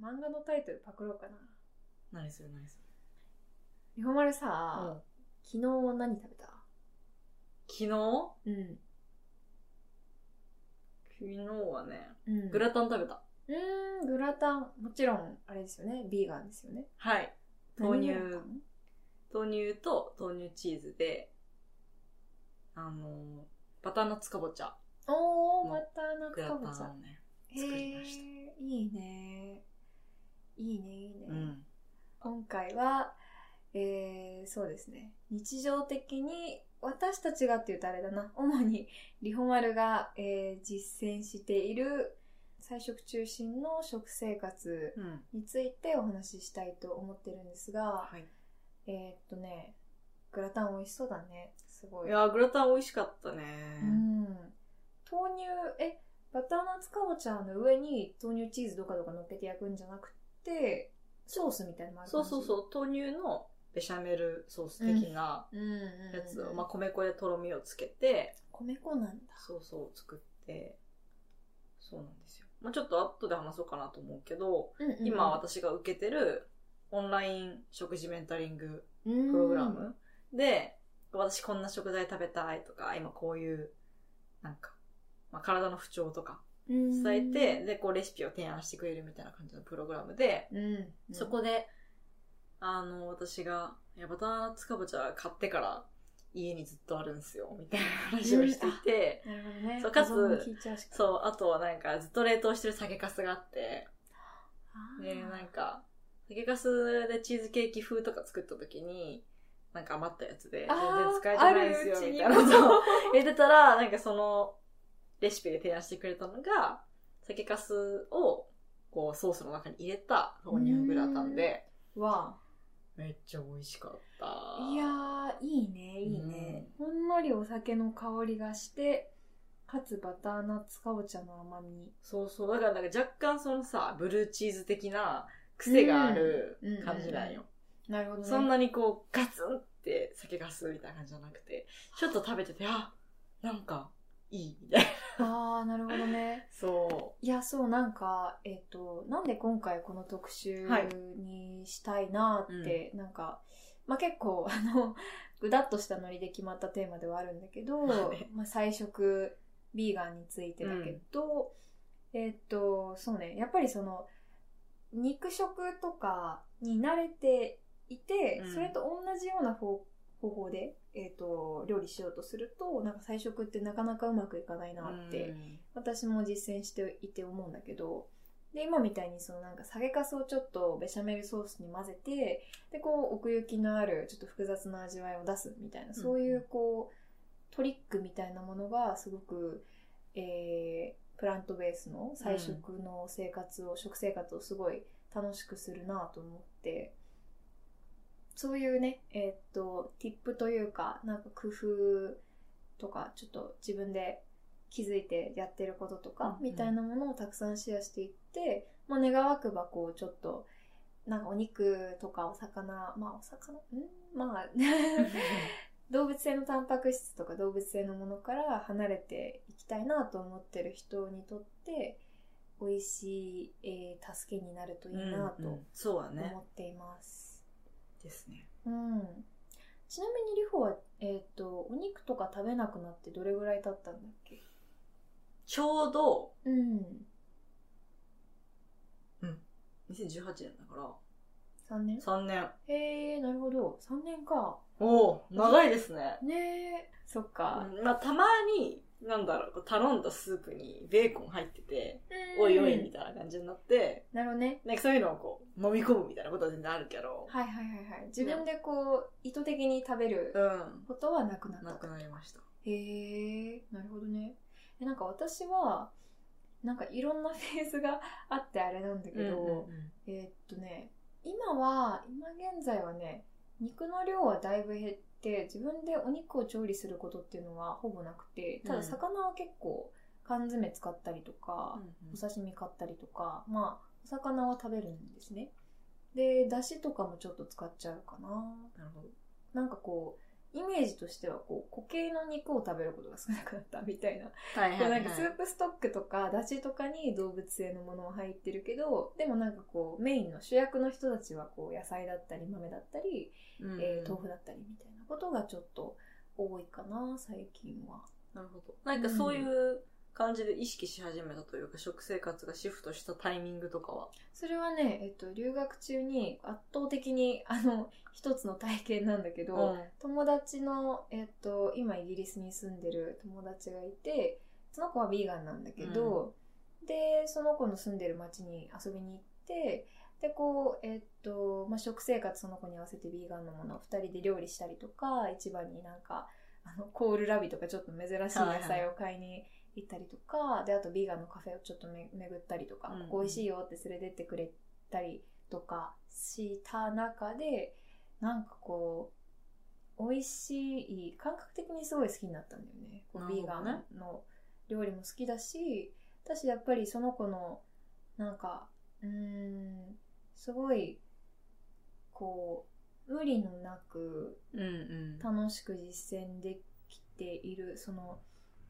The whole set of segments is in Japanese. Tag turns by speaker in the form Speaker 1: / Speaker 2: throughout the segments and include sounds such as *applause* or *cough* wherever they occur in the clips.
Speaker 1: 漫画のタイトルパクろうかな。
Speaker 2: 何する何す
Speaker 1: 日本丸
Speaker 2: る、
Speaker 1: さ、昨日何食べた
Speaker 2: 昨日
Speaker 1: うん。
Speaker 2: 昨日はね、
Speaker 1: うん、
Speaker 2: グラタン食べた。
Speaker 1: うーん、グラタン。もちろん、あれですよね。ビーガンですよね。
Speaker 2: はい。豆乳
Speaker 1: 何グラタン
Speaker 2: 豆乳と豆乳チーズで、あの、バターナッツかぼちゃ。
Speaker 1: おー、
Speaker 2: の
Speaker 1: またなん
Speaker 2: グ
Speaker 1: か
Speaker 2: ラ
Speaker 1: か
Speaker 2: タ
Speaker 1: ぼち
Speaker 2: ン
Speaker 1: ゃ
Speaker 2: を。ね。
Speaker 1: へ
Speaker 2: 作りました
Speaker 1: ーいいね。いいね、いいね。
Speaker 2: うん。
Speaker 1: 今回は、えー、そうですね。日常的に、私たちがって言うとあれだな。主に、リホマルが、えー実践している、菜食中心の食生活
Speaker 2: うん。
Speaker 1: についてお話ししたいと思ってるんですが、
Speaker 2: はい。
Speaker 1: えー、っとね、グラタン美味しそうだね。すごい。
Speaker 2: いやー、グラタン美味しかったね。
Speaker 1: うん。豆乳、え、バターナッツかぼちゃの上に豆乳チーズどかどか乗っけて焼くんじゃなくて、ソースみたいなのもある
Speaker 2: そうそう
Speaker 1: う。
Speaker 2: そう、豆乳のベシャメルソース的な
Speaker 1: うんうん、うん。
Speaker 2: やつを、まあ、米粉でとろみをつけて、
Speaker 1: 米粉なんだ。
Speaker 2: そうそう作って、そうなんですよ。まあ、ちょっと後で話そうかなと思うけど、
Speaker 1: うんうんうん
Speaker 2: 今、私が受けてるオンライン食事メンタリング
Speaker 1: プ
Speaker 2: プログラムで、私こんな食材食べたいとか、今こういう、なんか、まあ、体の不調とか伝えて、、で、こうレシピを提案してくれるみたいな感じのプログラムで、
Speaker 1: うんうんうん、
Speaker 2: そこで、あの、私が、いや、バターナッツかぼちゃ買ってから家にずっとあるんですよ、みたいな話をしていて、
Speaker 1: なるほどね。
Speaker 2: そうかつ
Speaker 1: 保存も聞いちゃうし
Speaker 2: そう、あとはなんかずっと冷凍してる酒粕があって、
Speaker 1: あー
Speaker 2: で、なんか、酒粕でチーズケーキ風とか作った時に、なんか余ったやつで、全
Speaker 1: あ
Speaker 2: 然
Speaker 1: ー
Speaker 2: 使えてないですよ、
Speaker 1: あるうちに
Speaker 2: みたいなことを *laughs* 言ってたら、なんかそのレシピで提案してくれたのが、酒粕をこうソースの中に入れた豆乳グラタンで、
Speaker 1: わ
Speaker 2: めっちゃ美味しかった。
Speaker 1: あいやー、いいね、いいね、ほんのりお酒の香りがして、かつバターナッツかぼちゃの甘み。
Speaker 2: そうそう。だからなんか若干そのさ、ブルーチーズ的な癖がある
Speaker 1: うん
Speaker 2: 感じなんよ。
Speaker 1: なるほどね。
Speaker 2: そんなにこうガツンって酒がすみたいな感じじゃなくて、ちょっと食べてて、あなんかいいみたいな。
Speaker 1: ああ、なるほどね。
Speaker 2: そ
Speaker 1: いや、そう、なんか、えっ、と、なんで今回この特集
Speaker 2: はい
Speaker 1: にしたいなって、なんか、まあ、結構、 *laughs* あの、ぐだっとしたノリで決まったテーマではあるんだけど、
Speaker 2: まあね
Speaker 1: まあ、菜食、ビーガンについてだけど、えっと、そうね、やっぱりその、肉食とかに慣れていて、
Speaker 2: うん
Speaker 1: それと同じような方方法で、えっと、料理しようとすると、なんか菜食ってなかなかうまくいかないな
Speaker 2: う。
Speaker 1: って、
Speaker 2: *laughs*
Speaker 1: 私も実践していて思うんだけどで今みたいにそのなんか酒かすをちょっとベシャメルソースに混ぜてでこう奥行きのあるちょっと複雑な味わいを出すみたいなそういうこうトリックみたいなものがすごく、えープラントベースの菜食の生活を、食生活をすごい楽しくするなと思ってそういうねえーっとティップというかなんか工夫とかちょっと自分で気づいてやってることとか、
Speaker 2: うんうん
Speaker 1: みたいなものをたくさんシェアしていって、まあ、願わくばこうちょっとなんかお肉とかお魚まあお魚うんま
Speaker 2: *laughs*
Speaker 1: あ動物性のタンパク質とか動物性のものから離れていきたいなと思ってる人にとって美味しい、えー助けになるといいな
Speaker 2: うん
Speaker 1: と
Speaker 2: うんそうだね
Speaker 1: 思。っています。
Speaker 2: ですね。
Speaker 1: うんちなみにリホは、えっとお肉とか食べなくなってどれぐらい経ったんだっけ
Speaker 2: ちょうど
Speaker 1: うん
Speaker 2: 2018年だから、
Speaker 1: 3年
Speaker 2: 3年。
Speaker 1: へえなるほど3年か
Speaker 2: おお長いですね。
Speaker 1: ねえそっか、
Speaker 2: うんまあたまに、なんだろう、こう頼んだスープにベーコン入ってて、おいおいみたいな感じになって、
Speaker 1: なるほどね
Speaker 2: なんかそういうのをこう、飲み込むみたいなことは全然あるけど、
Speaker 1: はいはいはいはい自分でこう意図的に食べる
Speaker 2: う
Speaker 1: ことはなくなっ
Speaker 2: ん。
Speaker 1: た
Speaker 2: なくなりました。
Speaker 1: へえなるほどねえなんか私はなんかいろんなフェーズがあってあれなんだけど、えーっとね今は今現在はね肉の量はだいぶ減って自分でお肉を調理することっていうのはほぼなくてた
Speaker 2: う
Speaker 1: だ
Speaker 2: ん
Speaker 1: 魚は結構缶詰使ったりとか、
Speaker 2: うん
Speaker 1: お刺身買ったりとかまあお魚は食べるんですねでだしとかもちょっと使っちゃうかな
Speaker 2: なるほど。
Speaker 1: なんかこうイメージとしてはこう固形の肉を食べることが少なくなったみたいな
Speaker 2: はい
Speaker 1: こう
Speaker 2: はい、は
Speaker 1: ないんかスープストックとかだしとかに動物性のものは入ってるけどでもなんかこうメインの主役の人たちはこう野菜だったり豆だったり、
Speaker 2: うん
Speaker 1: えー豆腐だったりみたいなことがちょっと多いかな最近は。
Speaker 2: なるほど。なんかそういう感じで意識し始めたというか、食生活がシフトしたタイミングとかは。
Speaker 1: それはね、えっと、留学中に圧倒的にあの一つの体験なんだけど、
Speaker 2: うん
Speaker 1: 友達の、えっと、今イギリスに住んでる友達がいてその子はヴィーガンなんだけど、でその子の住んでる町に遊びに行ってでこう、えっとまあ、食生活その子に合わせてヴィーガンのものを2人で料理したりとか市場になんかあのコールラビとかちょっと珍しい野菜を買いに行ったりとか、であとヴィーガンのカフェをちょっとめ巡ったりとか、
Speaker 2: うんう
Speaker 1: こ
Speaker 2: ん
Speaker 1: こ美味しいよって連れてってくれたりとかした中でなんかこう美味しい感覚的にすごい好きになったんだよねこう
Speaker 2: なる
Speaker 1: ヴィ
Speaker 2: ほ
Speaker 1: ーガ
Speaker 2: どね
Speaker 1: ンの料理も好きだし私やっぱりその子のなんかうーんすごいこう無理のなく
Speaker 2: うんうん。
Speaker 1: 楽しく実践できているその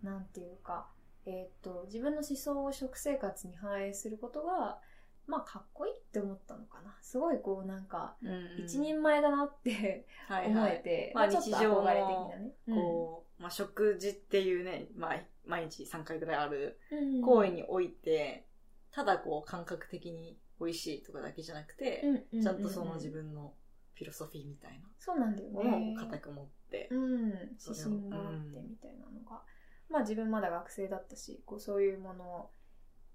Speaker 1: なんていうか、えー、と自分の思想を食生活に反映することがまあかっこいいって思ったのかなすごいこうなんか
Speaker 2: うんうん
Speaker 1: 一人前だなって
Speaker 2: はい
Speaker 1: 思
Speaker 2: は
Speaker 1: え
Speaker 2: い。
Speaker 1: て、
Speaker 2: まあ
Speaker 1: ちょっと
Speaker 2: 日常の
Speaker 1: 憧れ的なね、
Speaker 2: こう、まあ、食事っていうね、まあ、毎日3回ぐらいある
Speaker 1: うん
Speaker 2: 行為において、ただこう感覚的に美味しいとかだけじゃなくて、
Speaker 1: うん
Speaker 2: ちゃんとその自
Speaker 1: うんうんうん
Speaker 2: 分のフィロソフィーみたい
Speaker 1: そうなんだよ
Speaker 2: なもの
Speaker 1: ね
Speaker 2: を固く持って、
Speaker 1: うん、
Speaker 2: それ
Speaker 1: 指針
Speaker 2: を
Speaker 1: があってみたいなのが、まあ自分まだ学生だったしこうそういうものを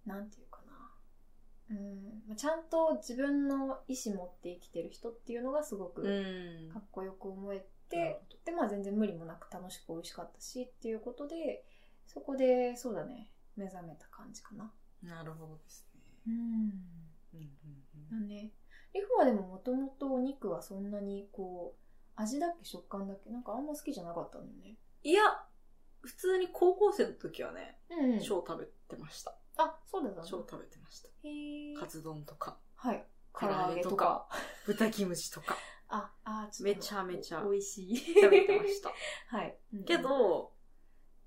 Speaker 1: なんていうかな、うんまあ、ちゃんと自分の意思持って生きてる人っていうのがすご
Speaker 2: う
Speaker 1: く
Speaker 2: ん
Speaker 1: かっこよく思え
Speaker 2: なる
Speaker 1: て、でまあ全然無理もなく楽しく美味しかったしっていうことでそこでそうだね目覚めた感じかな。
Speaker 2: なるほどですね。
Speaker 1: うん
Speaker 2: うんうん
Speaker 1: だね。リフはでももともとお肉はそんなにこう味だっけ食感だっけなんかあんま好きじゃなかったんだよね。
Speaker 2: いや、普通に高校生の時はね、
Speaker 1: うん、うん、
Speaker 2: 超食べてました。
Speaker 1: あ、そうだったの
Speaker 2: 超食べてました。
Speaker 1: へー
Speaker 2: カツ丼とか、
Speaker 1: はい。
Speaker 2: 唐
Speaker 1: 唐
Speaker 2: 揚
Speaker 1: 揚
Speaker 2: げ
Speaker 1: げ
Speaker 2: と
Speaker 1: と
Speaker 2: か
Speaker 1: か。
Speaker 2: 豚キム
Speaker 1: *laughs*
Speaker 2: チとか
Speaker 1: あ、あー、ち
Speaker 2: めちゃめちゃ
Speaker 1: お美味しい。
Speaker 2: 食べてました。
Speaker 1: *laughs* はい。
Speaker 2: け、ど、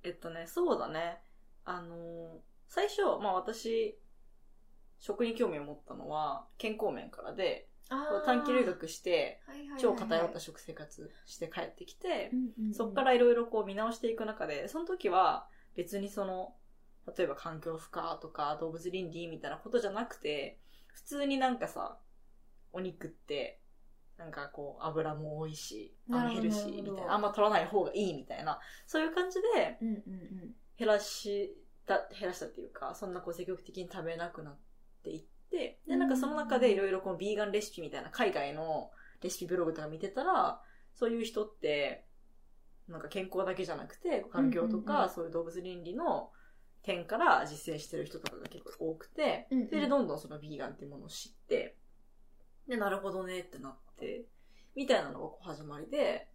Speaker 2: えっとね、そうだね。あのー最初、まあ私、食に興味を持ったのは健康面からで、こう短期留学して、超偏った
Speaker 1: し、
Speaker 2: 食生活して帰ってきて
Speaker 1: う、んうんうん
Speaker 2: そっか、らいろいろこう見直していく中で、その時は別にその、例えば環境負荷とか動物倫理みたいなことじゃなくて、普通になんかさ、お肉って、なんかこう油も多いし、あ
Speaker 1: なる
Speaker 2: ん
Speaker 1: ほど
Speaker 2: ヘルシー
Speaker 1: な
Speaker 2: みたい
Speaker 1: るほ
Speaker 2: な、
Speaker 1: ど
Speaker 2: あんま取らない方がいいみたいな、そういう感じで
Speaker 1: うんうんうん。
Speaker 2: 減らした、減らしたっていうか、そんなこう積極的に食べなくなっていって、で、なんかその中でいろいろこのビーガンレシピみたいな海外のレシピブログとか見てたら、そういう人って、なんか健康だけじゃなくて、環境と
Speaker 1: うんうんう
Speaker 2: か
Speaker 1: ん
Speaker 2: そういう動物倫理の点から実践してる人とかが結構多くて、
Speaker 1: うんうん
Speaker 2: それでどんどんそのビーガンっていうものを知って、で、なるほどねってなって、みたいなのがこう始まりで、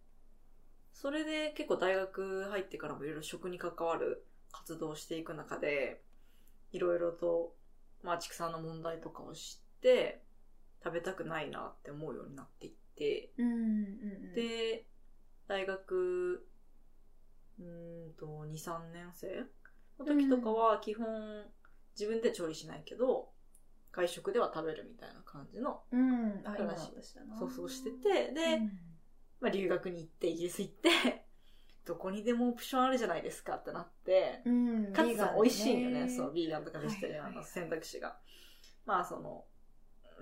Speaker 2: それで結構大学入ってからもいろいろ食に関わる活動をしていく中で、いろいろと、まあ、畜産の問題とかを知って、食べたくないなって思うようになっていって、
Speaker 1: うんうんうん。、
Speaker 2: で、大学、うーんと、2、3年生の時とかは、基本、自分で調理しないけど、外食では食べるみたいな感じの、
Speaker 1: うん。あ、
Speaker 2: 暮
Speaker 1: 今の
Speaker 2: らし
Speaker 1: 私だな。
Speaker 2: そうそうしてて、で、
Speaker 1: うん、
Speaker 2: まあ、留学に行って、イギリス行って、 *laughs* どこにでもオプションあるじゃないですかってなって、
Speaker 1: うん。
Speaker 2: かつ
Speaker 1: ビーガン
Speaker 2: さ
Speaker 1: だ、
Speaker 2: 美味しいんよね、そう、。ビーガンとか
Speaker 1: はい
Speaker 2: ベ
Speaker 1: はい
Speaker 2: ジタリアンの選択肢が。まあ、その、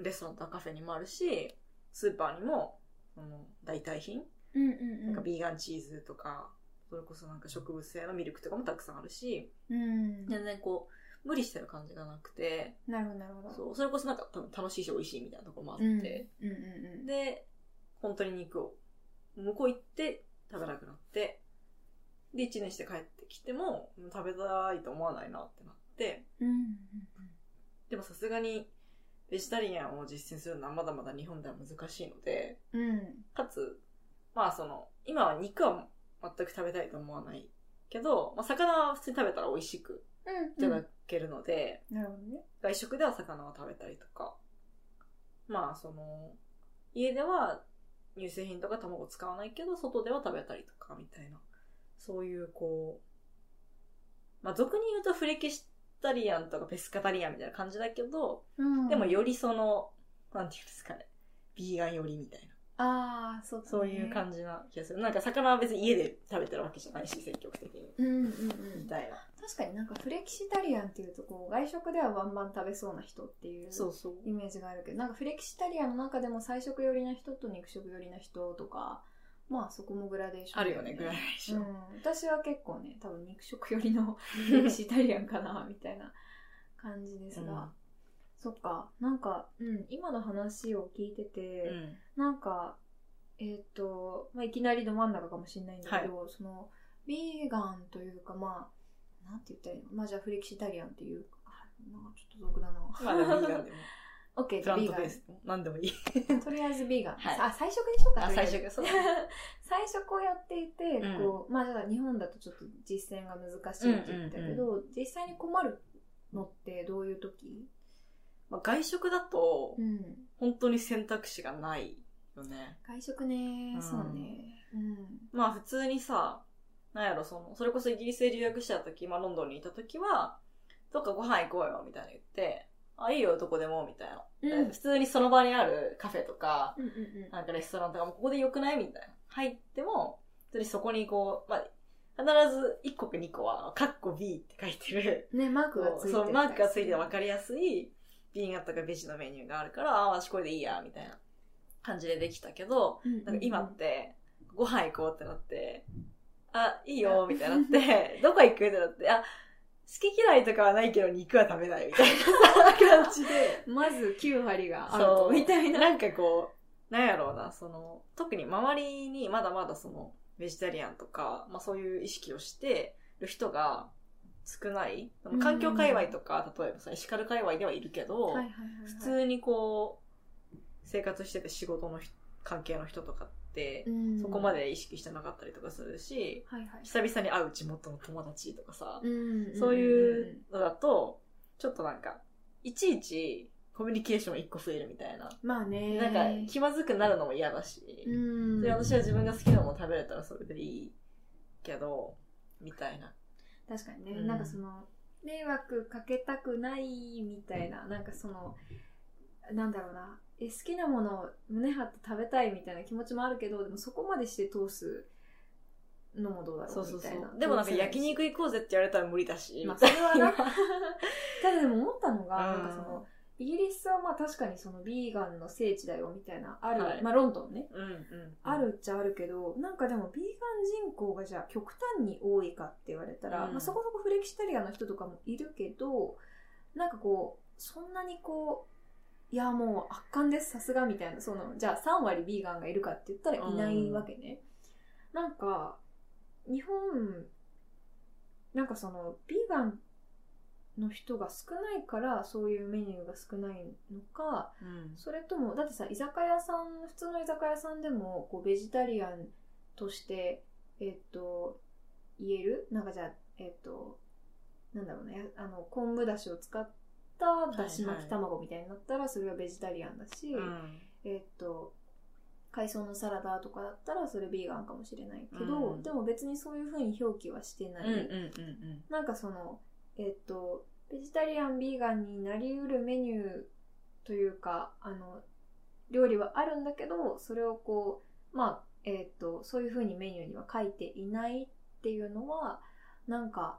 Speaker 2: レストランとかカフェにもあるし、スーパーにも、その、代替品
Speaker 1: うんうんうん。
Speaker 2: なんかビーガンチーズとか、それこそなんか植物性のミルクとかもたくさんあるし、
Speaker 1: うん。
Speaker 2: 全然こう、無理してる感じがなくて、
Speaker 1: なるほど、なるほど。
Speaker 2: そう、それこそなんか多分楽しいし美味しいみたいなところもあっ
Speaker 1: うん。うん
Speaker 2: て、
Speaker 1: うんうん。
Speaker 2: で、本当に肉を、向こう行って食べなくなって、で、1年して帰ってきても、うん食べたいと思わないなってなって、
Speaker 1: うんうん
Speaker 2: でもさすがに、ベジタリアンを実践するのはまだまだ日本では難しいので、
Speaker 1: うん。うん。
Speaker 2: かつ、まあその、今は肉は全く食べたいと思わないけど、まあ魚は普通に食べたら美味しく
Speaker 1: うん。
Speaker 2: いただけるので、
Speaker 1: なるほどね。
Speaker 2: 外食では魚を食べたりとか、まあその、家では乳製品とか卵使わないけど、外では食べたりとか、みたいな。そういう、こう、まあ、俗に言うとフレキシタリアンとかペスカタリアンみたいな感じだけど、
Speaker 1: うん
Speaker 2: でもよりその、なんていうんですかね、ビーガン寄りみたいな。
Speaker 1: ああそうだね
Speaker 2: そういう感じな気がする。なんか魚は別に家で食べてるわけじゃないし、積極的に。
Speaker 1: うんうんうん
Speaker 2: みたいな。
Speaker 1: 確かになんかフレキシタリアンっていうとこう外食ではバンバン食べそうな人っていう
Speaker 2: そうそう。
Speaker 1: イメージがあるけどなんかフレキシタリアンの中でも菜食寄りな人と肉食寄りな人とかまあそこもグラデーション
Speaker 2: あるよね、ぐらいでし
Speaker 1: う
Speaker 2: *laughs* ょ。
Speaker 1: ん、私は結構ね多分肉食寄りのフレキシタリアンかなみたいな感じですが、
Speaker 2: うん
Speaker 1: そっかなんか、うん、今の話を聞いてて、
Speaker 2: うん。
Speaker 1: なんか、えっ、と、まあ、いきなりど真ん中かもしれないんだけど、その、ビーガンというか、まあ、なんて言ったらいいのまあ、じゃあフレキシタリアンっていうか、あなんかちょっと俗だな。
Speaker 2: まあでもビ
Speaker 1: *laughs*
Speaker 2: ーガンで *laughs* も。
Speaker 1: オッケー、
Speaker 2: プラン
Speaker 1: ビー
Speaker 2: ト
Speaker 1: ガ
Speaker 2: ベースでも。なんでもいい。
Speaker 1: ン。 *laughs* とりあえずビーガン。
Speaker 2: はい
Speaker 1: あ、最初でしょうか
Speaker 2: あ、
Speaker 1: とりあ
Speaker 2: 最
Speaker 1: えず
Speaker 2: 初がそう。
Speaker 1: *laughs* 最初こうやっていて、
Speaker 2: うん
Speaker 1: こうまあ、だから日本だとちょっと実践が難しいって言ったけど、実際に困るのってどういう時、
Speaker 2: まあ、外食だと
Speaker 1: う、ん、
Speaker 2: 本当に選択肢がないよね。
Speaker 1: 外食ね、
Speaker 2: うん
Speaker 1: そうね、うん、
Speaker 2: まあ普通にさ、なんやろ、その、それこそイギリスで留学してた時、まあロンドンにいた時は、どっかご飯行こうよ、みたいな言って、あ、いいよ、どこでも、みたいな。
Speaker 1: うん
Speaker 2: で普通にその場にあるカフェとか、
Speaker 1: うんうん
Speaker 2: なんかレストランとかもここで良くないみたいな。入っても、普通にそこにこう、まあ、必ず1個か2個は、カッコ B って書いて *laughs* る。
Speaker 1: うんねマークがついて
Speaker 2: そう、マークがついて分
Speaker 1: る
Speaker 2: かりやすい、ビーガンとかベジのメニューがあるから、ああ、私これでいいや、みたいな感じでできたけど、なんか今って、ご飯行こうってなって、あ、いいよ、みたいにな *laughs* って、どこ行くってなって、あ、好き嫌いとかはないけど肉は食べないみた *laughs* いな感じで。
Speaker 1: まず9割がアウ
Speaker 2: そ
Speaker 1: ト
Speaker 2: う、
Speaker 1: みたいな。
Speaker 2: なんかこう、なんやろうな、その、特に周りにまだまだその、ベジタリアンとか、まあそういう意識をしてる人が少ない。
Speaker 1: うん
Speaker 2: 環境界隈とか、例えばさ、エシカル界隈ではいるけど、
Speaker 1: はいはいはいはい
Speaker 2: 普通にこう、生活してて仕事のひ関係の人とかって、
Speaker 1: うん
Speaker 2: そこまで意識してなかったりとかするし、
Speaker 1: はいはい
Speaker 2: 久々に会う地元の友達とかさ、
Speaker 1: うん
Speaker 2: そうい
Speaker 1: ん
Speaker 2: うのだと、ちょっとなんか、いちいちコミュニケーション一個増えるみたいな。
Speaker 1: まあね
Speaker 2: なんか気まずくなるのも嫌だし、
Speaker 1: うん
Speaker 2: で私は自分が好きなもの食べれたらそれでいいけど、みたいな。
Speaker 1: 確かにね、
Speaker 2: うん
Speaker 1: なんかその迷惑かけたくないみたいななんかそのなんだろうなえ好きなものを胸張って食べたいみたいな気持ちもあるけどでもそこまでして通すのもどうだろ
Speaker 2: そう
Speaker 1: う
Speaker 2: そ
Speaker 1: み
Speaker 2: うそ
Speaker 1: たいな
Speaker 2: う。でもなんか焼
Speaker 1: 肉
Speaker 2: 肉行こうぜって言われたら無理だし、
Speaker 1: まあ
Speaker 2: み
Speaker 1: そ
Speaker 2: たい
Speaker 1: れはなただでも思ったのが、
Speaker 2: うん
Speaker 1: なんかそのイギリスはまあ確かにそのビーガンの聖地だよみたいなある、
Speaker 2: はい
Speaker 1: まあロンドンね
Speaker 2: な。うんうん。
Speaker 1: あるっちゃあるけど、なんかでもビーガン人口がじゃあ極端に多いかって言われたら、
Speaker 2: うん
Speaker 1: まあ、そこそこフレキシタリアンの人とかもいるけどなんかこうそんなにこういやもう圧巻ですさすがみたいなそのじゃあ3割ビーガンがいるかって言ったらいないわけね、なんか日本なんかそのビーガンの人が少ないからそういうメニューが少ないのか、
Speaker 2: うん。
Speaker 1: それともだってさ居酒屋さん普通の居酒屋さんでもこうベジタリアンとしてえっと言えるなんかじゃあえっとなんだろうねあの昆布だしを使っただし巻き卵みたいになったらそれはベジタリアンだし、
Speaker 2: うん
Speaker 1: えっと海藻のサラダとかだったらそれビーガンかもしれないけど、
Speaker 2: うん
Speaker 1: でも別にそういう風に表記はしてない、
Speaker 2: うんうんうん
Speaker 1: なんかその、えっと、ベジタリアン、ビーガンになりうるメニューというか、あの、料理はあるんだけど、それをこう、まあ、えっと、そういう風にメニューには書いていないっていうのは、なんか、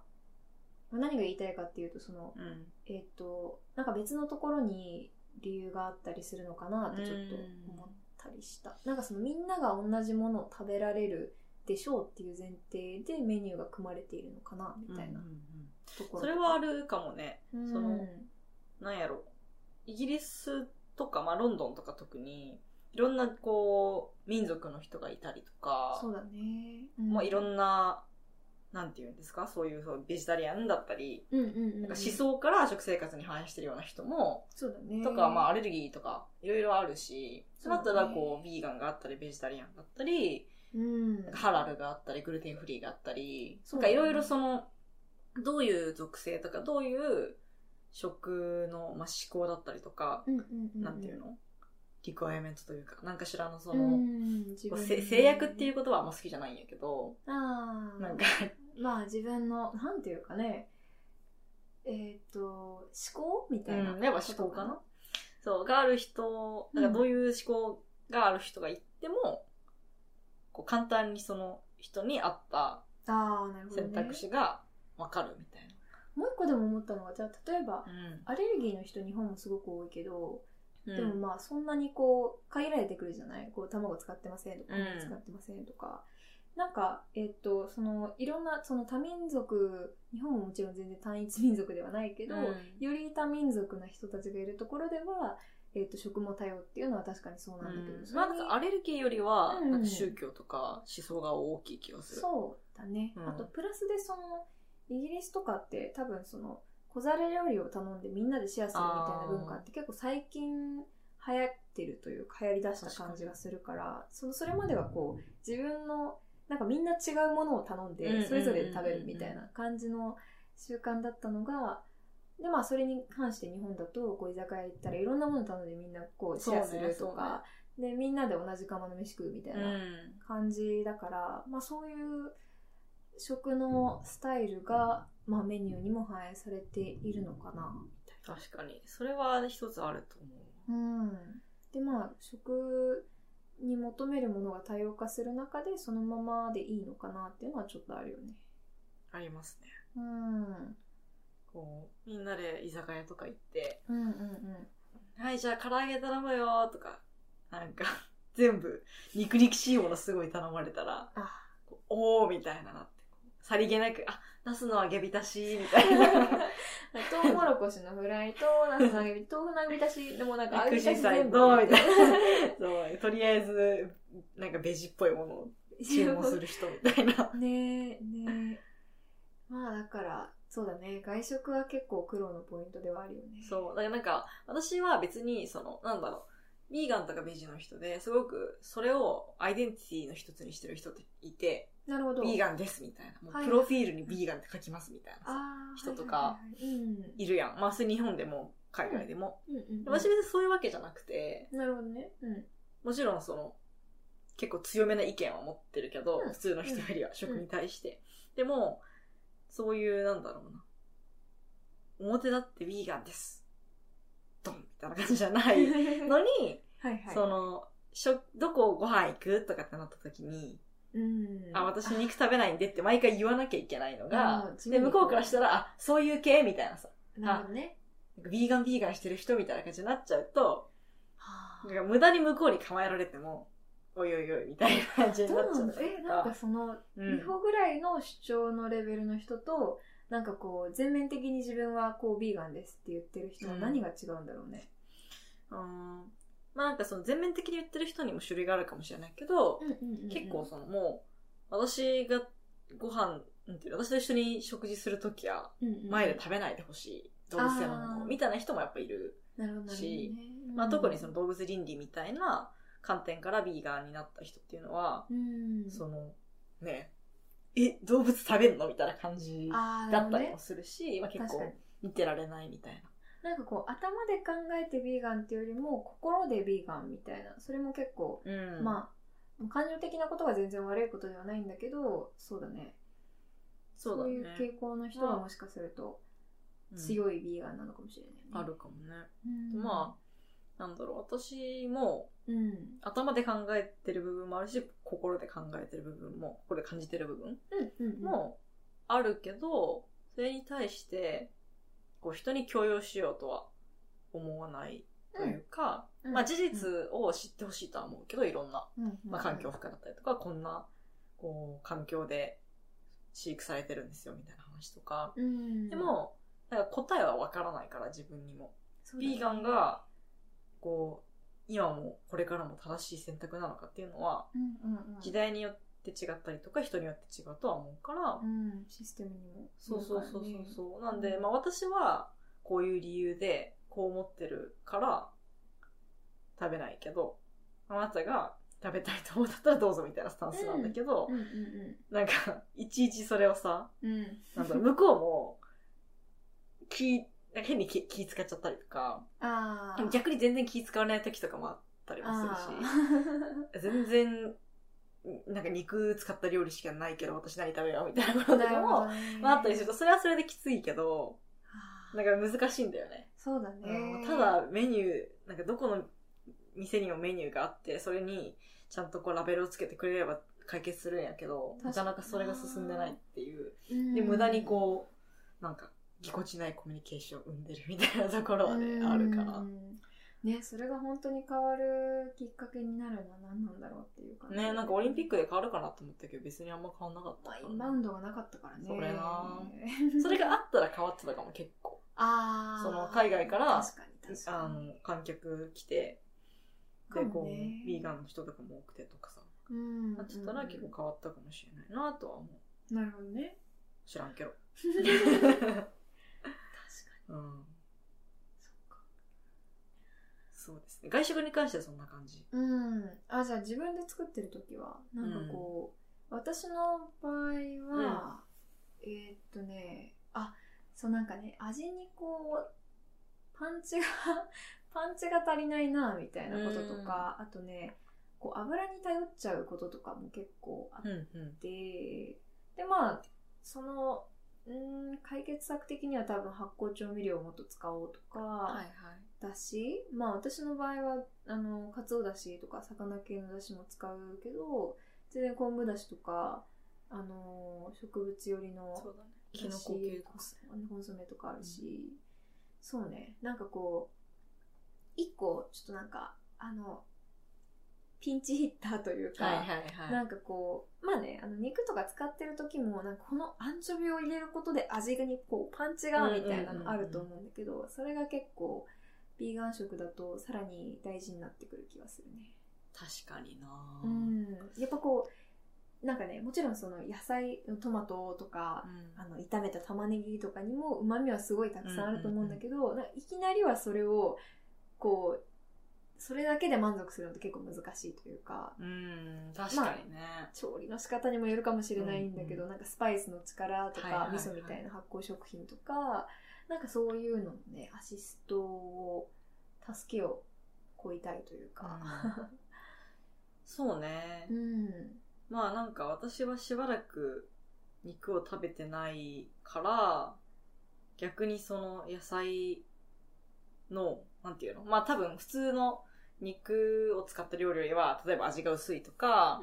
Speaker 1: 何が言いたいかっていうと、その、
Speaker 2: うん。うん。
Speaker 1: えっと、なんか別のところに理由があったりするのかなってちょっと思ったりした。なんかそのみんなが同じものを食べられるでしょうっていう前提でメニューが組まれているのかなみたいな
Speaker 2: うんうんうん
Speaker 1: ところ。
Speaker 2: それはあるかもね。
Speaker 1: うん、
Speaker 2: そのなんやろイギリスとか、まあ、ロンドンとか特にいろんなこう民族の人がいたりとか
Speaker 1: そうだね。
Speaker 2: もういろ
Speaker 1: な、
Speaker 2: んななんていうんですかそういうそうベジタリアンだったり、
Speaker 1: うんうんうんうん、
Speaker 2: なんか思想から食生活に反映してるような人も、
Speaker 1: そうだね。
Speaker 2: とか、まあ、
Speaker 1: あ、
Speaker 2: アレルギーとかいろいろあるしそうなったらこうビーガンがあったりベジタリアンだったり
Speaker 1: うん、
Speaker 2: なんかハラルがあったり、グルテンフリーがあったり、
Speaker 1: そ
Speaker 2: な
Speaker 1: うんだね
Speaker 2: かいろいろその、どういう属性とか、どういう食の、まあ、思考だったりとか、
Speaker 1: うんうんうんうん、
Speaker 2: なんていうのリクワイアメントというか、なんかしらのそ
Speaker 1: うん
Speaker 2: の、
Speaker 1: 自
Speaker 2: こう
Speaker 1: 分の
Speaker 2: せ制約っていう言葉はあんま好きじゃないんやけど、
Speaker 1: ああ
Speaker 2: なんか、
Speaker 1: まあ自分のなんていうかねえっ、と思考みたいな、
Speaker 2: うんやっぱ思考かなそう、がある人、なんかどういう思考がある人が言っても、こう簡単にその人に合った
Speaker 1: ああなるほど、ね、
Speaker 2: 選択肢がわかるみたい
Speaker 1: もう一個でも思ったのがじゃあ例えば
Speaker 2: な。
Speaker 1: アレルギーの人日本もすごく多いけど、
Speaker 2: うん
Speaker 1: でもまあそんなにこう限られてくるじゃないこう卵使ってませんとか
Speaker 2: うん
Speaker 1: 米使ってませんとか、なんかえっ、とそのいろんなその多民族日本ももちろん全然単一民族ではないけど、
Speaker 2: うん
Speaker 1: より多民族な人たちがいるところでは、えっと食も多様っていうのは確かにそうなんだけど、
Speaker 2: うん
Speaker 1: そ
Speaker 2: まあ
Speaker 1: れ
Speaker 2: なん
Speaker 1: に
Speaker 2: かアレルギーよりは、
Speaker 1: うん
Speaker 2: なんか宗教とか思想が大きい気がする。
Speaker 1: そうだね、
Speaker 2: うん
Speaker 1: あとプラスでそのイギリスとかって多分その小皿料理を頼んでみんなでシェアするみたいな文化って結構最近流行ってるというか流行りだした感じがするからそのそれまではこう自分のなんかみんな違うものを頼ん
Speaker 2: うんうんうんう
Speaker 1: で
Speaker 2: ん
Speaker 1: それぞれで食べるみたいな感じの習慣だったのがでまあそれに関して日本だとこう居酒屋行ったらいろんなもの頼んでみんなこうシェアするとか、でみんなで同じ釜の飯食うみたいな。
Speaker 2: ん。
Speaker 1: 感じだから、まあ、そういう食のスタイルが、まあ、メニューにも反映されているのかなみたい
Speaker 2: 確かに。それは一つあると思う。
Speaker 1: な。うん、でまあ食に求めるものが多様化する中でそのままでいいのかなっていうのはちょっとあるよね。
Speaker 2: ありますね。
Speaker 1: うん、うん
Speaker 2: こう、みんなで居酒屋とか行って、
Speaker 1: うんうん
Speaker 2: はい、じゃあ唐揚げ頼むよとか、なんか、 *laughs* 全部、肉肉しいものすごい頼まれたら、
Speaker 1: あ
Speaker 2: こうおーみたいななって、こうさりげなく、あ、ナスの揚げ浸し、みたい *laughs* な。
Speaker 1: *laughs* トウモロコシのフライと、なんか揚げび豆腐の揚げ浸し、でもなんか揚げ
Speaker 2: 肉
Speaker 1: 浸
Speaker 2: 汁
Speaker 1: し
Speaker 2: さえ
Speaker 1: 全部
Speaker 2: どうみたいな。 *laughs* そう、とりあえず、なんかベジっぽいものを
Speaker 1: *laughs*
Speaker 2: 注文する人みたいな。
Speaker 1: ねえねえまあだからそうだね外食は結構苦労のポイントではあるよね
Speaker 2: *laughs* そう。だからなんか、私は別に、その、なんだろう、ヴィーガンとかベジの人で、すごく、それをアイデンティティの一つにしてる人っていて、
Speaker 1: なるほど
Speaker 2: ヴィーガンですみたいな。も
Speaker 1: は
Speaker 2: う
Speaker 1: い
Speaker 2: プロフィールにヴィーガンって書きますみたいなさ。
Speaker 1: あー
Speaker 2: 人とか
Speaker 1: はいはいはいはい
Speaker 2: いるやん。まあ、それ日本でも、海外でも。
Speaker 1: うんうんうんうん
Speaker 2: 私別にそういうわけじゃなくて、
Speaker 1: なるほどねうん
Speaker 2: もちろんその、結構強めな意見は持ってるけど、
Speaker 1: うん
Speaker 2: 普通の人よりは、食に対して。でも、そういう、なんだろうな。表だってヴィーガンです。ドンみたいな感じじゃな
Speaker 1: *laughs*
Speaker 2: い
Speaker 1: は
Speaker 2: のに、
Speaker 1: いはい
Speaker 2: その、しょ、どこご飯行くとかってなった時に、
Speaker 1: うん
Speaker 2: あ、私肉食べないんでって毎回言わなきゃいけないの
Speaker 1: あ
Speaker 2: が
Speaker 1: ー、自
Speaker 2: で、
Speaker 1: 分で
Speaker 2: 向こうからしたら、あ、そういう系みたいなさ、
Speaker 1: なるほどね
Speaker 2: なんかビーガンビーガンしてる人みたいな感じになっちゃうと、
Speaker 1: は
Speaker 2: なんか無駄に向こうに構えられても、おいおいおいみたいな感じ
Speaker 1: あ
Speaker 2: に
Speaker 1: どう
Speaker 2: なっち
Speaker 1: な
Speaker 2: ゃ
Speaker 1: ん
Speaker 2: う
Speaker 1: だえなんかその
Speaker 2: うん
Speaker 1: リホぐらいの主張のレベルの人となんかこう全面的に自分はこうビーガンですって言ってる人は何が違うんだろうね
Speaker 2: うんまあなんかその全面的に言ってる人にも種類があるかもしれないけど、結
Speaker 1: 結
Speaker 2: 構そのもう、私がご飯、なんていうの私と一緒に食事するときや、前で食べないでほしい動物性のも
Speaker 1: あー
Speaker 2: のみたいな人もやっぱいる、
Speaker 1: なるほどなるほどね
Speaker 2: しまあ、特にその
Speaker 1: の、
Speaker 2: 動物倫理みたいな観点からビーガンになった人っていうのは、
Speaker 1: うん、
Speaker 2: そのねえ動物食べんのみたいな感じ
Speaker 1: あー
Speaker 2: だった
Speaker 1: なる
Speaker 2: り
Speaker 1: ほ
Speaker 2: もするし、まあ、
Speaker 1: どね
Speaker 2: 結
Speaker 1: 確か
Speaker 2: 構
Speaker 1: に
Speaker 2: 見てられないみたいな
Speaker 1: なんかこう頭で考えてビーガンっていうよりも心でビーガンみたいなそれも結構、
Speaker 2: うん
Speaker 1: まあ感情的なことが全然悪いことではないんだけどそうだね
Speaker 2: そうだね
Speaker 1: いう傾向の人はもしかすると強いビーガンなのかもしれないね、
Speaker 2: うんあるかもね、
Speaker 1: うん
Speaker 2: まあなんだろう私も
Speaker 1: うん
Speaker 2: 頭で考えてる部分もあるし心で考えてる部分も心で感じてる部分
Speaker 1: うんうん
Speaker 2: もあるけど、それに対して、こう人に強要しようとは思わないというか、
Speaker 1: うん
Speaker 2: まあ事実を知ってほしいとは思うけど、いろんな、
Speaker 1: うんうんうん
Speaker 2: まあ環境負荷だったりとか、こんな、こう、環境で飼育されてるんですよ、みたいな話とか。
Speaker 1: うん
Speaker 2: でも、なんか答えはわからないから、自分にも。
Speaker 1: そうだね
Speaker 2: ビーガンが、こう、今もこれからも正しい選択なのかっていうのは、
Speaker 1: うんうんうん
Speaker 2: 時代によって違ったりとか、人によって違うとは思うから、
Speaker 1: うんシステムにも
Speaker 2: そうそうそうそう
Speaker 1: う
Speaker 2: そう。なんで、まあ私はこういう理由でこう思ってるから食べないけど、あなたが食べたいと思うんだったらどうぞみたいなスタンスなんだけど、
Speaker 1: うんうん
Speaker 2: なんかいちいちそれをさ、
Speaker 1: うんうん
Speaker 2: なんだろう向こうも気、なんか変に気気使っちゃったりとか、
Speaker 1: ああ
Speaker 2: 逆に全然気使わない時とかもあっったりもするし
Speaker 1: あ
Speaker 2: 全然なんか肉使った料理しかないけど私何食べようみたいなこ
Speaker 1: ー
Speaker 2: *laughs* とと
Speaker 1: な
Speaker 2: か
Speaker 1: るほ
Speaker 2: も、
Speaker 1: どね
Speaker 2: まあ、あったりするとそれはそれできついけど
Speaker 1: あー
Speaker 2: なんか難しいんだよね、
Speaker 1: そうだ
Speaker 2: うん
Speaker 1: ね。
Speaker 2: ただメニューなんかどこの店にもメニューがあってそれにちゃんとこうラベルをつけてくれれば解決するんやけど
Speaker 1: 確か
Speaker 2: な
Speaker 1: に
Speaker 2: かなかそれが進んでないっていう
Speaker 1: うん、
Speaker 2: で無駄にこうなんかぎこちないコミュニケーションを生んでるみたいなところはねあるから
Speaker 1: うんね、それが本当に変わるきっかけになるのは何なんだろうっていうか
Speaker 2: ねなんかオリンピックで変わるかなと思ったけど別にあんま変わんなかった
Speaker 1: まあ
Speaker 2: から
Speaker 1: インバウンドがなかったからね。
Speaker 2: それなそれがあったら変わってたかも結構
Speaker 1: *laughs* あー
Speaker 2: その海外から
Speaker 1: 確かに確
Speaker 2: あ
Speaker 1: かに。
Speaker 2: の観客来て
Speaker 1: か
Speaker 2: で
Speaker 1: も
Speaker 2: こう
Speaker 1: ね
Speaker 2: ヴィーガンの人とかも多くてとかさ
Speaker 1: うん
Speaker 2: なってたら結構変わったかもしれないなとは思う
Speaker 1: なるほどね。
Speaker 2: *laughs* 知らんけど
Speaker 1: 確か
Speaker 2: うん
Speaker 1: そっか
Speaker 2: そうですね外食に関してはそんな感じ
Speaker 1: うん。あ、じゃあ自分で作ってる時は、なんかこう、私の場合は、えーっとね、あ、そうなんかね、味にこう、パンチが、 *laughs* パンチが足りないな、みたいなこととか、あとね、こう油に頼っちゃうこととかも結構あっ
Speaker 2: う
Speaker 1: て、
Speaker 2: んうん
Speaker 1: で、まあ、その、うん解決策的には多分発酵調味料をもっと使おうとか、
Speaker 2: い
Speaker 1: だしまあ私の場合はあのかつおだしとか魚系のだしも使うけど全然昆布だしとかあの植物寄りの
Speaker 2: そうだねキノコ系とか
Speaker 1: だしコンソメとかあるし、そうねなんかこう一個ちょっとなんかあのピンチヒッターというか、
Speaker 2: はいはいは
Speaker 1: ないんかこう、まあね、あの肉とか使ってる時も、なんかこのアンチョビを入れることで味にこうパンチがみたいな
Speaker 2: うんうんうんうん
Speaker 1: のあると思うんだけど、それが結構、ビーガン食だとさらに大事になってくる気がするね。
Speaker 2: 確かにな
Speaker 1: うん。やっぱこう、なんかね、もちろんその野菜、トマトとか、あの炒めた玉ねぎとかにも旨味はすごいたくさんあると思うんだけど、なんかいきなりはそれを、こう、それだけで満足するのって結構難しいというか、
Speaker 2: うん確かにね、
Speaker 1: 調理の仕方にもよるかもしれないんだけど、
Speaker 2: う
Speaker 1: なんかスパイスの力とか、
Speaker 2: はいはいはい
Speaker 1: 味噌みたいな発酵食品とかなんかそういうののねアシストを助けをこいたいというか
Speaker 2: うんそうね、
Speaker 1: うん、
Speaker 2: まあなんか私はしばらく肉を食べてないから逆にその野菜のなんていうのまあ多分普通の肉を使った料理よりは例えば味が薄いとか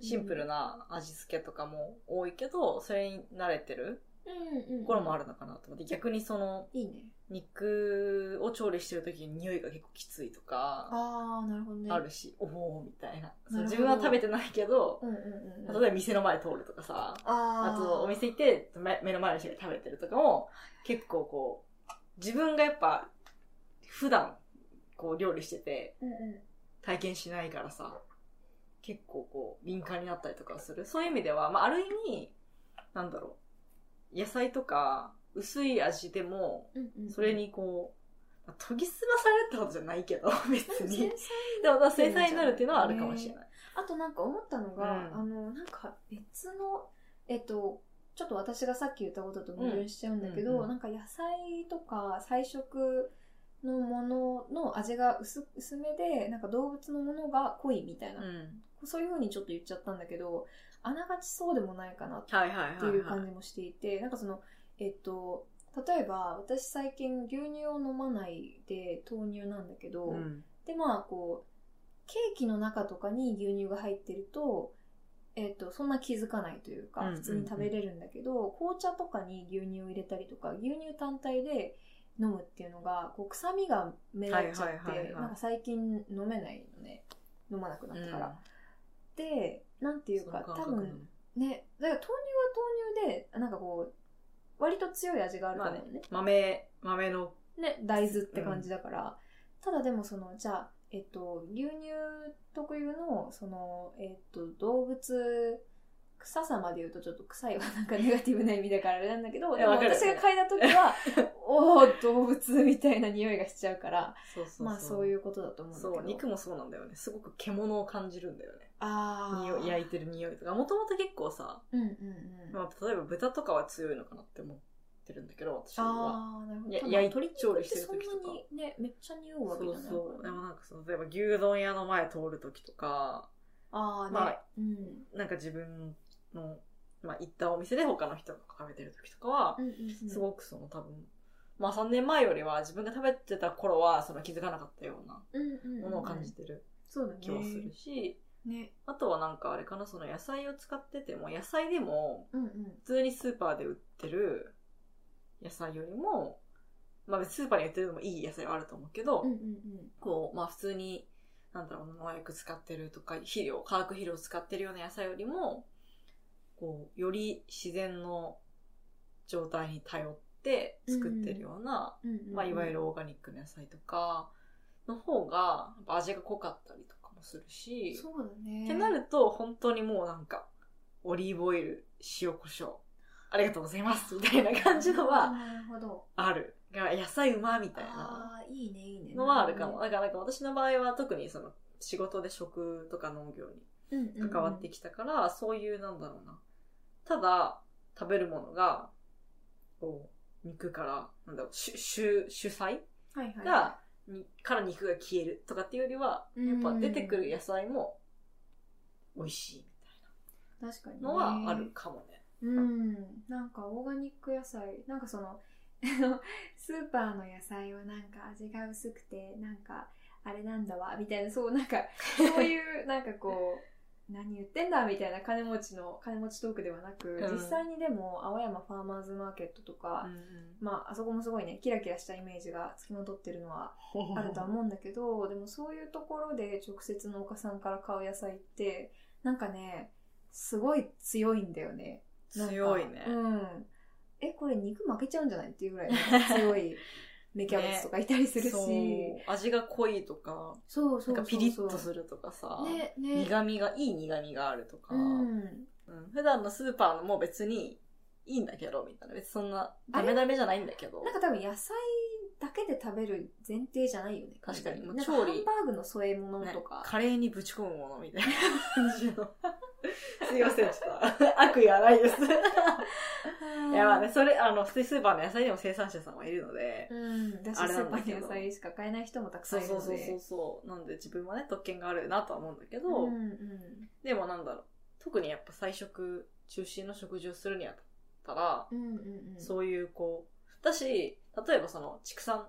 Speaker 2: シンプル
Speaker 1: な
Speaker 2: な味付けとかも多いけどそれに慣れてるところもあるのかなと思って逆にその
Speaker 1: いいね
Speaker 2: 肉を調理してる時に匂いが結構きついとか
Speaker 1: ああなるほどね
Speaker 2: あるし、おおーみたいな
Speaker 1: ほど
Speaker 2: 自分は食べてないけど、
Speaker 1: うんうんうん
Speaker 2: 例えば店の前通るとかさあ
Speaker 1: あー
Speaker 2: とお店行ってめ目の前の人が食べてるとかも結構こう自分がやっぱ普段こう料理してて
Speaker 1: うんう
Speaker 2: 体験しないからさ結構こう敏感になったりとかするそういう意味では、まあ、ある意味なんだろう野菜とか薄い味でも
Speaker 1: んうんうん
Speaker 2: それにこう、まあ研ぎ澄まされるってことじゃないけど *laughs* 別
Speaker 1: なんか繊
Speaker 2: に
Speaker 1: 細
Speaker 2: でもまあ繊細になるっていうのはあるかもしれない。
Speaker 1: あとなんか思ったのが、
Speaker 2: うん
Speaker 1: あのなんか別のえっとちょっと私がさっき言ったことと矛盾しちゃうんだけど、
Speaker 2: うんうんうん
Speaker 1: なんか野菜とか菜食のものの味が薄薄めでなんか動物のものが濃いみたいな、
Speaker 2: うん
Speaker 1: そういうふうにちょっと言っちゃったんだけどあながちそうでもないかなっ
Speaker 2: はいはいはい、はい。
Speaker 1: ていう感じもしていて、なんかそのえっと例えば私最近牛乳を飲まないで豆乳なんだけど、
Speaker 2: うん
Speaker 1: でまあこうケーキの中とかに牛乳が入ってると,、えっとそんな気づかないというか
Speaker 2: うんうんうん
Speaker 1: 普通に食べれるんだけど、紅茶とかに牛乳を入れたりとか牛乳単体で飲むっていうのがこう臭みが目立っちゃって、
Speaker 2: はいはいはいはい
Speaker 1: なんか最近飲めないのね飲まなくなったから。でなんていうか
Speaker 2: そ
Speaker 1: 多
Speaker 2: の感覚なの
Speaker 1: 分ねだから豆乳は豆乳でなんかこう割と強い味があると思うのね。
Speaker 2: 豆、豆の、
Speaker 1: ね、大豆って感じだから、ただでもそのじゃあ、えっと、牛乳特有のその、えっと、動物臭さまで言うとちょっと臭いはなんかネガティブな意味だからあれなんだけど
Speaker 2: い
Speaker 1: で
Speaker 2: や
Speaker 1: も
Speaker 2: わかる
Speaker 1: 私が嗅いだ時
Speaker 2: *laughs*
Speaker 1: はおお動物みたいな匂いがしちゃうから
Speaker 2: そうそう。
Speaker 1: まあそういううことだと思うんだけど
Speaker 2: そう、肉もそうなんだよね。すごく獣を感じるんだよね。
Speaker 1: あ
Speaker 2: 匂い、
Speaker 1: い
Speaker 2: 焼いてる匂いとか。もともと結構さ、
Speaker 1: うんうんうん、
Speaker 2: まあ、例えば豚とかは強いのかなって思っってるんだけど、私は。
Speaker 1: ああ、なるほど。
Speaker 2: や
Speaker 1: ただ
Speaker 2: 焼い
Speaker 1: 鶏
Speaker 2: 調
Speaker 1: 肉っ
Speaker 2: 理しててる
Speaker 1: そんな
Speaker 2: 時とか
Speaker 1: にね、めっちゃ匂う
Speaker 2: そ
Speaker 1: わけじゃ
Speaker 2: う
Speaker 1: ない
Speaker 2: そう。でもなんかその、例えば牛丼屋の前通る時とか、
Speaker 1: ああ、ね、
Speaker 2: まあ
Speaker 1: うん。
Speaker 2: なんか自分の、まあ、行ったお店で他の人が食べてる時とかは
Speaker 1: う、んうんうん、
Speaker 2: すごくその多分、まあ3年前よりは自分が食べてた頃はその気づかなかったような
Speaker 1: うんうんうん
Speaker 2: ものを感じてる
Speaker 1: そうだね。
Speaker 2: 気もするし、
Speaker 1: ね。
Speaker 2: あとはなんかあれかな、その野菜を使ってても、野菜でも
Speaker 1: うんうん。
Speaker 2: 普通にスーパーで売ってる野菜よりも、まあスーパーに売ってるのもいい野菜はあると思うけど、
Speaker 1: うんうんうん。
Speaker 2: こう、まあ普通に、なんだろう、農薬使ってるとか、肥料、化学肥料使ってるような野菜よりも、こう、より自然の状態に頼って作ってるような、
Speaker 1: うんうんうん
Speaker 2: まあいわゆるオーガニックの野菜とかの方が、やっぱ味が濃かったりとかもするし、
Speaker 1: そうだね。
Speaker 2: ってなると、本当にもうなんか、オリーブオイル、塩、胡椒、ありがとうございます、みたいな感じのは
Speaker 1: なるほど。
Speaker 2: ある。だから野菜うま、みたいな。
Speaker 1: ああ、いいね、いいね。
Speaker 2: のはあるかも。だからなんか私の場合は特にその仕事で食とか農業
Speaker 1: うんうんう
Speaker 2: に
Speaker 1: ん。
Speaker 2: 関わってきたから、そういうなんだろうな。ただ食べるものが、こう、肉から、なんだろう、主、主、主菜
Speaker 1: はいはい。
Speaker 2: が、にから肉が消えるとかっていうよりは、やっぱ出てくる野菜も美味しいみ
Speaker 1: 確かに、
Speaker 2: たいなのはある。かもね。
Speaker 1: うん。なんかオーガニック野菜、なんかその、 *laughs* あのスーパーの野菜はなんか味が薄くて、なんか、あれなんだわ、みたいな、そうなんか、そういう、なんかこう、何言ってんだみたいな金持ちの、 *laughs* 金持ちトークではなく、
Speaker 2: うん
Speaker 1: 実際にでも、青山ファーマーズマーケットとか、まあ、あそこもすごいね、キラキラしたイメージがつきまとってるのはあるとは思うんだけど、でもそういうところで直接農家さんから買う野菜って、なんかね、すごい強いんだよね。なんか
Speaker 2: 強いね。
Speaker 1: うん。え、これ肉負けちゃうんじゃないっていうぐらいなんか強い芽キャ
Speaker 2: *laughs*
Speaker 1: ベツとかいたりするし。
Speaker 2: そう味が濃いとか、
Speaker 1: そうそうんそ
Speaker 2: なか
Speaker 1: う。
Speaker 2: ピリッとするとかさ、
Speaker 1: ね、ね。
Speaker 2: 苦味が、いい苦味があるとか、
Speaker 1: うん。
Speaker 2: うん普段のスーパーのも別にいいんだけど、みたいな。別にそんな、ダメダメじゃないんだけど。
Speaker 1: なんか多分野菜だけで食べる前提じゃないよね。
Speaker 2: 確かに
Speaker 1: なんか
Speaker 2: もう調理
Speaker 1: ハンバーグの添え物
Speaker 2: ね
Speaker 1: とか。
Speaker 2: カレーにぶち込むものみたいな感じの。すいません、ちょっと、悪意はないです。い
Speaker 1: うん
Speaker 2: や、まあね、それ、あの、普通にスーパーの野菜でも生産者さんはいるので、
Speaker 1: うん、だしス
Speaker 2: あれな
Speaker 1: ー
Speaker 2: ん
Speaker 1: パ
Speaker 2: だ
Speaker 1: ー
Speaker 2: け
Speaker 1: に
Speaker 2: ど
Speaker 1: 野菜しか買えない人もたくさ
Speaker 2: そ
Speaker 1: ん
Speaker 2: う
Speaker 1: いるの
Speaker 2: そう
Speaker 1: で。
Speaker 2: そうそうそう。なんで自分はね、特権があるなとは思うんだけど、
Speaker 1: うんうん
Speaker 2: でもなんだろう。特にやっぱ菜食中心の食事をするにあたら、
Speaker 1: うんうんうん。
Speaker 2: そういうこう、だし、例えばその畜産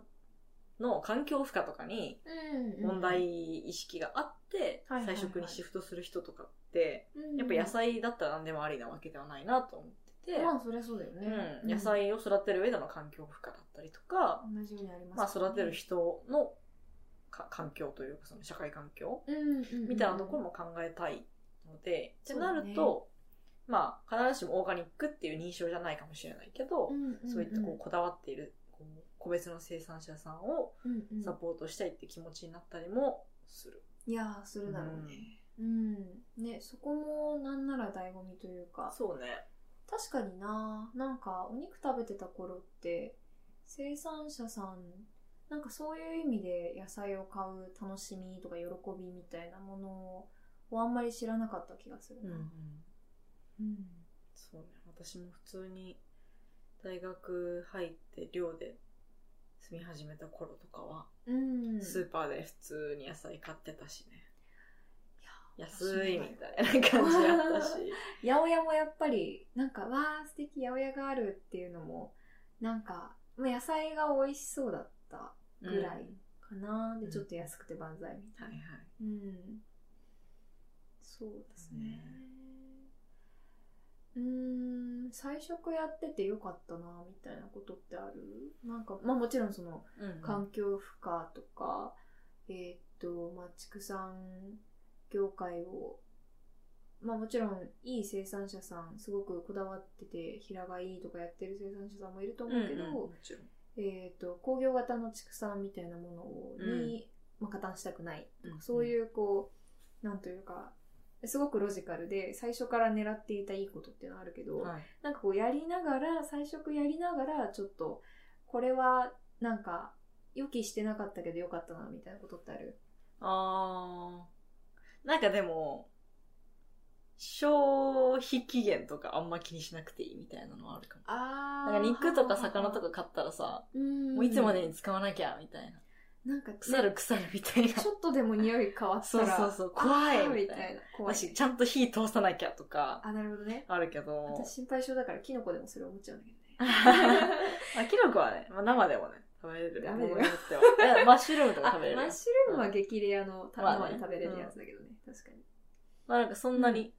Speaker 2: の環境負荷とかに
Speaker 1: うんうん
Speaker 2: 問題意識があって、
Speaker 1: はいはいはい
Speaker 2: 菜食にシフトする人とかって、
Speaker 1: うん
Speaker 2: やっぱ野菜だったら何でもありなわけではないなと思ってて、
Speaker 1: まあ、そりゃそうだよね。
Speaker 2: うん、野菜を育てる上での環境負荷だったりとか、
Speaker 1: 同じようにあり
Speaker 2: まあ
Speaker 1: ます、
Speaker 2: 育てる。人のか環境というかその社会環境
Speaker 1: うんうんうん、
Speaker 2: みたいなところも考えたいので、
Speaker 1: そう
Speaker 2: っ
Speaker 1: だ
Speaker 2: て
Speaker 1: ね
Speaker 2: なると、まあ必ずしもオーガニックっていう認証じゃないかもしれないけど、
Speaker 1: うんうんうん、
Speaker 2: そういったこうこだわっているこう個別の生産者さんを
Speaker 1: うんうん
Speaker 2: サポートしたいって気持ちになったりもする。
Speaker 1: いやーするだろうね。うん、ね、そこもなんなら醍醐味というか。
Speaker 2: そうね。
Speaker 1: 確かにななんかお肉食べてた頃って生産者さんなんかそういう意味で野菜を買う楽しみとか喜びみたいなものをあんまり知らなかった気がする
Speaker 2: うん
Speaker 1: な、うん
Speaker 2: そうね。私も普通に大学入って寮で住み始めた頃とかは、
Speaker 1: うん
Speaker 2: スーパーで普通に野菜買ってたしね。
Speaker 1: いや
Speaker 2: 安いみたいな感じだったし。
Speaker 1: 八百屋もやっぱりなんかわー素敵八百屋があるっていうのもなんかまあ野菜が美味しそうだった *laughs* ぐらいかな、
Speaker 2: う
Speaker 1: で
Speaker 2: ん
Speaker 1: ちょっと安くて万歳みたいな
Speaker 2: はいは
Speaker 1: う
Speaker 2: い。
Speaker 1: んそうです
Speaker 2: ね
Speaker 1: ね。うーん、菜食やっててよかったな、みたいなことってあるなんか、まあもちろんその、
Speaker 2: うん
Speaker 1: 環境負荷とか、えーっと、まあ畜産業界を、まあもちろんいい生産者さん、すごくこだわってて、平がいいとかやってる生産者さんもいると思うけど、
Speaker 2: うんうんもちろん
Speaker 1: えー、と工業型の畜産みたいなものをに、まあ、加担したくないとか、
Speaker 2: うん
Speaker 1: そういうこうなんというかすごくロジカルで最初から狙っていたいいことっていうのはあるけど、
Speaker 2: はい
Speaker 1: なんかこうやりながら最初やりながらちょっとこれはなんか予期してなかったけどよかったなみたいなことってある
Speaker 2: あー。なんかでも、消費期限とかあんま気にしなくていいみたいなのはあるかも。
Speaker 1: あ
Speaker 2: なんか肉とか魚とか買ったらさ、も
Speaker 1: も
Speaker 2: ういつまでに使わなきゃみたいな。
Speaker 1: なんかね
Speaker 2: 腐る腐るみたいな。
Speaker 1: ちょっとでも匂い変わった
Speaker 2: そう
Speaker 1: ら
Speaker 2: そうそう、怖
Speaker 1: あー
Speaker 2: い
Speaker 1: み
Speaker 2: み
Speaker 1: た
Speaker 2: た
Speaker 1: い
Speaker 2: い
Speaker 1: な
Speaker 2: な。
Speaker 1: 怖い
Speaker 2: 私、ちゃんと火通さなきゃとか、
Speaker 1: あなるほどね
Speaker 2: あるけど。
Speaker 1: 私心配性だからキノコでもそれ思っちゃうんだけどね
Speaker 2: ま *laughs* あ、キノコはね、まあ、生でもね、食べれる。
Speaker 1: ダメだよ
Speaker 2: 僕にとっては。いやマッシュルームとか
Speaker 1: あ
Speaker 2: 食べれる
Speaker 1: マ
Speaker 2: よ
Speaker 1: ッ。シュルームは激レアのた生で食べれるやつだけどね、確かに
Speaker 2: まあなんかそんなに、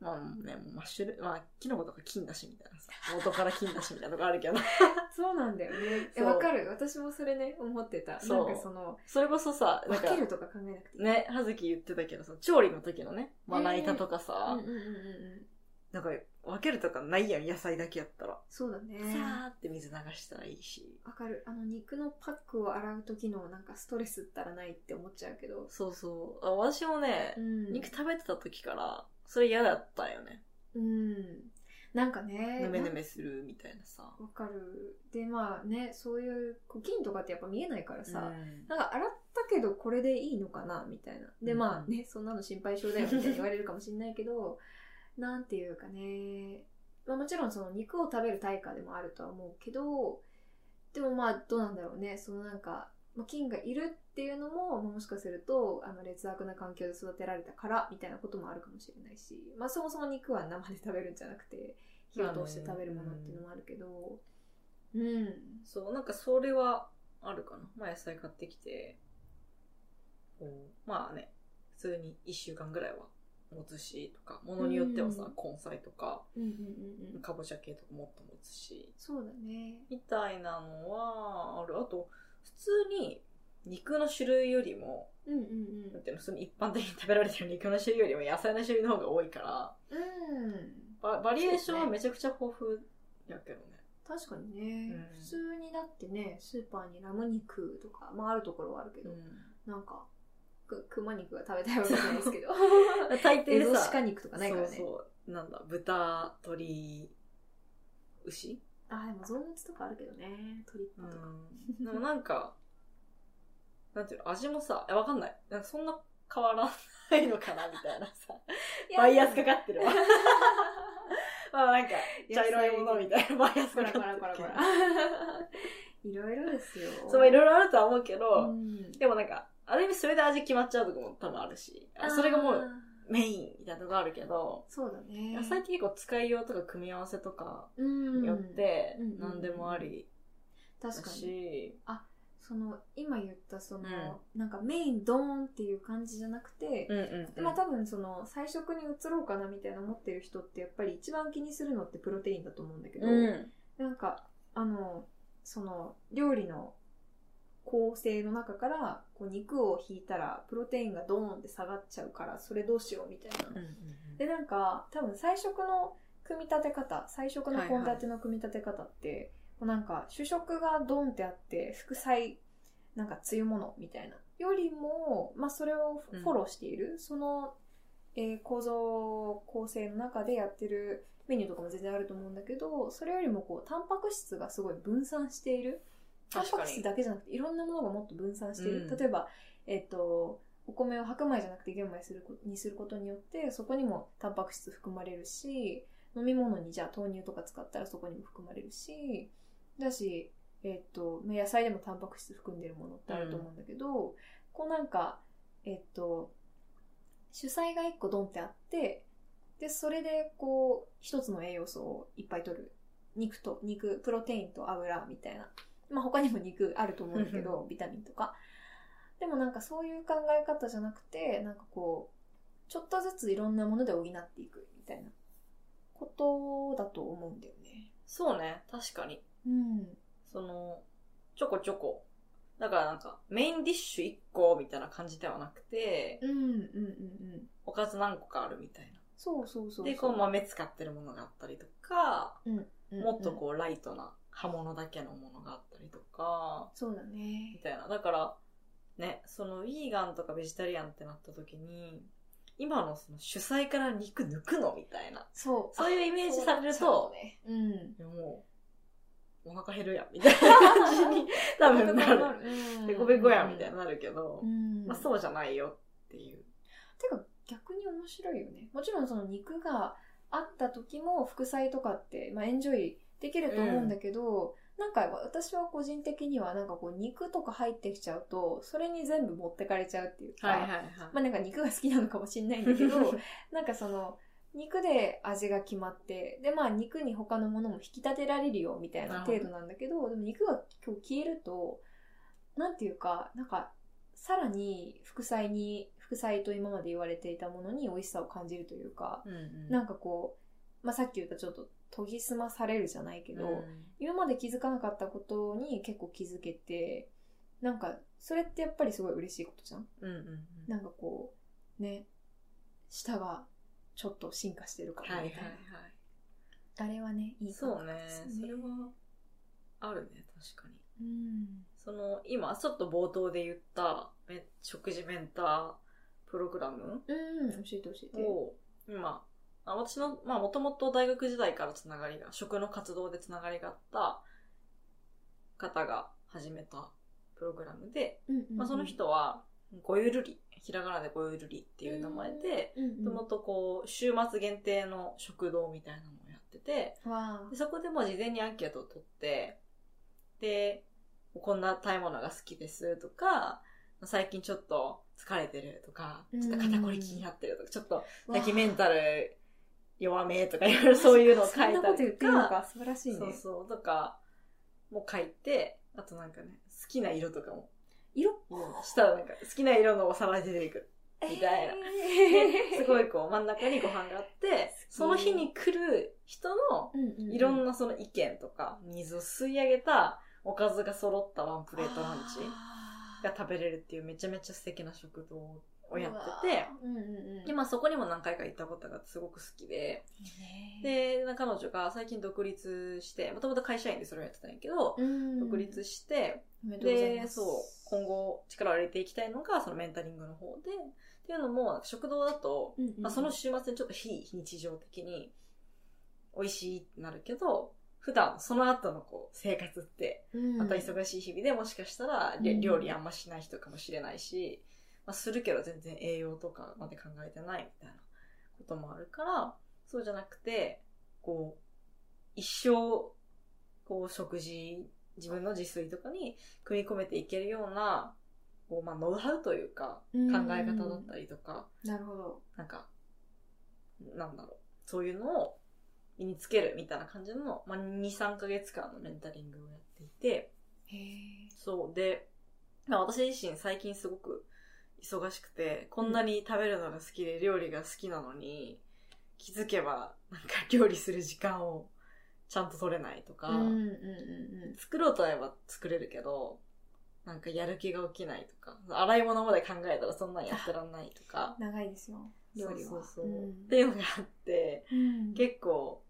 Speaker 2: まあね、もうマッシュルーム、まあ、キノコとか金だしみたいなさ、元から金だしみたいなのがあるけど。 *laughs*
Speaker 1: そうなんだよねえ
Speaker 2: そう
Speaker 1: わかる私もそれね思ってた
Speaker 2: そう
Speaker 1: なんかその
Speaker 2: それこそさ、なん
Speaker 1: 分
Speaker 2: か
Speaker 1: け、るとか考えなくていい、
Speaker 2: ね、葉月言ってたけどさ、調理の時のね、まな板とか
Speaker 1: うん
Speaker 2: さ
Speaker 1: うん、うんうん
Speaker 2: なんか分けるとかないやん、野菜だけやったら。
Speaker 1: そうだね
Speaker 2: さーって水流したらいいし。
Speaker 1: わかるあの肉のパックを洗う時のなんかストレスったらないって思っちゃうけど、
Speaker 2: そうそう。あ私もね、
Speaker 1: ん
Speaker 2: 肉食べてた時から、それ嫌だったよね。
Speaker 1: うんなんかね
Speaker 2: ぬめぬめするみたいなさ。
Speaker 1: わかるでまあねそういうこう菌とかってやっぱ見えないからさ、
Speaker 2: うん
Speaker 1: なんか洗ったけどこれでいいのかなみたいなで
Speaker 2: うん
Speaker 1: まあねそんなの心配性だよみたいに言われるかもしんないけど *laughs* なんていうかね、まあ、もちろんその肉を食べる対価でもあるとは思うけどでもまあどうなんだろうねそのなんかまあ菌がいるっていうのもまあもしかするとあの劣悪な環境で育てられたからみたいなこともあるかもしれないし、まあ、そもそも肉は生で食べるんじゃなくて火を通して食べるものっていうのもあるけど、うん、
Speaker 2: そう、なんかそれはあるかな。まあ野菜買ってきて、こうまあね、普通に1週間ぐらいは持つしとか、ものによってはさ
Speaker 1: うん、
Speaker 2: 根菜とか、
Speaker 1: うんうんうんうん
Speaker 2: かぼちゃ系とかもっと持つし、
Speaker 1: そうだね
Speaker 2: みたいなのはある。あと、普通に肉の種類よりも、
Speaker 1: うんうんうん
Speaker 2: なんていうの、普通に一般的に食べられてる肉の種類よりも野菜の種類の方が多いから、
Speaker 1: うん
Speaker 2: ババリエーションはめちゃくちゃ豊富やけどね。
Speaker 1: 確かにね、
Speaker 2: うん
Speaker 1: 普通にだってねスーパーにラム肉とか、まあ、あるところはあるけど、なんかく熊肉が食べたいわけじゃないですけど
Speaker 2: うん *laughs* 大
Speaker 1: エ
Speaker 2: 抵
Speaker 1: ゾ
Speaker 2: さ
Speaker 1: シ、カ肉とかないからね
Speaker 2: そうそうなんだ豚鶏牛
Speaker 1: あでも臓物とかあるけどねトリッパとか、
Speaker 2: うんでもなんか *laughs* なんていうの味もさえわかんないなんかそんな変わらないのかなみたいなさ
Speaker 1: *laughs* いや
Speaker 2: バイアスかかっ
Speaker 1: *laughs*
Speaker 2: てるわまあなんか茶色いものみたいなバイアス
Speaker 1: コ
Speaker 2: かか
Speaker 1: ラ
Speaker 2: って
Speaker 1: コ
Speaker 2: る
Speaker 1: ラコラコラ *laughs* いろいろですよ
Speaker 2: そういろいろあるとは思うけど、
Speaker 1: うん
Speaker 2: でもなんかある意味それで味決まっちゃうとこも多分あるしあそれがも
Speaker 1: あー
Speaker 2: うメインみたいなとこあるけど
Speaker 1: そうだね
Speaker 2: 野菜って結構使いようとか組み合わせとか
Speaker 1: うん
Speaker 2: によって
Speaker 1: うんうん
Speaker 2: 何でもありだ
Speaker 1: 確かに
Speaker 2: し、
Speaker 1: その今言ったその、なんかメインドーンっていう感じじゃなくて、
Speaker 2: うんうん
Speaker 1: でまあ多分その最食に移ろうかなみたいな思ってる人ってやっぱり一番気にするのってプロテインだと思うんだけど、
Speaker 2: うん
Speaker 1: なんかあのその料理の構成の中からこう肉を引いたらプロテインがドーンって下がっちゃうからそれどうしようみたいな。でなんか多分最食の組み立て方最食の献立の組み立て方って、こうなんか主食がドンってあって副菜なんかつゆものみたいなよりも、まあ、それをフォ
Speaker 2: うん
Speaker 1: フォローしている、その、えー構造構成の中でやってるメニューとかも全然あると思うんだけどそれよりもこうタンパク質がすごい分散しているタン
Speaker 2: 確
Speaker 1: パ
Speaker 2: か
Speaker 1: ク質
Speaker 2: に
Speaker 1: だけじゃなくていろんなものがもっと分散している、
Speaker 2: うん
Speaker 1: 例えばえっ、とお米を白米じゃなくて玄米するこにすることによってそこにもタンパク質含まれるし飲み物にじゃあ豆乳とか使ったらそこにも含まれるしだし、えっとまあ野菜でもタンパク質含んでるものってあると思うんだけど、こうなんかえっと主菜が1個ドンってあってでそれでこう一つの栄養素をいっぱい取る肉と肉プロテインと油みたいな、まあ、他にも肉あると思うんだけどビタミンとかでもなんかそういう考え方じゃなくてなんかこうちょっとずついろんなもので補っていくみたいなことだと思うんだよね
Speaker 2: そうね確かに
Speaker 1: うん
Speaker 2: そのちょこちょこだからなんかメインディッシュ1個みたいな感じではなくて
Speaker 1: うんうんうんうん
Speaker 2: おかず何個かあるみたいな
Speaker 1: そうそうそう
Speaker 2: でこう豆使ってるものがあったりとか
Speaker 1: うんうん
Speaker 2: もっとこうライトな刃物だけのものがあったりとか
Speaker 1: そうだね
Speaker 2: みたいなだからねそのヴィーガンとかベジタリアンってなった時に今のその主菜から肉抜くのみたいな
Speaker 1: そう
Speaker 2: そういうイメージされると
Speaker 1: そうなっちゃうねうん
Speaker 2: いやもう、お腹減るやん、みたいな感じ *laughs* に多分なる。
Speaker 1: る
Speaker 2: ペコペコやん、みたいに。なるけ
Speaker 1: う
Speaker 2: ど、
Speaker 1: ん。
Speaker 2: まあそうじゃないよっていう。
Speaker 1: てか、逆に面白いよねもちろんその肉があった時も副菜とかって、まあ、エンジョイできると思うんだけど、なんか私は個人的にはなんかこう肉とか入ってきちゃうとそれに全部持ってかれちゃうっていうか、
Speaker 2: はいはいはい。
Speaker 1: まあなんか肉が好きなのかもしれないんだけどなんかその肉で味が決まってでまあ肉に他のものも引き立てられるよみたいな程度なんだけどでも肉が今日消えるとなんていうかなんかさらに副菜に副菜と今まで言われていたものに美味しさを感じるというか、
Speaker 2: うんうん
Speaker 1: なんかこう、まあ、さっき言ったちょっと研ぎ澄まされるじゃないけど、
Speaker 2: うん
Speaker 1: 今まで気づかなかったことに結構気づけてなんかそれってやっぱりすごい嬉しいことじゃん
Speaker 2: うんうんうん
Speaker 1: なんかこうね舌がちょっと進化してるか
Speaker 2: はい
Speaker 1: ら
Speaker 2: はい
Speaker 1: み
Speaker 2: は
Speaker 1: たいな、あれはねいい
Speaker 2: い。そう
Speaker 1: 感覚
Speaker 2: ね
Speaker 1: です。
Speaker 2: それは、あるね、確かに。
Speaker 1: うん
Speaker 2: その、今、ちょっと冒頭で言った、め食事メンタープログラム
Speaker 1: うん教えて教えて
Speaker 2: を、今、あ私の、まあ、もともと大学時代からつながりが、食の活動でつながりがあった方が始めたプログラムで、
Speaker 1: うんうんうん
Speaker 2: まあ、その人は、ごゆるり、ひらがなでごゆるりっていう名前で、
Speaker 1: うんうん
Speaker 2: もともとこう、週末限定の食堂みたいなのをやってて、
Speaker 1: わあ
Speaker 2: でそこでもう事前にアンケートを取って、で、こんな食べ物が好きですとか、最近ちょっと疲れてるとか、ちょっと肩こり気になってるとか、ちょっと泣きメン
Speaker 1: わ
Speaker 2: タル弱めとかいろい
Speaker 1: あ
Speaker 2: ろそういうのを書い
Speaker 1: そんなこと
Speaker 2: た
Speaker 1: 言
Speaker 2: り
Speaker 1: っ
Speaker 2: と
Speaker 1: てるの
Speaker 2: か、
Speaker 1: か素晴らしいね
Speaker 2: そうそう、とか、も書いて、あとなんかね、好きな色とかも、
Speaker 1: 色
Speaker 2: したらなんか好きな色のお皿で出てく *laughs* る。みたいなですご
Speaker 1: い、
Speaker 2: いこう真ん中にご飯があって、その日に来る人の
Speaker 1: うんうんうん、
Speaker 2: いろんなその意見とか、水を吸い上げたおかずが揃ったワンプレートランチ
Speaker 1: あー
Speaker 2: が食べれるっていうめちゃめちゃ素敵な食堂をやってて、、
Speaker 1: うわーうんうんうん、
Speaker 2: で、まあそこにも何回か行ったことがすごく好きで、
Speaker 1: ね、
Speaker 2: で、彼女が最近独立して、もともと会社員でそれをやってたんやけど、
Speaker 1: うん
Speaker 2: 独立して、
Speaker 1: おめでとうござい
Speaker 2: で、
Speaker 1: ます
Speaker 2: そう、今後力を入れていきたいのがそのメンタリングの方で、っていうのも食堂だと、
Speaker 1: うんうん
Speaker 2: まあ、その週末にちょっと非日常的に美味しいってなるけど、普段その後のこう生活って、また忙しい日々でもしかしたらり
Speaker 1: うん
Speaker 2: 料理あんましない人かもしれないし、まあ、するけど全然栄養とかまで考えてないみたいなこともあるから、そうじゃなくて、こう、一生、こう食事、自分の自炊とかに組み込めていけるような、こう、まあ、ノウハウというか、考
Speaker 1: うん
Speaker 2: え方だったりとか、
Speaker 1: なるほど
Speaker 2: なんか、なんだろう、そういうのを身につけるみたいな感じの、まあ、2、3ヶ月間のメンタリングをやっていて、
Speaker 1: へえ
Speaker 2: そう、で、まあ、私自身最近すごく忙しくて、こんなに食べるのが好きで料理が好きなのに、気づけば、なんか *laughs* 料理する時間をちゃんと取れないとか、
Speaker 1: うんうんうん
Speaker 2: 作ろうと思えば作れるけど、なんかやる気が起きないとか、洗い物まで考えたらそんなんやってらんないとか
Speaker 1: うん、長いですよ料理は
Speaker 2: *laughs* そうそうそう、
Speaker 1: うん
Speaker 2: っていうのがあって、
Speaker 1: うん
Speaker 2: 結構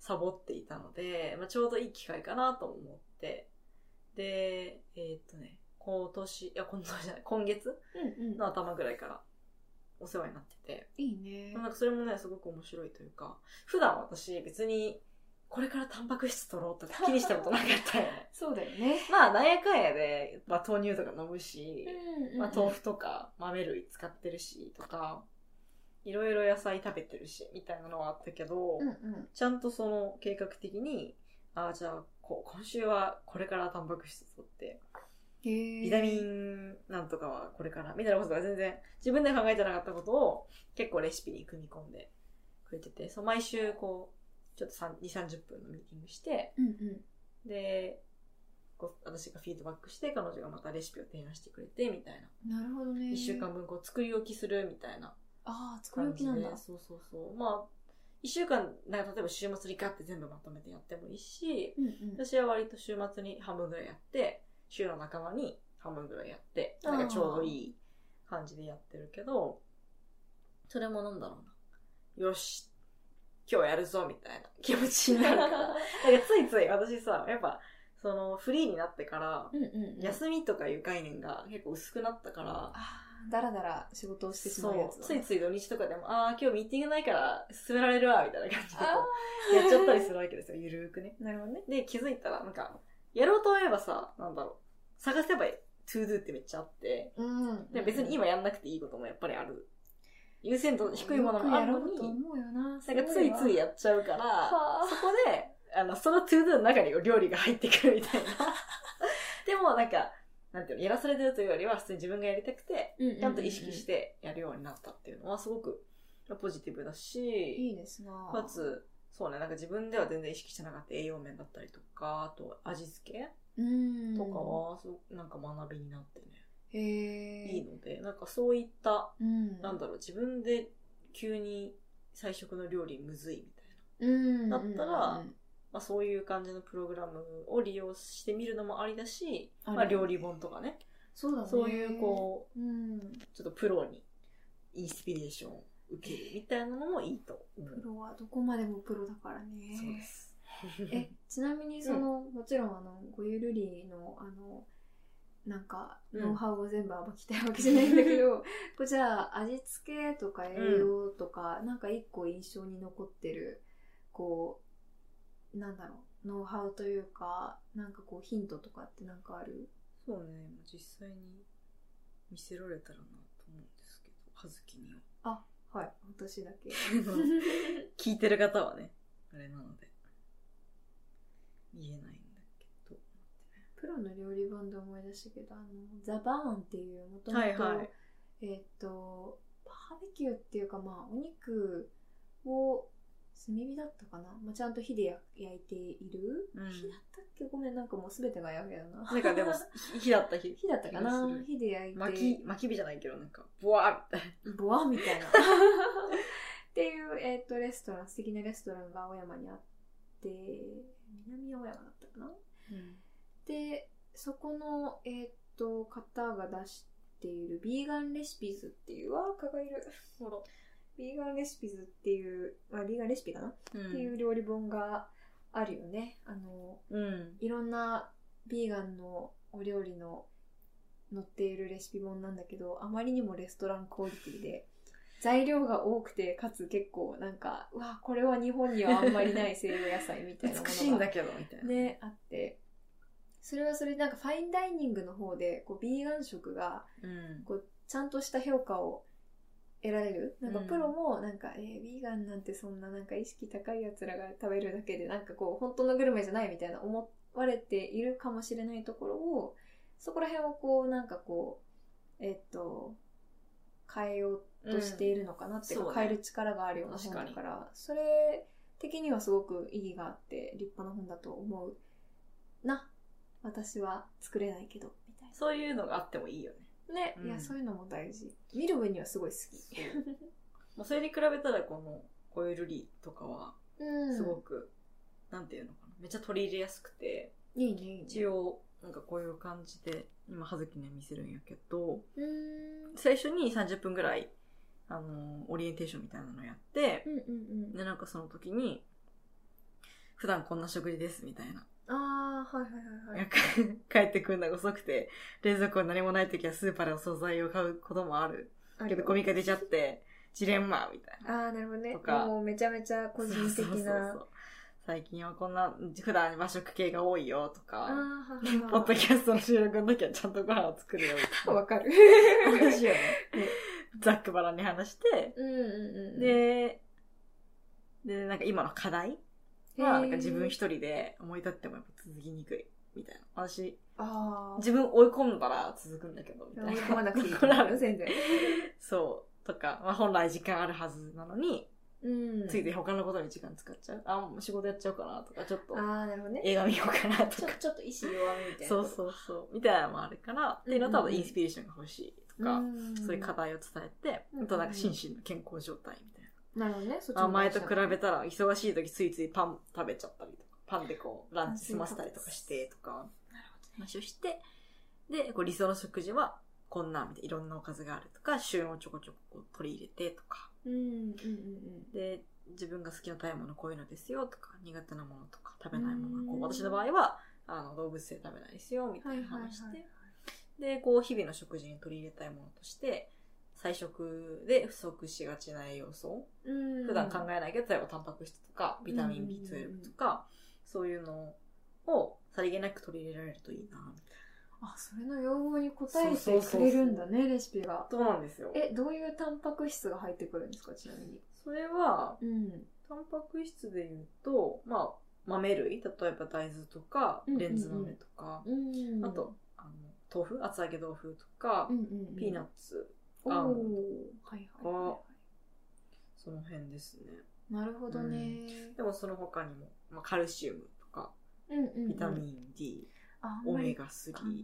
Speaker 2: サボっていたので、まあ、ちょうどいい機会かなと思ってでえーっとね今年いや今年じゃない今月
Speaker 1: うんうん
Speaker 2: の頭ぐらいからお世話になってて、
Speaker 1: いいね
Speaker 2: まあなんかそれもねすごく面白いというか普段私別にこれからタンパク質取ろうとか気にしたことなかったよ
Speaker 1: *laughs*
Speaker 2: ね
Speaker 1: そうだよね
Speaker 2: まあなんやかんやで、まあ、豆乳とか飲むし、
Speaker 1: うん
Speaker 2: まあ、豆腐とか豆類使ってるしとかいろいろ野菜食べてるしみたいなのはあったけど、
Speaker 1: うんうん
Speaker 2: ちゃんとその計画的にああじゃあこ今週はこれからタンパク質取って
Speaker 1: へえ
Speaker 2: ビタミンなんとかはこれからみたいなことが全然自分で考えてなかったことを結構レシピに組み込んでくれててそう毎週こうちょっと2 3 0分のミーティングして
Speaker 1: うんうん
Speaker 2: でこう私がフィードバックして彼女がまたレシピを提案してくれてみたいな。
Speaker 1: なるほどね
Speaker 2: 1週間分こう作り置きするみたいな
Speaker 1: ああ作り
Speaker 2: 感
Speaker 1: 置
Speaker 2: じ
Speaker 1: き
Speaker 2: で
Speaker 1: なんだ
Speaker 2: そうそうそうまあ1週間なんか例えば週末にガッて全部まとめてやってもいいし
Speaker 1: うんうん
Speaker 2: 私は割と週末に半分ぐらいやって週の仲間に半分ぐらいやってなんかちょうどいい感じでやってるけどそれもなんだろうなよし今日やるぞみたいな気持ちになる *laughs* からなんかついつい私さやっぱそのフリーになってから
Speaker 1: うんうんうん
Speaker 2: 休みとかいう概念が結構薄くなったから、
Speaker 1: ああだらだら仕事をしてし
Speaker 2: そ
Speaker 1: まうや
Speaker 2: う
Speaker 1: つ
Speaker 2: つい
Speaker 1: い
Speaker 2: つい土日とかでもああ今日ミーティングないから進められるわみたいな感じでこ
Speaker 1: あ
Speaker 2: うやっちゃったりするわけですよゆるーくね
Speaker 1: ーなるほどね
Speaker 2: で気づいたらなんかやろうと思えばさなんだろう探せば to do ってめっちゃあって
Speaker 1: うん
Speaker 2: で別に今やんなくていいこともやっぱりある優先度の低いものもあるの
Speaker 1: よくやろうと
Speaker 2: に、
Speaker 1: 思うよな。
Speaker 2: なんかついつい
Speaker 1: や
Speaker 2: やっちゃうから、
Speaker 1: はあ。
Speaker 2: そこで、 *laughs* あの、そのトゥードゥの中に料理が入ってくるみたいな。 *laughs* でもなんか、なんていうの、やらされてるというよりは普通に自分がやりたくて、ちゃんと意識しててやるようになったっていうのはすごくポジティブだし、
Speaker 1: いいですな。
Speaker 2: かつ、そうね、なんか自分では全然意識してなかった栄養面だったりとか、あと味付け
Speaker 1: うん。
Speaker 2: とかは、すごくなんか学びになってね、
Speaker 1: へえ。
Speaker 2: いいので、なんかそういった、
Speaker 1: うん。
Speaker 2: なんだろう、自分で急に最食の料理むずいみたいな。
Speaker 1: うん。
Speaker 2: だったら
Speaker 1: うんうん
Speaker 2: まあ、そういう感じのプログラムを利用してみるのもありだし、
Speaker 1: あり
Speaker 2: まあ、料理本とかね
Speaker 1: そうだね。
Speaker 2: そういうこ
Speaker 1: う。うん。
Speaker 2: うちょっとプロにインスピレーションを受けるみたいなのもいいと思
Speaker 1: プ
Speaker 2: う、
Speaker 1: ロはどこまでもプロだからね。
Speaker 2: そうで。す
Speaker 1: え、ちなみにその、もちろんあの、ごゆるりの、あの、なんか、
Speaker 2: うん
Speaker 1: ノウハウを全部暴きたいわけじゃないんだけ
Speaker 2: *laughs*
Speaker 1: ど、こうじゃあ、味付けとか栄養とか、なんか一個印象に残ってる、こう、なんだろう、ノウハウというか、なんかこう、ヒントとかってなんかある
Speaker 2: そうね実際に見せられたらなと思うんですけど葉月には
Speaker 1: はい、私だけ。 *laughs*
Speaker 2: 聞いてる方はねあれなので言えないんだけど
Speaker 1: プロの料理本で思い出したけど、あの、ザ・バーンっていう、もとも
Speaker 2: はい
Speaker 1: と、
Speaker 2: はい
Speaker 1: えーっと、バーベキューっていうか、まあ、お肉を炭火だったかな、まあ、ちゃんと火で焼焼いている、
Speaker 2: うん
Speaker 1: 火だったっけごめん、なんかもう全てがやけだな。
Speaker 2: なんか
Speaker 1: *laughs*
Speaker 2: でも火だった日
Speaker 1: 火だったかな
Speaker 2: 気がする
Speaker 1: 火で焼いて。
Speaker 2: 巻き巻き火じゃないけどなんかボワーみたいな
Speaker 1: ボワみたいな。っていう、えーっと、レストラン、素敵なレストランが青山にあって、南青山だったかなでそこの、えーっと方が出しているビーガンレシピズっていうわー蚊がいる
Speaker 2: ほら
Speaker 1: ビーガンレシピズっていう、まあ、ビーガンレシピかな、
Speaker 2: うん
Speaker 1: っていう料理本があるよねあの
Speaker 2: うん
Speaker 1: いろんなビーガンのお料理の載っているレシピ本なんだけどあまりにもレストランクオリティで材料が多くてかつ結構なんかうわこれは日本にはあんまりない *laughs* 西洋野菜みたいなものが
Speaker 2: 美しいんだけどみたいな、
Speaker 1: ね、あって。それはそれでなんかファインダイニングの方で、こう、ビーガン食が、
Speaker 2: うん、
Speaker 1: こう、ちゃんとした評価を得られる。なんか
Speaker 2: うん
Speaker 1: プロも、なんか、えー、ビーガンなんてそんななんか意識高い奴らが食べるだけで、なんかこう、本当のグルメじゃないみたいな思われているかもしれないところを、そこら辺をこう、なんかこう、えーっと、変えようとしているのかなっていうか、
Speaker 2: うんそうね
Speaker 1: 変える力があるような本だか、
Speaker 2: 確から
Speaker 1: それ的にはすごく意義があって、立派な本だと思うな。私は作れないけど、みたい
Speaker 2: そういうのがあってもいいよね
Speaker 1: な。ね、
Speaker 2: うん
Speaker 1: いや、そういうのも大事。見る分にはすごい好き。
Speaker 2: もうそれに比べたらこのコイルリーとかは
Speaker 1: うん
Speaker 2: すごく、なんていうのかなめっちゃ取り入れやすくて
Speaker 1: いいね、いいね。
Speaker 2: 一応なんかこういう感じで今葉月に見せるんやけど
Speaker 1: うーん。
Speaker 2: 最初に30分ぐらいあのオリエンテーションみたいなのやって
Speaker 1: うんうんうん。
Speaker 2: でなんかその時に普段こんな食事ですみたいな
Speaker 1: ああ、はいはいはい
Speaker 2: な
Speaker 1: は
Speaker 2: ん
Speaker 1: い。
Speaker 2: か帰ってくるのが遅くて、冷蔵庫に何もない時はスーパーでお惣菜を買うこともある。
Speaker 1: あ
Speaker 2: けどゴミが出ちゃって、ジレンマみたいな。
Speaker 1: ああ、なるほどね
Speaker 2: と。か
Speaker 1: もうめちゃめちゃ個人
Speaker 2: そうそ
Speaker 1: 的
Speaker 2: うそうそ
Speaker 1: な。
Speaker 2: う最近はこんな、普段和食系が多いよと
Speaker 1: あ
Speaker 2: か、
Speaker 1: あー、はいはい
Speaker 2: ポッド
Speaker 1: は
Speaker 2: キャストの収録の時はちゃんとご飯を作るよみ
Speaker 1: い。わかる。
Speaker 2: たいな話をね
Speaker 1: うん、
Speaker 2: *laughs* ざっくばらんに話して、
Speaker 1: *laughs* うんうんうん。、
Speaker 2: で、で、なんか今の課題は、なんか自分一
Speaker 1: 人。
Speaker 2: 人で思い立ってもやっぱ続きにくい。みたいな。私、
Speaker 1: ああ。
Speaker 2: 自分追い込んだら続くんだけど、みたいな。
Speaker 1: 追い込まなくていい
Speaker 2: *laughs* ところあ
Speaker 1: *laughs*
Speaker 2: る
Speaker 1: 全然。
Speaker 2: そう。とか、まあ、本来時間あるはずなのに、
Speaker 1: うん。
Speaker 2: ついて他のことに時間使っちゃう。あ、もう仕事やっちゃおうかなとか、ちょっと
Speaker 1: ああ、なるほどね。
Speaker 2: 映画見ようかな
Speaker 1: ち
Speaker 2: と
Speaker 1: ょ
Speaker 2: か。
Speaker 1: ちょっと意志弱みみたいな。
Speaker 2: そうそうそう。みたいなのもあるから、っていうのは多分インスピレーションが欲しいとか、
Speaker 1: ん
Speaker 2: そういう課題を伝えて、
Speaker 1: うん
Speaker 2: あとなんか心身の健康状態みたい
Speaker 1: なるほどね。そっち
Speaker 2: な。あ
Speaker 1: も大
Speaker 2: 前
Speaker 1: 事
Speaker 2: と
Speaker 1: だ
Speaker 2: 比べたら忙しい時ついついパン食べちゃったりとか、パンでこうランチ済ませたりとかしてとか、話をして、で、こう理想の食事はこんなみたいな、いろんなおかずがあるとか、旬をちょこちょここう取り入れてとか、
Speaker 1: うんうんうん
Speaker 2: で自分が好きな食べ物こういうのですよとか苦手なものとか食べないものはこう私の場合はあの動物性食べないですよみたいな話して、
Speaker 1: はいはい
Speaker 2: でこう日々の食事に取り入れたいものとして菜食で不足しがちな栄養素、
Speaker 1: うん。うん。
Speaker 2: 普段考えないけど例えばタンパク質とかビタミン B12 とか、そういうのをさりげなく取り入れられるといいなみたいな
Speaker 1: あ、それの要望に応えてくれるんだね、レシピが。
Speaker 2: そうなんですよ。
Speaker 1: え、どういうタンパク質が入ってくるんですか、ちなみに。
Speaker 2: それは、
Speaker 1: うん。
Speaker 2: タンパク質で言うと、まあ、豆類、例えば大豆とか、
Speaker 1: うんうんうん
Speaker 2: レンズ豆とか、
Speaker 1: うん
Speaker 2: あと、、あの豆腐、厚揚げ豆腐とか
Speaker 1: う、んうんうん、
Speaker 2: ピーナッツ、
Speaker 1: おー
Speaker 2: アーモ
Speaker 1: はいはいはいは
Speaker 2: その辺ですね。
Speaker 1: い。なるほどね。
Speaker 2: でもその他にも、まあ、カルシウムとか、
Speaker 1: うんうんうん。
Speaker 2: ビタミン D、
Speaker 1: あ、あん
Speaker 2: オ
Speaker 1: ま
Speaker 2: メ
Speaker 1: り
Speaker 2: ガ3
Speaker 1: 考、えない。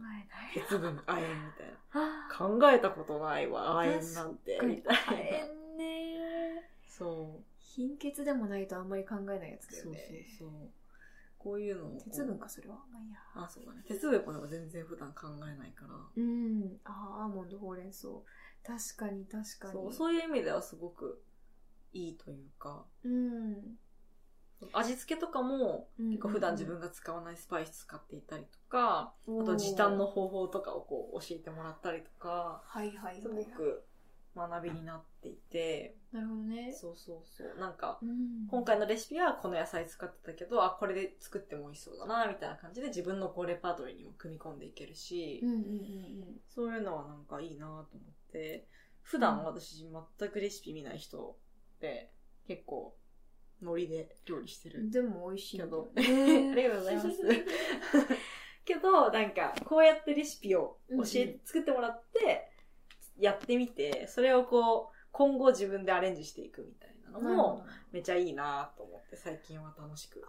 Speaker 2: 鉄分、亜鉛みたいな。
Speaker 1: あー
Speaker 2: 考えたことない
Speaker 1: *laughs*
Speaker 2: わ、亜鉛なんて、み
Speaker 1: 大
Speaker 2: たいな。
Speaker 1: 変ね。
Speaker 2: そう。
Speaker 1: 貧血でもないとあんまり考えないやつだよ
Speaker 2: そうそう
Speaker 1: ね。
Speaker 2: そう。こういうのを
Speaker 1: 鉄分か、それは。まあいいや。
Speaker 2: あ、そうだね。鉄分これは全然普段考えないから。
Speaker 1: うん。あーアーモンド、ほうれん草。確かに確かに。
Speaker 2: そうそういう意味ではすごくいいというか
Speaker 1: うん。
Speaker 2: 味付けとかも
Speaker 1: 結
Speaker 2: 結構普段自分が使わないスパイス使っていたりとか、あと時短の。方法とかをこう教えてもらったりとか
Speaker 1: はいはいはい。
Speaker 2: すご。く学びになっていて
Speaker 1: なるほどね。
Speaker 2: そうそうそうなんか
Speaker 1: うん
Speaker 2: 今回のレシピはこの野菜使ってたけどあこれで作っても美味しそうだなみたいな感じで自分のこうレパートリーにも組み込んでいけるし、
Speaker 1: うんうんうん
Speaker 2: そういうのはなんかいいなと思って、普段私全くレシピ見ない人で、結構、ノリで料理して
Speaker 1: う
Speaker 2: る
Speaker 1: ん。。でも美味しいんだよね。
Speaker 2: *laughs* ありがとうございます。 *laughs* けど、なんか、こうやってレシピを教
Speaker 1: うんう
Speaker 2: え、作ってもらって、やってみて、それをこう、今後自分でアレンジしていくみたい
Speaker 1: *laughs*
Speaker 2: なの
Speaker 1: なるほ
Speaker 2: も、
Speaker 1: ど
Speaker 2: めちゃいいなと思って、最近は楽しく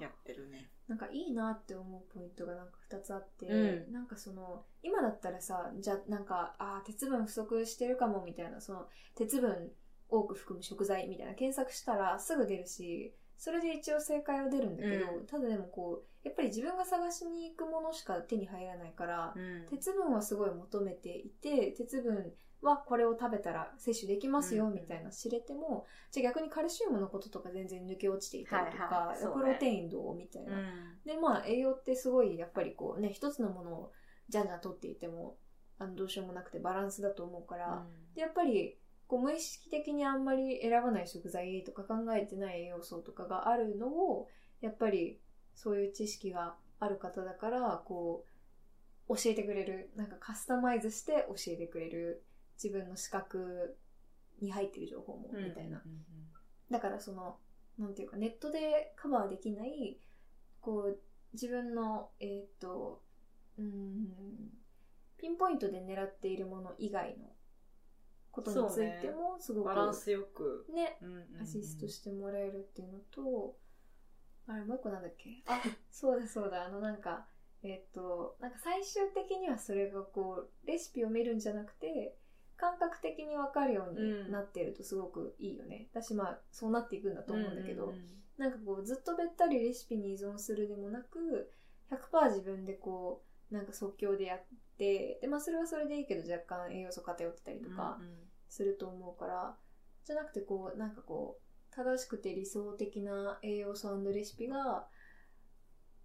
Speaker 2: やってるね。
Speaker 1: なんかいいなって思うポイントがなんか2つあって、
Speaker 2: う
Speaker 1: なんかその今だったらさじゃあなんかあー鉄分不足してるかもみたいなその鉄分多く含む食材みたいな検索したらすぐ出るしそれで一応正解は出るんだけど、
Speaker 2: うん
Speaker 1: ただでもこうやっぱり自分が探しに行くものしか手に入らないから、
Speaker 2: うん
Speaker 1: 鉄分はすごい求めていて鉄分はこれを食べたら摂取できますよ
Speaker 2: うん
Speaker 1: みたいな知れても、じゃあ逆にカルシウムのこととか全然抜け落ちていたりとか、
Speaker 2: はいはいそうね
Speaker 1: プロテインどうみたいな、
Speaker 2: うん
Speaker 1: でまあ栄養ってすごいやっぱりこうね一つのものをじゃんじゃん取っていてもあのどうしようもなくてバランスだと思うから、でやっぱりこう無意識的にあんまり選ばない食材とか考えてない栄養素とかがあるのをやっぱりそういう知識がある方だからこう教えてくれるなんかカスタマイズして教えてくれる自分の資格に入ってる情報も
Speaker 2: うん
Speaker 1: みたいな。
Speaker 2: うん
Speaker 1: だからそのなんていうかネットでカバーできないこう自分のえーっ、とうーんピンポイントで狙っているもの以外のことについてもす
Speaker 2: う
Speaker 1: ご
Speaker 2: ん
Speaker 1: く
Speaker 2: バランスよく、
Speaker 1: ね
Speaker 2: うんうんうん
Speaker 1: アシストしてもらえるっていうのとあれもう一個なんだっけあそうだそうだあのなんかえーっ、となんか最終的にはそれがこうレシピを見るんじゃなくて感覚的に分かるようになってるとすごくいいよね、だしまあそうなっていくんだと思うんだけど、
Speaker 2: うんうんうん
Speaker 1: なんかこうずっとべったりレシピに依存するでもなく100%自分でこうなんか即興でやってで、まあ、それはそれでいいけど若干栄養素偏ってたりとか
Speaker 2: うんうん
Speaker 1: すると思うから、じゃなくてこうなんかこう正しくて理想的な栄養素レシピが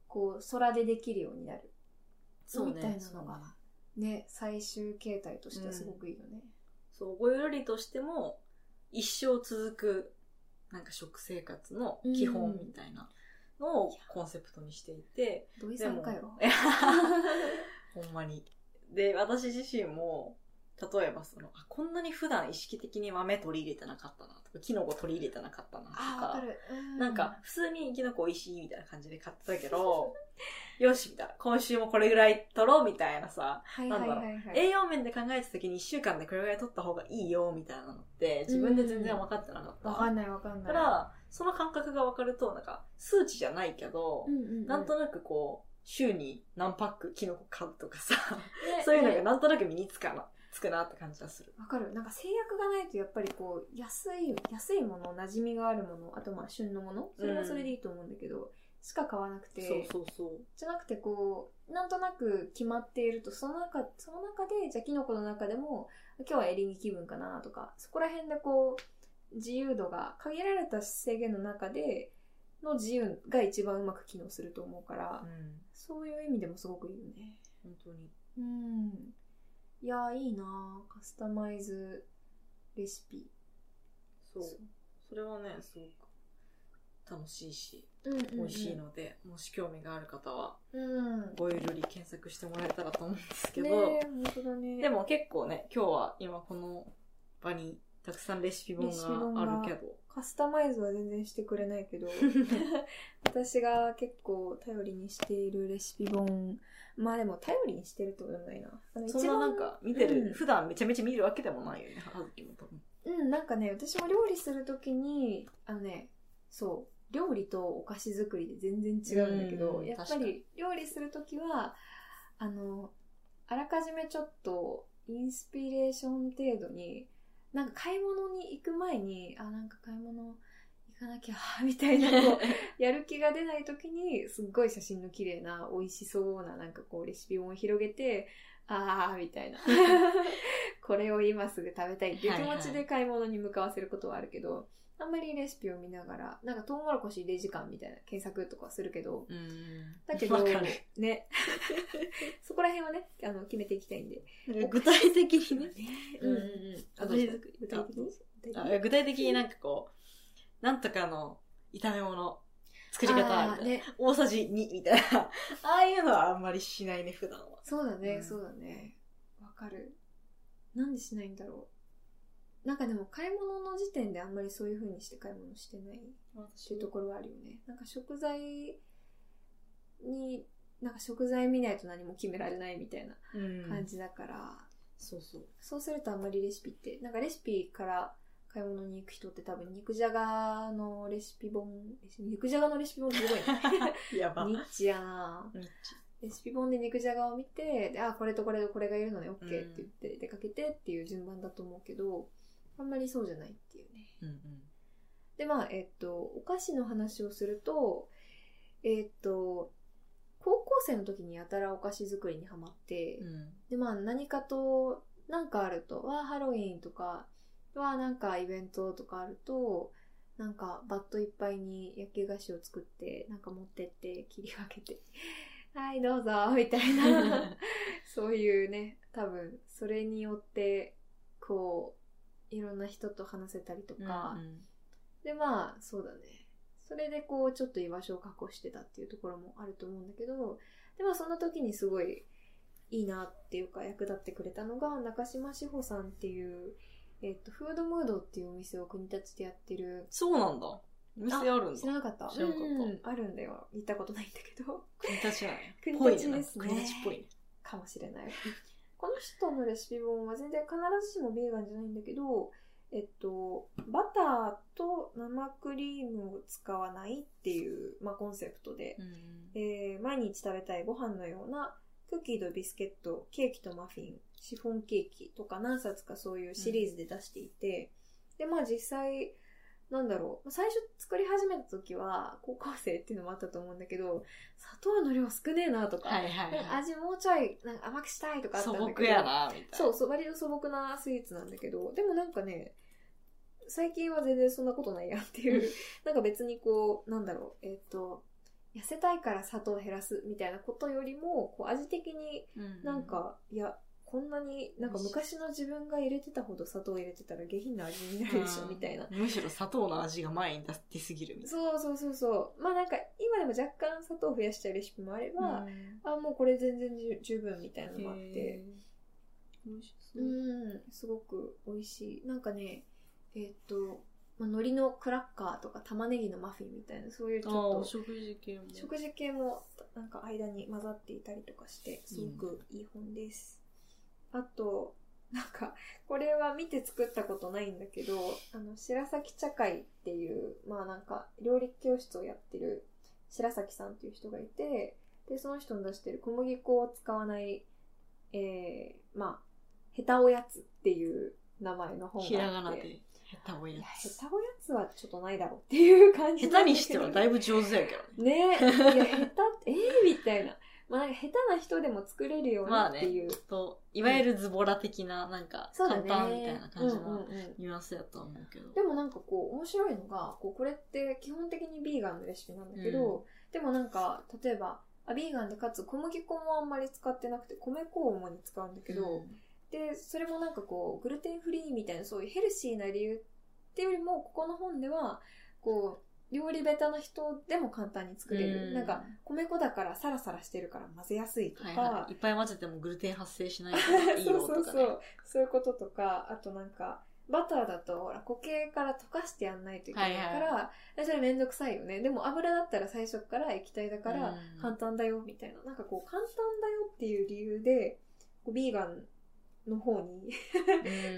Speaker 1: こう空でできるようになる
Speaker 2: そうね
Speaker 1: みたいなのがね最終形態としてはすごくいいよね。
Speaker 2: そうそうご料理としても一生続くなんか食生活の基本みたいなのをコンセプトにしていて、
Speaker 1: 土井
Speaker 2: で
Speaker 1: さん
Speaker 2: も
Speaker 1: かよ。 *laughs*
Speaker 2: いやほんまにで私自身も例えばそのあこんなに普段意識的に豆取り入れてなかったなとかキノコ取り入れてなかったなと
Speaker 1: あーわ
Speaker 2: か
Speaker 1: かる。う
Speaker 2: なんか、普通にキノコ美味しいみたいな感じで買ってたけど、よし、みたいな。今週もこれぐらい取ろうみたいなさ、
Speaker 1: はいはいはいはい。
Speaker 2: 栄養面で考えた時に1週間でこれぐらい取った方がいいよみたいなのって、自分で全然分かってなかった。
Speaker 1: わかんないわかんな
Speaker 2: だか
Speaker 1: い。
Speaker 2: ら、その感覚が分かると、なんか、数値じゃないけど、
Speaker 1: うんうんうん、
Speaker 2: なんとなくこう、週に何パックキノコ買う
Speaker 1: *laughs*
Speaker 2: とかさ、
Speaker 1: ね
Speaker 2: そういうのが
Speaker 1: ね
Speaker 2: なんとなく身につかな、つくなって感じがする。
Speaker 1: わかるなんか制約がないとやっぱりこう安い安いもの馴染みがあるものあとまあ旬のものそれはそれでいいと思うんだけど、しか買わなくて
Speaker 2: そうそう
Speaker 1: じゃなくてこうなんとなく決まっているとその中その中でじゃあキノコの中でも今日はエリンギ気分かなとかそこら辺でこう自由度が限られた制限の中での自由が一番うまく機能すると思うから、
Speaker 2: そう。うん。
Speaker 1: そういう意味でもすごくいいよね。
Speaker 2: 本当に。
Speaker 1: うん。いやー、いいなーカスタマイズレシピ。
Speaker 2: そう。それはね、すごく楽しいし、
Speaker 1: うんうんうん
Speaker 2: 美味しいので、もし興味がある方は、
Speaker 1: うん
Speaker 2: ごゆるり検索してもらえたらと思うんですけ
Speaker 1: ね
Speaker 2: ど、
Speaker 1: え本当だね
Speaker 2: でも結構ね、今日は今この場にたくさんレシピ本
Speaker 1: レシピ本
Speaker 2: が
Speaker 1: が
Speaker 2: あるけど、
Speaker 1: カスタマイズは全然してくれない
Speaker 2: *laughs*
Speaker 1: けど *laughs* 私が結構頼りにしているレシピ本まあでも頼りにしてるってことでもないなあの
Speaker 2: そんななんか見てる、
Speaker 1: うん
Speaker 2: 普段めちゃめちゃ見るわけでもないよね、はずきも多分。
Speaker 1: うん、なんかね、私も料理するときに、あのね、そう、料理とお菓子作りで全然違うんだけど、
Speaker 2: うん
Speaker 1: やっぱ
Speaker 2: 確か
Speaker 1: り料理するときは、あの、あらかじめちょっとインスピレーション程度に、なんか買い物に行く前に、あ、なんか買い物行かなきゃ、みたいな、こう、やる気が出ないときに、すっごい写真の綺麗な、美味しそうな、なんかこう、レシピ本を広げて、あー、みたい *laughs* な。これを今すぐ食べたいっていう気持ちで買い物に向かわせることはあるけど、あんまりレシピを見ながらなんかトウモロコシ入れ時間みたいな検索とかはするけど
Speaker 2: *laughs* うん。
Speaker 1: だけど
Speaker 2: わかる
Speaker 1: ね *laughs* そこら辺はねあの決めていきたいんで
Speaker 2: 具体的にね。
Speaker 1: うん
Speaker 2: うんうん。
Speaker 1: あ
Speaker 2: お
Speaker 1: ど
Speaker 2: 菓
Speaker 1: う
Speaker 2: 子
Speaker 1: ぞ
Speaker 2: 作り
Speaker 1: 具体的に具体的
Speaker 2: あ
Speaker 1: に
Speaker 2: 具体的になんかこう、なんとかの炒め物、作り方みたい
Speaker 1: あー
Speaker 2: な、
Speaker 1: ね
Speaker 2: 大さじ2みたいな、 *laughs* ああいうのはあんまりしないね、普段は。
Speaker 1: そうだね、
Speaker 2: うん
Speaker 1: そうだねわかるなんでしないんだろうなんかでも買い物の時点であんまりそういう風にして買い物してないっていうところはあるよねなんか食材になんか食材見ないと何も決められないみたいな
Speaker 2: うん
Speaker 1: 感じだから、
Speaker 2: そうそう。
Speaker 1: そうするとあんまりレシピってなんかレシピから買い物に行く人って多分肉じゃがのレシピ本肉じゃがのレシピ本すごいね
Speaker 2: *laughs* やば。
Speaker 1: ニッチやな
Speaker 2: うん
Speaker 1: レシピ本で肉じゃがを見てであこれとこれとこれがいるのね OK って言って出かけてっていう順番だと思うけどあんまりそうじゃないっていうね
Speaker 2: うん
Speaker 1: でまあえっとお菓子の話をするとえっと高校生の時にやたらお菓子作りにハマって、
Speaker 2: うん。
Speaker 1: でまあ何かと何かあるとわあハロウィーンとかはなんかイベントとかあるとなんかバットいっぱいに焼き菓子を作ってなんか持ってって切り分けて「はいどうぞ」みたいなそういうね多分それによってこういろんな人と話せたりとか、でまあそうだねそれでこうちょっと居場所を確保してたっていうところもあると思うんだけどでもそんな時にすごいいいなっていうか役立ってくれたのが中島志保さんっていう、えっとフードムードっていうお店を国立でやってる
Speaker 2: そうなんだ。お店あるん
Speaker 1: 知ら
Speaker 2: だ。
Speaker 1: なかった
Speaker 2: 知らなかった
Speaker 1: うんあるんだよ行ったことないんだけど
Speaker 2: 国立なんや
Speaker 1: 国
Speaker 2: ぽい
Speaker 1: 立
Speaker 2: ね
Speaker 1: ですね
Speaker 2: 国立っぽいね。
Speaker 1: かもしれない *laughs* この人のレシピ本は全然必ずしもビーガンじゃないんだけどえっとバターと生クリームを使わないっていう、まあ、コンセプトで、えー毎日食べたいご飯のようなクッキーとビスケットケーキとマフィンシフォンケーキとか何冊かそういうシリーズで出していて、でまあ実際なんだろう最初作り始めた時は高校生っていうのもあったと思うんだけど砂糖の量少ねえなとか、
Speaker 2: はいはいはい。
Speaker 1: 味もうちょいなんか甘くしたいとかあったん
Speaker 2: 素
Speaker 1: だけど
Speaker 2: 朴やな、みたいな。
Speaker 1: そうそう割と素朴なスイーツなんだけどでもなんかね最近は全然そんなことないやっていううなんか別にこうなんだろうえっ、と痩せたいから砂糖を減らすみたいなことよりもこう味的に
Speaker 2: うん
Speaker 1: なん、か、いやこんなになんか昔の自分が入れてたほど砂糖を入れてたら下品な味になるでしょ
Speaker 2: うん
Speaker 1: みたいな
Speaker 2: むしろ砂糖の味が前に出すぎるみたい
Speaker 1: そうそうそうそうまあなんか今でも若干砂糖を増やしたレシピもあれば、
Speaker 2: な。
Speaker 1: あもうこれ全然じゅ十分みたいなのもあって、
Speaker 2: へー。美味しそうう。
Speaker 1: ん、すごく美味しい。なんかね、えーっと、まあ、海苔のクラッカーとか玉ねぎのマフィンみたいな、そういうち
Speaker 2: ああ、
Speaker 1: ょ
Speaker 2: お
Speaker 1: っと
Speaker 2: 食事系も。
Speaker 1: 食事系もなんか間に混ざっていたりとかして、すごくいい本です。あと、なんか、これは見て作ったことないんだけど、あの、白崎茶会っていう、まあなんか、料理教室をやってる白崎さんっていう人がいて、で、その人の出してる小麦粉を使わない、えー、まあ、ヘタおやつっていう名前の本があって。
Speaker 2: ひらがなで、下手お
Speaker 1: い
Speaker 2: や
Speaker 1: や、ヘ
Speaker 2: つ。
Speaker 1: タおやつはちょっとないだろうっていう感じ
Speaker 2: 下手にしてはだい
Speaker 1: ぶ。
Speaker 2: ぶ上手やけどね。
Speaker 1: ねえ、いや、下手って、えー、みたいな。まあ、なんか下手な人でも作れるよう
Speaker 2: ま
Speaker 1: な
Speaker 2: あ
Speaker 1: っ
Speaker 2: ね
Speaker 1: ていう。
Speaker 2: と、いわゆるズボラ的な、なんか、
Speaker 1: そうだ
Speaker 2: 簡
Speaker 1: ね。
Speaker 2: 単みたいな感じ
Speaker 1: うんうん
Speaker 2: の
Speaker 1: うん
Speaker 2: ニュアンスやとは思うけど。
Speaker 1: でもなんかこう面白いのがこうこれって基本的にビーガンのレシピなんだけど、でもなんか例えばあビーガンでかつ小麦粉もあんまり使ってなくて米粉を主に使うんだけど、
Speaker 2: うん
Speaker 1: でそれもなんかこうグルテンフリーみたいなそういうヘルシーな理由っていうよりもここの本ではこう料理下手な人でも簡単に作れ
Speaker 2: う
Speaker 1: る。
Speaker 2: ん
Speaker 1: なんか、米粉だからサラサラしてるから混ぜやすいとか、
Speaker 2: はいはい。いっぱい混ぜてもグルテン発生しないからいい
Speaker 1: そ
Speaker 2: よ
Speaker 1: うそ
Speaker 2: と
Speaker 1: う
Speaker 2: か
Speaker 1: そ
Speaker 2: ね。
Speaker 1: う。そういうこととか、あとなんか、バターだと、ほら、固形から溶かしてやんないといけないから、
Speaker 2: はい
Speaker 1: それめんどくさいよね。でも油だったら最初から液体だから
Speaker 2: うん、
Speaker 1: 簡単だよ、みたいな。なんかこう、簡単だよっていう理由で、こうビーガンの方に、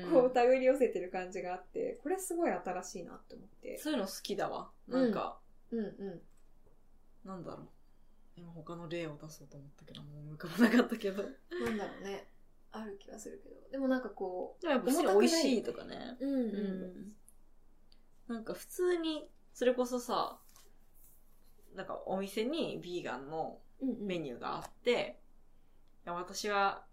Speaker 2: うん
Speaker 1: こう、手繰り寄せてる感じがあって、これすごい新しいなって思って。
Speaker 2: そういうの好きだわ。なんか、
Speaker 1: うんうん。
Speaker 2: なんだろう。今他の例を出そうと思ったけど、もう浮かばなかったけど。で
Speaker 1: なんだろうね。ある気はするけど。でもなんかこ
Speaker 2: もやっぱそれ美味しいとかね。
Speaker 1: う、うんう
Speaker 2: うん、なんか普通にそれこそさなんかお店にビーガンの
Speaker 1: ん。うん
Speaker 2: メ
Speaker 1: ュ
Speaker 2: ニューがあって、いや私は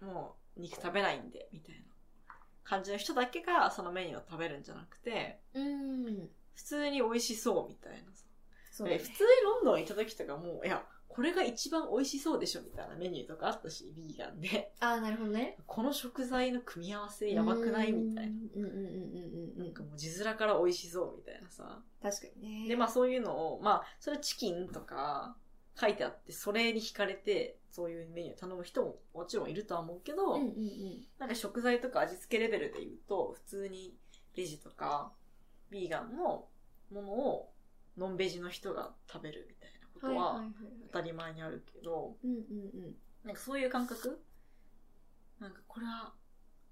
Speaker 2: もう肉食べないんでみたいな感じの人だけがそのメニューを食べるんじゃなくて
Speaker 1: ー。うん。
Speaker 2: 普通に美味しそうみたいなさ、
Speaker 1: そうだ
Speaker 2: え
Speaker 1: ね
Speaker 2: 普通にロンドン行った時とかもういやこれが一番美味しそうでしょみたいなメニューとかあったしビーガンで
Speaker 1: ああ、なるほどね。
Speaker 2: この食材の組み合わせやばくないみたいな
Speaker 1: うんうんうんうんうんう
Speaker 2: なん
Speaker 1: ん
Speaker 2: かもう字面から美味しそうみたいなさ。
Speaker 1: 確かにね
Speaker 2: で、まあそういうのを、まあそれチキンとか書いてあって、それに惹かれて、そういうメニュー頼む人ももちろんいるとは思うけど、
Speaker 1: うんうんうん
Speaker 2: なんか食材とか味付けレベルで言うと、普通にベジとか、ビーガンのものをノンベジの人が食べるみたいなこと
Speaker 1: はいはいはい
Speaker 2: は
Speaker 1: はい
Speaker 2: 当たり前にあるけど、
Speaker 1: うんうんうん
Speaker 2: なんかそういう感覚なんかこれは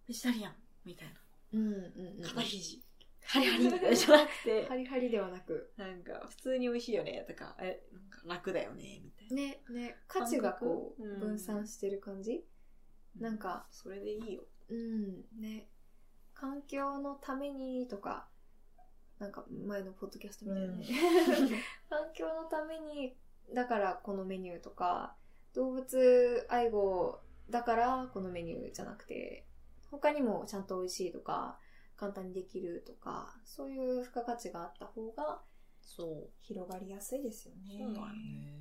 Speaker 2: ベジタリアンみたい
Speaker 1: うんうんうん
Speaker 2: な。肩
Speaker 1: *laughs*
Speaker 2: 肘。ハリハリみた *laughs* いなじゃなくて。
Speaker 1: ハリハリではなく
Speaker 2: なんか普通に美味しいよねとか、え、なんか楽だよねみたいな。
Speaker 1: ねね価値がこう
Speaker 2: 感覚うん
Speaker 1: 分散してる感じなんか
Speaker 2: それでいいよ。
Speaker 1: うんね環境のためにとかなんか前のポッドキャストみたい *laughs* なね環境のためにだからこのメニューとか動物愛護だからこのメニューじゃなくて他にもちゃんと美味しいとか簡単にできるとかそういう付加価値があった方が
Speaker 2: そう。
Speaker 1: 広がりやすいですよね。
Speaker 2: そうだよね。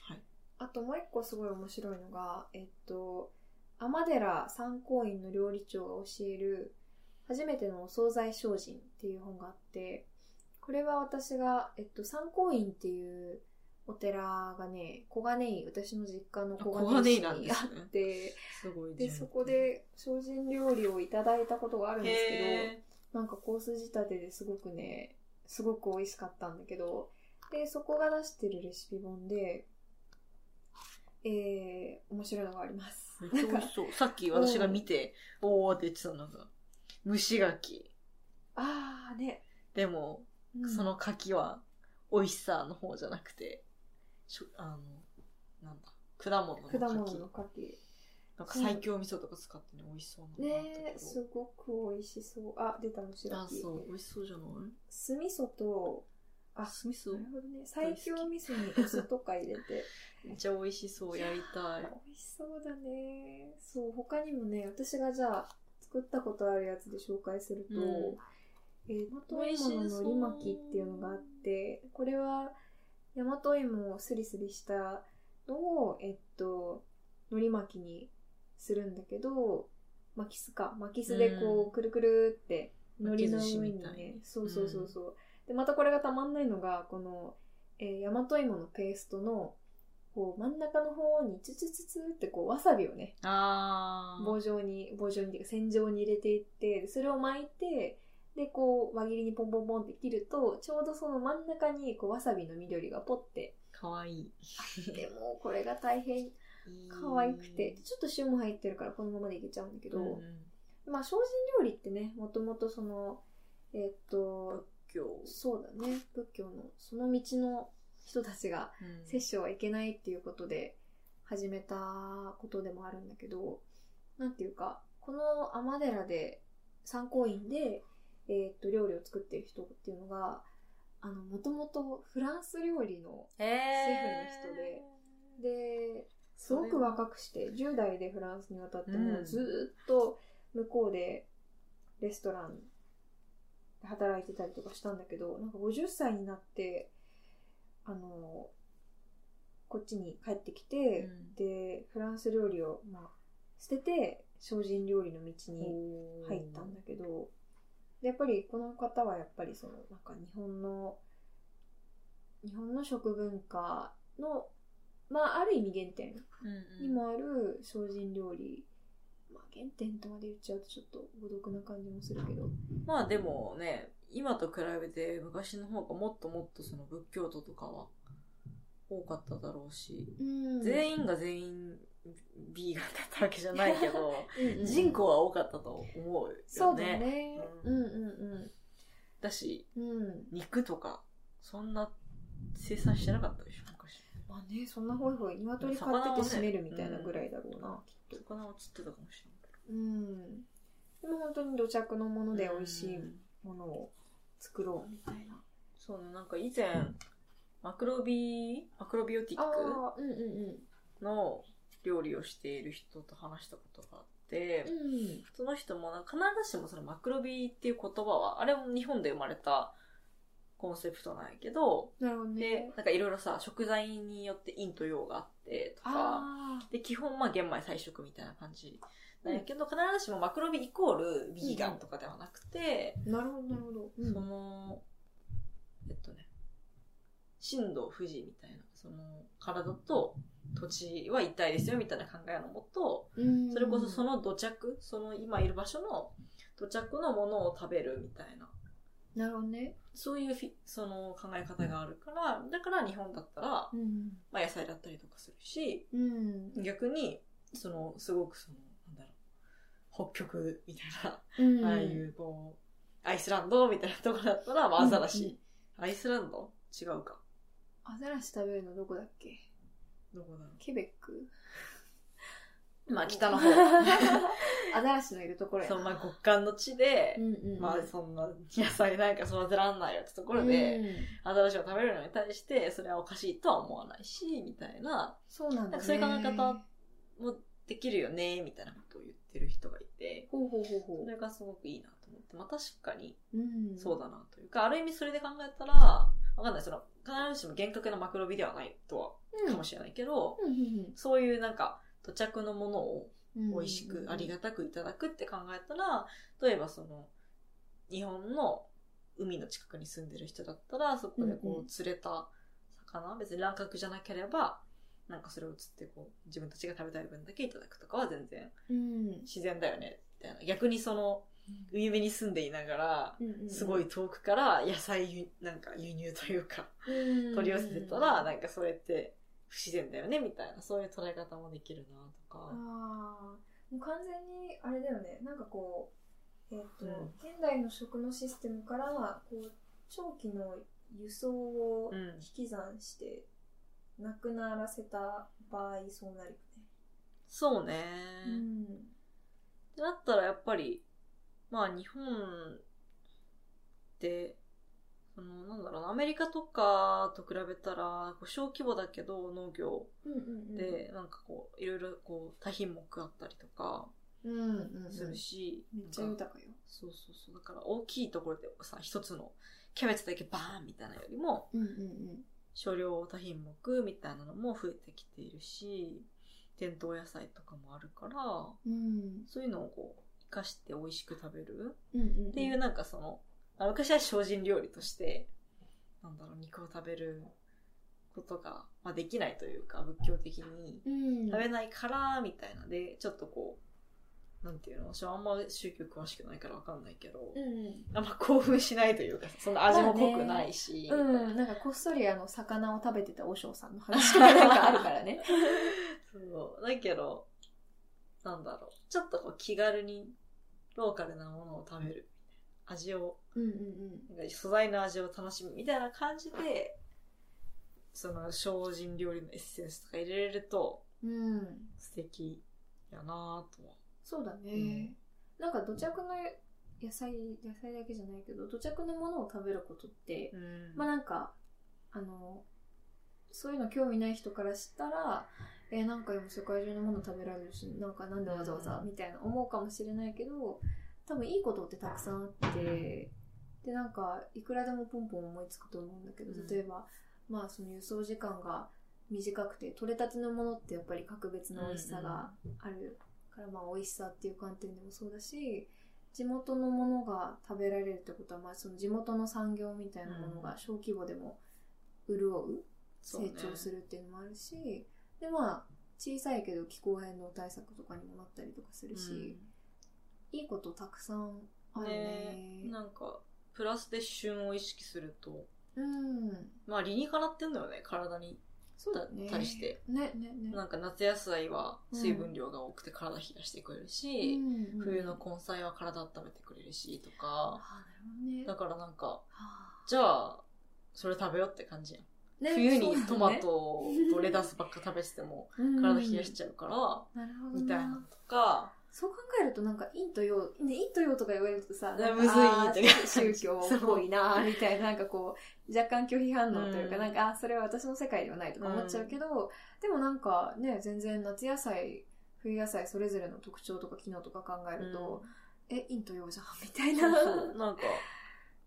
Speaker 2: はい。
Speaker 1: あともう一個すごい面白いのがえっと天寺三光院の料理長が教える「初めてのお惣菜精進」っていう本があってこれは私が、えっと、三光院っていうお寺がね小金井私の実家の小金井市
Speaker 2: あ小金井なん
Speaker 1: に
Speaker 2: で
Speaker 1: あ
Speaker 2: すね
Speaker 1: *laughs* って
Speaker 2: すごい。
Speaker 1: でそこで精進料理をいただいたことがあるんですけど
Speaker 2: へ
Speaker 1: なんかコース仕立てですごくね、すごく美味しかったんだけど、で、そこが出してるレシピ本で、えー、面白いのがあります。
Speaker 2: ー。めっちゃ美味しそう。さっき私が見て、おーって言ってたのが、蒸し柿。
Speaker 1: *laughs* あーね、
Speaker 2: でも、
Speaker 1: うん
Speaker 2: その柿は美味しさの方じゃなくて、しょあの、なんだ、果物の
Speaker 1: 果
Speaker 2: 柿。
Speaker 1: 物の柿。
Speaker 2: なんか最強味噌とか使ってね、美味しそうなのがあったけど
Speaker 1: ねすごく美味しそう。あ、出た、蒸し
Speaker 2: あ、
Speaker 1: 柿
Speaker 2: そ。う、美味しそうじゃない
Speaker 1: 酢味噌と、あ、
Speaker 2: スミス
Speaker 1: なるほどね。最強味噌にお酢とか入れて。
Speaker 2: めっちゃ美味しそう、やりたい。
Speaker 1: 美味しそうだねそう他にもね私がじゃあ作ったことあるやつで紹介すると、
Speaker 2: うん
Speaker 1: えー大和芋ののり巻きっていうのがあってこれは大和芋をスリスリしたのをえっとのり巻きにするんだけど巻きすか巻きすでこう、
Speaker 2: うん
Speaker 1: くるくるってのりの
Speaker 2: 巻き寿司
Speaker 1: 上
Speaker 2: み
Speaker 1: に
Speaker 2: たい
Speaker 1: ね
Speaker 2: に
Speaker 1: そうそうそうそう、でまたこれがたまんないのがこの、えー、大和芋のペーストのこう真ん中の方にチュチュチュチュってこうわさびをね
Speaker 2: あー。
Speaker 1: 棒状に棒状にっていうか線状に入れていってそれを巻いてでこう輪切りにポンポンポンって切るとちょうどその真ん中にこうわさびの緑がポッ
Speaker 2: *laughs*
Speaker 1: て
Speaker 2: かわいい。
Speaker 1: でもうこれが大変可愛くてちょっと塩も入ってるからこのままでいけちゃうんだけ
Speaker 2: け
Speaker 1: ど、まあ精進料理ってねもともとそのえーっと
Speaker 2: 今
Speaker 1: そうだね仏教のその道の人たちが
Speaker 2: 日、
Speaker 1: 摂取はいけないっていうことで始めたことでもあるんだけどなんていうかこの天寺で参考院で、えーっと料理を作ってる人っていうのがもともとフランス料理の
Speaker 2: シェ
Speaker 1: シェフの人で、ですごく若くして10代でフランスに渡っても
Speaker 2: うん
Speaker 1: うずーっと向こうでレストランで働いてたりとかしたんだけどなんか50歳になってあのこっちに帰ってきて、
Speaker 2: うん
Speaker 1: でフランス料理を、まあ、捨てて精進料理の道に入ったんだけどでやっぱりこの方はやっぱりそのなんか日本の日本の食文化のまあある意味原点にもある精進料理、まあ、原点とまで言っちゃうとちょっと孤独な感じもするけど
Speaker 2: まあでもね今と比べて昔の方がもっともっとその仏教徒とかは多かっただろうし、全員が全員ビーガンだったわけじゃないけど人口は多かったと思うよね。
Speaker 1: そうだね、
Speaker 2: う
Speaker 1: うんん、うんうん
Speaker 2: だし
Speaker 1: うん
Speaker 2: 肉とかそんな生産してなかったでしょ昔。
Speaker 1: まあねそんなホイホイ鶏飼ってて閉めるみたいなぐらいだろうな、きっと
Speaker 2: 魚を釣ってたかもしれないけ
Speaker 1: う
Speaker 2: ど。
Speaker 1: んでも本当に土着のもので美味しいものを作ろうみたいな、
Speaker 2: そうねなんか以前マクロビマクロビオティック
Speaker 1: あーうんうんうん
Speaker 2: の料理をしている人と話したことがあって、
Speaker 1: うん
Speaker 2: その人もなんか必ずしもそのマクロビっていう言葉はあれも日本で生まれたコンセプトなんやけど、
Speaker 1: なるほど
Speaker 2: で
Speaker 1: ね
Speaker 2: なんかいろいろさ食材によって陰と陽があってとか
Speaker 1: ああ
Speaker 2: で基本まあ玄米菜食みたいな感じなんやけど、必ずしもマクロビイコールビーガンとかではなくて、
Speaker 1: なるほどなるほど、うん
Speaker 2: そのえっとね神道富士みたいなその体と土地は一体ですよみたいな考えのもと、それこそそ
Speaker 1: の
Speaker 2: の土着、その今いる場所の土着のものを食べるみたいな、
Speaker 1: なるほどね
Speaker 2: そういうフィその考え方があるから、だから日本だったら、
Speaker 1: うん
Speaker 2: まあ野菜だったりとかするし、
Speaker 1: うん
Speaker 2: 逆に、その、すごくその、なんだろう、北極みたい
Speaker 1: うん
Speaker 2: な、ああいうこう、アイスランドみたいなとこだったら、まあアザラシ。アイスランド違うか。
Speaker 1: アザラシ食べるのどこだっけ
Speaker 2: どこだろう。
Speaker 1: ケベック
Speaker 2: まあ北の方。
Speaker 1: *laughs* アザラシのいるところや
Speaker 2: *laughs* そ
Speaker 1: な
Speaker 2: のまあ極寒の地で、
Speaker 1: うんうん、
Speaker 2: まあそんな野菜なんか育てらんないよってところで、
Speaker 1: うん
Speaker 2: アザラシを食べるのに対してそれはおかしいとは思わないしみたいな
Speaker 1: そうなんだ、ね、
Speaker 2: なんかそういう考え方もできるよねみたいなことを言ってる人がいて
Speaker 1: ほうほうほう
Speaker 2: そ
Speaker 1: ほ
Speaker 2: れがすごくいいなと思ってまあ確かに
Speaker 1: う、うん、
Speaker 2: そうだなというか、ある意味それで考えたらわかんないその必ずしも厳格なマクロビではないとは
Speaker 1: うん
Speaker 2: かもしれないけど、
Speaker 1: うんうん
Speaker 2: そういうなんか土着のものを
Speaker 1: うん
Speaker 2: 美味しくありがたくいただくって考えたら例えばその日本の海の近くに住んでる人だったらそこで
Speaker 1: うんう
Speaker 2: こ
Speaker 1: ん
Speaker 2: う釣れた魚別に乱獲じゃなければなんかそれを釣ってこう自分たちが食べたい分だけいただくとかは全然
Speaker 1: うん
Speaker 2: 自然だよねみたいな逆にその海辺に住んでいながら
Speaker 1: うんうん、
Speaker 2: すごい遠くから野菜ゆなんか輸入というか
Speaker 1: 取
Speaker 2: 取り寄せてたらなんかそれって不自然だよねみたいなそういう捉え方もできるなとか。
Speaker 1: あーもう完全にあれだよねなんかこう、えーと
Speaker 2: うん
Speaker 1: 現代の食のシステムからこう長期の輸送を
Speaker 2: うん
Speaker 1: 引き算してなくならせた場合そうなるよ
Speaker 2: そうね。
Speaker 1: ね。うん
Speaker 2: ってなったらやっぱり、まあ日本って、そのなんだろうな、アメリカとかと比べたら、こう小規模だけど農業
Speaker 1: うんうんうん、
Speaker 2: で、なんかこう、いろいろこう、多品目あったりとか
Speaker 1: うんうんうん、
Speaker 2: するし、
Speaker 1: めっちゃ
Speaker 2: なんか
Speaker 1: 豊かよ。
Speaker 2: そうそうそう、だから大きいところでさ、一つのキャベツだけバーンみたいなよりも、
Speaker 1: うんうんうん
Speaker 2: 少量多品目みたいなのも増えてきているし、伝統野菜とかもあるから、
Speaker 1: うん
Speaker 2: そういうのをこう、生かして美味しく食べる
Speaker 1: うんうんうん、
Speaker 2: っていうなんかその、あ昔は精進料理として、なんだろう、肉を食べることが、まあ、できないというか、仏教的に
Speaker 1: うん、
Speaker 2: 食べないから、みたいなで、ちょっとこう、なんていうの、私はあんま宗教詳しくないからわかんないけど、
Speaker 1: うん
Speaker 2: あんま興奮しないと *laughs* いうか、そんな味も濃く
Speaker 1: まあね
Speaker 2: ないし、
Speaker 1: う
Speaker 2: み
Speaker 1: ん、なんかこっそりあの魚を食べてた和尚さんの話 *laughs* がなんかあるからね。
Speaker 2: たいな *laughs* そう、だけど、なんだろう、ちょっとこう気軽にローカルなものを食べる、味を
Speaker 1: うんうん
Speaker 2: なんか素材の味を楽しむみたいな感じで、その精進料理のエッセンスとか入れれると
Speaker 1: うん。うん
Speaker 2: 素敵やなぁとは。
Speaker 1: そうだね、なんか土着の野菜野菜だけじゃないけど土着のものを食べることって、
Speaker 2: うん
Speaker 1: まあなんかあのそういうの興味ない人からしたらえーなんか今世界中のもの食べられるしなんかなんでわざわざ
Speaker 2: うん
Speaker 1: みたいな思うかもしれないけど多分いいことってたくさんあってでなんかいくらでもポンポン思いつくと思うんだけど
Speaker 2: うん
Speaker 1: 例えば、まあその輸送時間が短くて取れたてのものってやっぱり格別な美味しさがあるからまあ美味しさっていう観点でもそうだし地元のものが食べられるってことは、まあ、その地元の産業みたいなものが小規模でも潤う、
Speaker 2: そうね
Speaker 1: 成長するっていうのもあるし、でまあ小さいけど気候変動対策とかにもなったりとかするし、いいことたくさんあ
Speaker 2: うん
Speaker 1: るね
Speaker 2: ねなんかプラスで旬を意識すると
Speaker 1: うん
Speaker 2: まあ理にかなってんだよね体に
Speaker 1: そうだね
Speaker 2: 対して
Speaker 1: ねねね
Speaker 2: なんか夏野菜は水分量が多くて体冷やしてくれるし、
Speaker 1: うん
Speaker 2: 冬の根菜は体温めてくれるしとか、
Speaker 1: あーなるほどね
Speaker 2: だからなんか
Speaker 1: は
Speaker 2: じゃあそれ食べようって感じやん、
Speaker 1: あね
Speaker 2: 冬
Speaker 1: そうだ
Speaker 2: に
Speaker 1: ね
Speaker 2: トマトとレタスばっか食べてても
Speaker 1: うん
Speaker 2: 体冷やしちゃうから、
Speaker 1: なるほど
Speaker 2: みたいな
Speaker 1: な
Speaker 2: とか、
Speaker 1: そう考えるとなんか陰と陽、ね、陰と陽とか言われるとさ、
Speaker 2: ね
Speaker 1: なんか
Speaker 2: むずい
Speaker 1: あー
Speaker 2: って感じ
Speaker 1: 宗教っぽいなーみたいな、なんかこう、若干拒否反応というか、
Speaker 2: うん
Speaker 1: なんか、あーそれは私の世界ではないとか思っちゃうけど、でもなんかね、全然夏野菜、冬野菜それぞれの特徴とか機能とか考えると、え、陰と陽じゃんみたい
Speaker 2: そ
Speaker 1: な。
Speaker 2: うそうなんか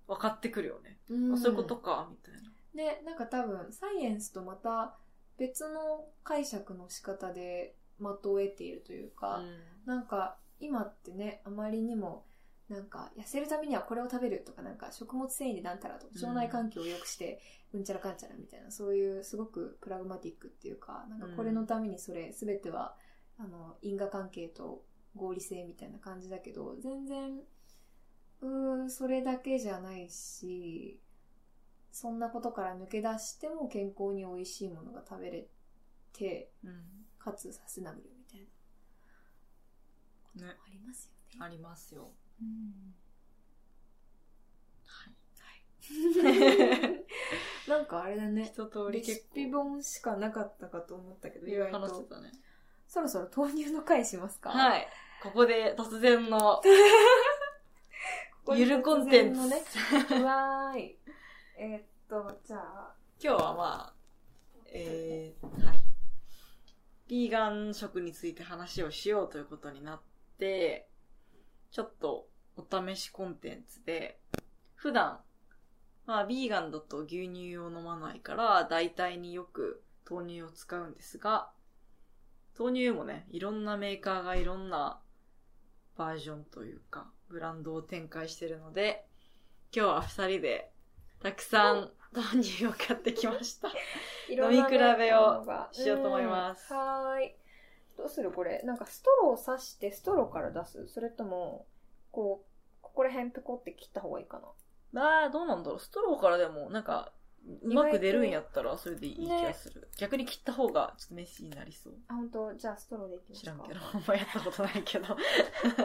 Speaker 2: 分かってくるよね、
Speaker 1: うん
Speaker 2: あそういうことかみたいな
Speaker 1: ね、なんか多分、サイエンスとまた別の解釈の仕方で的を得ているというか、なんか今ってねあまりにもなんか痩せるためにはこれを食べるとかなんか食物繊維でなんたらとか
Speaker 2: うん
Speaker 1: 腸内環境を良くしてうんちゃらかんちゃらみたいなそういうすごくプラグマティックっていうかなんかこれのためにそれ全てはあの因果関係と合理性みたいな感じだけど全然うーんそれだけじゃないしそんなことから抜け出しても健康に美味しいものが食べれて
Speaker 2: うん
Speaker 1: かつサステナブルみたいな
Speaker 2: ね
Speaker 1: ありますよね。
Speaker 2: ありますよはい
Speaker 1: *laughs* はい。なんかあれだね。
Speaker 2: 一通り
Speaker 1: レ
Speaker 2: 結
Speaker 1: シ
Speaker 2: 構
Speaker 1: ピ本しかなかったかと思ったけど、意外
Speaker 2: 話し
Speaker 1: と
Speaker 2: て。たね
Speaker 1: そろそろ豆乳の回しますかい。
Speaker 2: はいここで突然のゆるコンテンツ
Speaker 1: のね。 *laughs* わーい。えーっと、じゃあ。
Speaker 2: 今日はまあ、えー、はい。ビーガン食について話をしようということになって、ちょっとお試しコンテンツで、普段、まあ、ビーガンだと牛乳を飲まないから、代替によく豆乳を使うんですが、豆乳もね、いろんなメーカーがいろんなバージョンというか、ブランドを展開してるので、今日は二人で、たくさん豆乳を買ってきました。
Speaker 1: い
Speaker 2: ろんなね飲み比べをしようと思います
Speaker 1: うんはーい。どうするこれ。なんかストローを刺してストローから出すそれとも、こう、ここら辺ペコって切った方がいいかな
Speaker 2: *laughs* まあ、どうなんだろう。ストローからでも、なんか、うまく出るんやったら、それでいい気がする。逆に切った方が、ちょっと飯になりそう。
Speaker 1: あ、本当じゃあストローでいきます
Speaker 2: 知
Speaker 1: から
Speaker 2: んけど。 *laughs* あんまやったことないけど。 *laughs*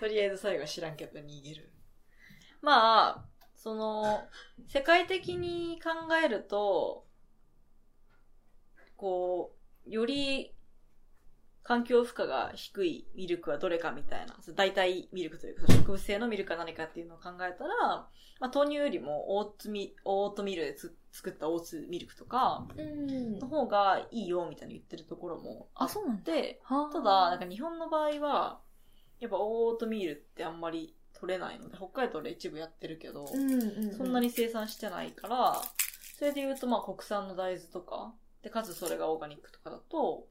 Speaker 2: とりあえず最後は知らんけど逃げる。まあ、その、世界的に考えると、こう、より環境負荷が低いミルクはどれかみたいな、そう代替ミルクというか、植物性のミルクは何かっていうのを考えたら、まあ、豆乳よりもオーツミ、オートミールでつ作ったオーツミルクとか、
Speaker 1: うん
Speaker 2: の。方がいいよみたいに言ってるところもあっ
Speaker 1: そうなんだ。
Speaker 2: て、ただ、なんか日本の場合は、やっぱオートミールってあんまり取れないので、北海道で一部やってるけど、
Speaker 1: うんうん、
Speaker 2: そんなに生産してないから、それで言うとまあ国産の大豆とか、で、かつそれがオーガニックとかだと、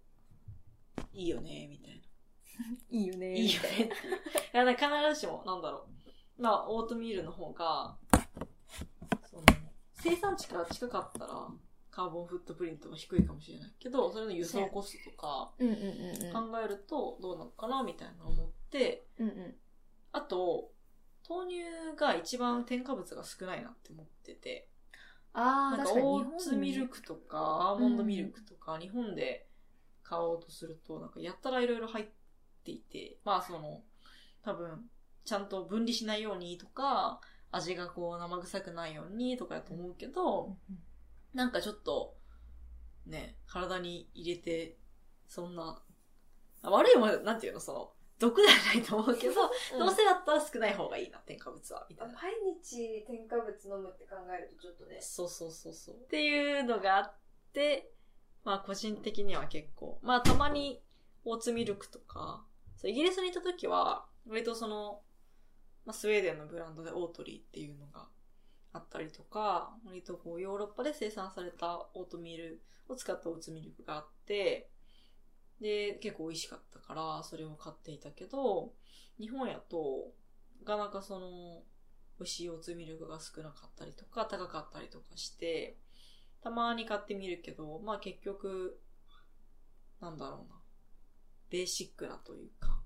Speaker 2: いいよね、みたいな。
Speaker 1: いいよね
Speaker 2: いいよねっていう。いや、だから必ずしも、なんだろう。まあ、オートミールの方が、その、生産地から近かったら、カーボンフットプリントは低いかもしれないけど、それの輸送コストとか
Speaker 1: うんうんうんうん
Speaker 2: 考えるとどうなのかなみたいな思って、
Speaker 1: うんうん
Speaker 2: あと、豆乳が一番添加物が少ないなって思ってて、
Speaker 1: あ
Speaker 2: なん
Speaker 1: あ
Speaker 2: か
Speaker 1: 確かに
Speaker 2: オ
Speaker 1: 日
Speaker 2: ー
Speaker 1: 本
Speaker 2: ツミルクとかアーモンドミルクとか日本で買おうとするとなんかやったらいろいろ入っていてまあその多分ちゃんと分離しないようにとか味がこう生臭くないようにとかやと思うけどなんかちょっとね体に入れてそんなあ悪いものなんていうのその毒ではないと思うけど、
Speaker 1: うん
Speaker 2: どうせだったら少ない方がいいな添加物はみたいな
Speaker 1: 毎日添加物飲むって考えるとちょっとね
Speaker 2: そうそうそうそう。っていうのがあって、まあ個人的には結構、まあたまにオーツミルクとか、そうイギリスに行った時は、割とその、まあ、スウェーデンのブランドでオートリーっていうのがあったりとか、割とこうヨーロッパで生産されたオートミールを使ったオーツミルクがあって、で、結構美味しかったから、それを買っていたけど、日本やと、かなかその、美味しいオーツミルクが少なかったりとか、高かったりとかして、たまに買ってみるけど、まあ結局、なんだろうな。ベーシックなというか、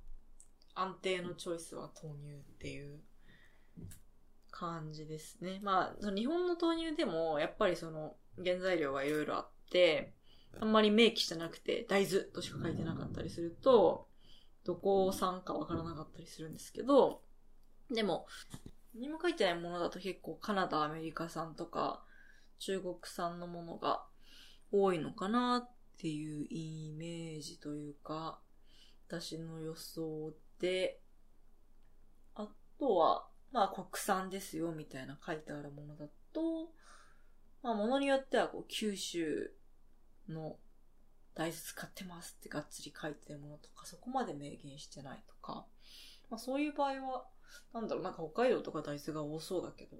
Speaker 2: 安定のチョイスは豆乳っていう感じですね。まあ、その日本の豆乳でも、やっぱりその、原材料がいろいろあって、あんまり明記してなくて、大豆としか書いてなかったりすると、どこ産かわからなかったりするんですけど、でも、何も書いてないものだと結構カナダ、アメリカ産とか、中国産のものが多いのかなっていうイメージというか、私の予想で、あとは、まあ国産ですよみたいな書いてあるものだと、まあものによってはこう九州の大豆使ってますってがっつり書いてるものとか、そこまで明言してないとか、まあそういう場合は、なんだろう、なんか北海道とか大豆が多そうだけど、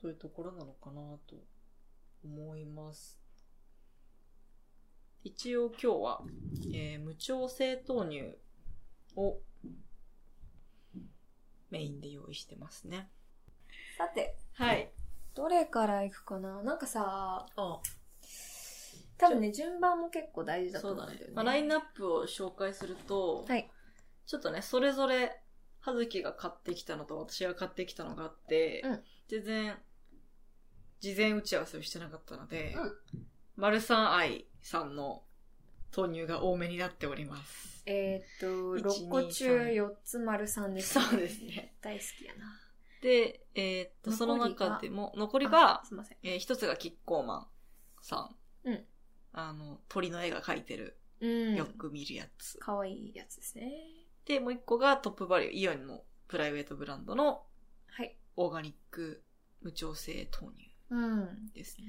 Speaker 2: そういうところなのかなと思います。一応今日は、えー無調整豆乳をメインで用意してますね。
Speaker 1: さて、
Speaker 2: はい。
Speaker 1: どれからいくかななんかさ、
Speaker 2: あ
Speaker 1: 多分ね、順番も結構大事だと
Speaker 2: そう
Speaker 1: 思
Speaker 2: だ
Speaker 1: うんだ
Speaker 2: ね
Speaker 1: よね。。
Speaker 2: まあ、ラインナップを紹介すると、
Speaker 1: はい。
Speaker 2: ちょっとね、それぞれ、葉月が買ってきたのと私が買ってきたのがあって、
Speaker 1: うん
Speaker 2: 全然、事前打ち合わせをしてなかったので、
Speaker 1: うん
Speaker 2: マルサンアイさんの豆乳が多めになっております。
Speaker 1: えーっ
Speaker 2: 1
Speaker 1: と、6個中4つ丸3です、
Speaker 2: そうですね。
Speaker 1: 大好きやな。
Speaker 2: で、えーっと、その
Speaker 1: 残りが
Speaker 2: 中でも、残り
Speaker 1: あ
Speaker 2: が、
Speaker 1: すいません。
Speaker 2: えー一つがキッコーマンさん。
Speaker 1: うん
Speaker 2: あの、鳥の絵が描いてる、
Speaker 1: う
Speaker 2: よ
Speaker 1: ん。
Speaker 2: く見るやつ。
Speaker 1: かわいいやつですね。
Speaker 2: で、もう一個がトップバリュー、イオンのプライベートブランドの
Speaker 1: はい。
Speaker 2: オーガニック無調整豆乳
Speaker 1: うん。
Speaker 2: ですね。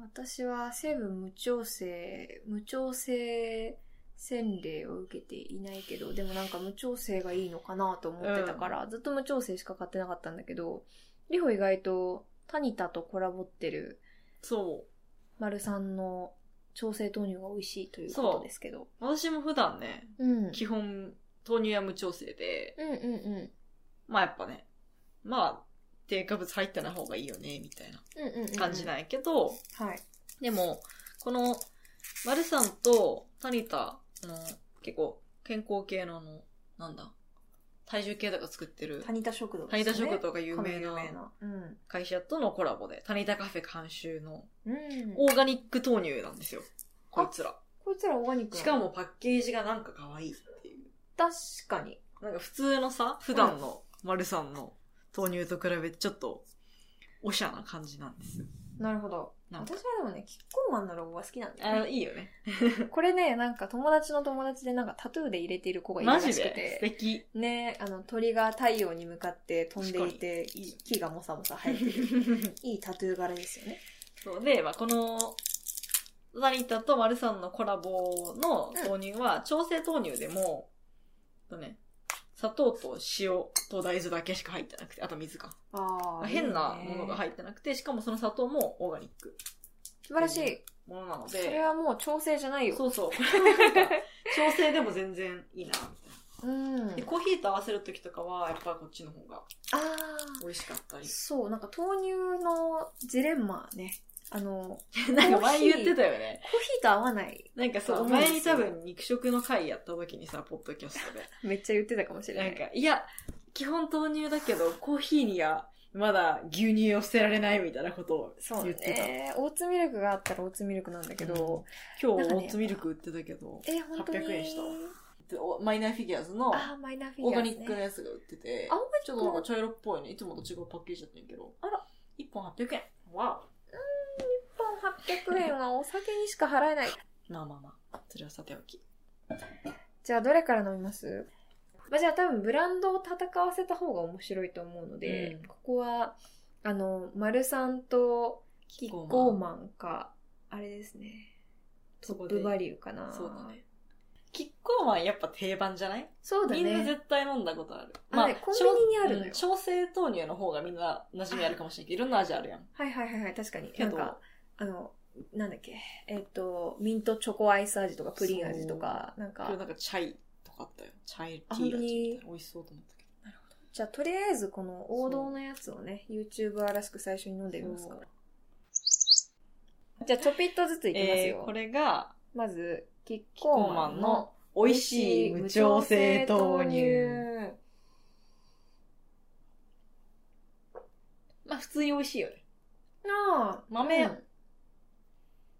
Speaker 1: 私は西部無調整、無調整洗礼を受けていないけど、でもなんか無調整がいいのかなと思ってたから、ずっと無調整しか買ってなかったんだけど、リホ意外とタニタとコラボってる
Speaker 2: そ
Speaker 1: 丸さんの調整豆乳が美味しいということですけど。
Speaker 2: う。私も普段ね、
Speaker 1: うん。うん
Speaker 2: 基本豆乳は無調整で、
Speaker 1: うんうん。
Speaker 2: まあやっぱね、まあ、添加物入ってない方がいいよね、みたいな
Speaker 1: うんうんうん、
Speaker 2: 感じ
Speaker 1: い。
Speaker 2: なんやけど、
Speaker 1: はい。
Speaker 2: でも、この、マルさんとタニタの結構健康系のあの、なんだ、体重計とか作ってる、
Speaker 1: タニタ食堂
Speaker 2: タニタ食堂が有名
Speaker 1: 有
Speaker 2: な
Speaker 1: 名な。うん。
Speaker 2: 会社とのコラボで、タニタカフェ監修の
Speaker 1: うん。
Speaker 2: オーガニック豆乳なんですよ。こいつら。
Speaker 1: こいつらオーガニックな
Speaker 2: し
Speaker 1: の
Speaker 2: かもパッケージがなんか可愛いっていう。
Speaker 1: 確かに。
Speaker 2: なんか普通のさ、普段の丸さんの豆乳と比べてちょっと、おしゃな感じなんですよ。
Speaker 1: なるほど。
Speaker 2: なん
Speaker 1: 私
Speaker 2: か
Speaker 1: は。でもね、キッコーマンのロゴが好きなんだよね。
Speaker 2: いいよね。
Speaker 1: *laughs* これね、なんか友達の友達でなんかタトゥーで入れている子がいる
Speaker 2: マ
Speaker 1: ら
Speaker 2: ジ
Speaker 1: しく
Speaker 2: で素
Speaker 1: て。
Speaker 2: 敵。
Speaker 1: ねあの、鳥が太陽に向かって飛んでいて、
Speaker 2: 確かに
Speaker 1: いい木がもさもさ生えてる。
Speaker 2: *laughs*
Speaker 1: いいタトゥー柄ですよね。
Speaker 2: そうで、まあ、この、ザニタとマルさんのコラボの豆乳は、調整豆乳でも、えっとね、砂糖と塩と大豆だけしか入ってなくて、あと水か。
Speaker 1: あ
Speaker 2: 変なものが
Speaker 1: っ
Speaker 2: 入ってなくて、しかもその砂糖もオーガニック
Speaker 1: 素晴らし
Speaker 2: って
Speaker 1: い。
Speaker 2: ものなので、
Speaker 1: それはもう調整じゃないよ。
Speaker 2: そう *laughs* そう、これはなんか、調整でも全然いいな、みたい
Speaker 1: うん。あ
Speaker 2: な。で、コーヒーと合わせるときとかは、やっぱこっちの方が
Speaker 1: あ
Speaker 2: 美味しかった
Speaker 1: ー。
Speaker 2: り。
Speaker 1: そう、なんか豆乳のジレンマね。あの、
Speaker 2: *laughs* なんか前言ってたよね。
Speaker 1: コーヒーと合わない。
Speaker 2: なんかそ
Speaker 1: そう
Speaker 2: う、前に多分肉食の会やった時にさ、ポッドキャスト
Speaker 1: めっちゃ言ってたかもし
Speaker 2: で。
Speaker 1: れな。
Speaker 2: ないんか、いや、基本豆乳だけど、コーヒーにはまだ牛乳を捨てられないみたいなことを
Speaker 1: そう
Speaker 2: 言ってた。
Speaker 1: ね。オーツミルクがあったらオーツミルクなんだけど、
Speaker 2: 今日
Speaker 1: なんかね
Speaker 2: オーツミルク売ってたけど、
Speaker 1: え、本当に
Speaker 2: 800円したでおマイナーフィギュアーズの
Speaker 1: あー、マイナーフィギ
Speaker 2: オ
Speaker 1: ュ
Speaker 2: ー
Speaker 1: ア
Speaker 2: ガ
Speaker 1: スね
Speaker 2: ニックのやつが売ってて
Speaker 1: あ、オーガニック
Speaker 2: ちょっとなんか茶色っぽいね。いつもと違うパッケージだったんやけど。
Speaker 1: あら。
Speaker 2: 1本800円。わ
Speaker 1: 一本800円はお酒にしか払えない。
Speaker 2: お。まあまあまあ。それはさておき。
Speaker 1: じゃあ、どれから飲みますまあ、じゃあ多分ブランドを戦わせた方が面白いと思うので、
Speaker 2: うん
Speaker 1: ここは、あの、丸さんとキッコーマンか、あれですね、ト
Speaker 2: そこ
Speaker 1: ッ
Speaker 2: で
Speaker 1: プバリューかな。
Speaker 2: そうだね。キッコーマンやっぱ定番じゃない、
Speaker 1: そうだ
Speaker 2: みんな
Speaker 1: ね。
Speaker 2: 絶対飲んだことある。
Speaker 1: あねコンビニにあるのよ
Speaker 2: うん調整豆乳の方がみんな馴染みあるかもしれんけど、いろんな味あるやん。
Speaker 1: はいはいはいはい、確かに。
Speaker 2: け
Speaker 1: なん
Speaker 2: ど
Speaker 1: か、あの、なんだっけ、えっ、と、ミントチョコアイス味とかプリン味とか、なん
Speaker 2: 今日
Speaker 1: か
Speaker 2: な、んかチャイとかあったよ。チャイテ
Speaker 1: あ
Speaker 2: ィ
Speaker 1: 本
Speaker 2: ー
Speaker 1: 当
Speaker 2: 味みたい
Speaker 1: に
Speaker 2: な。美味しそうと思ったけど。
Speaker 1: じゃあとりあえずこの王道のやつをね YouTuber らしく最初に飲んでみますかじゃあちょぴっとずついきますよ、
Speaker 2: えーこれが、
Speaker 1: まずキッ
Speaker 2: キッ
Speaker 1: コ
Speaker 2: コ
Speaker 1: ーマ
Speaker 2: ーマ
Speaker 1: ン
Speaker 2: ン
Speaker 1: の
Speaker 2: の美味しい無調整豆乳。まあ普通に美味しいよね。
Speaker 1: ああ
Speaker 2: 豆
Speaker 1: うん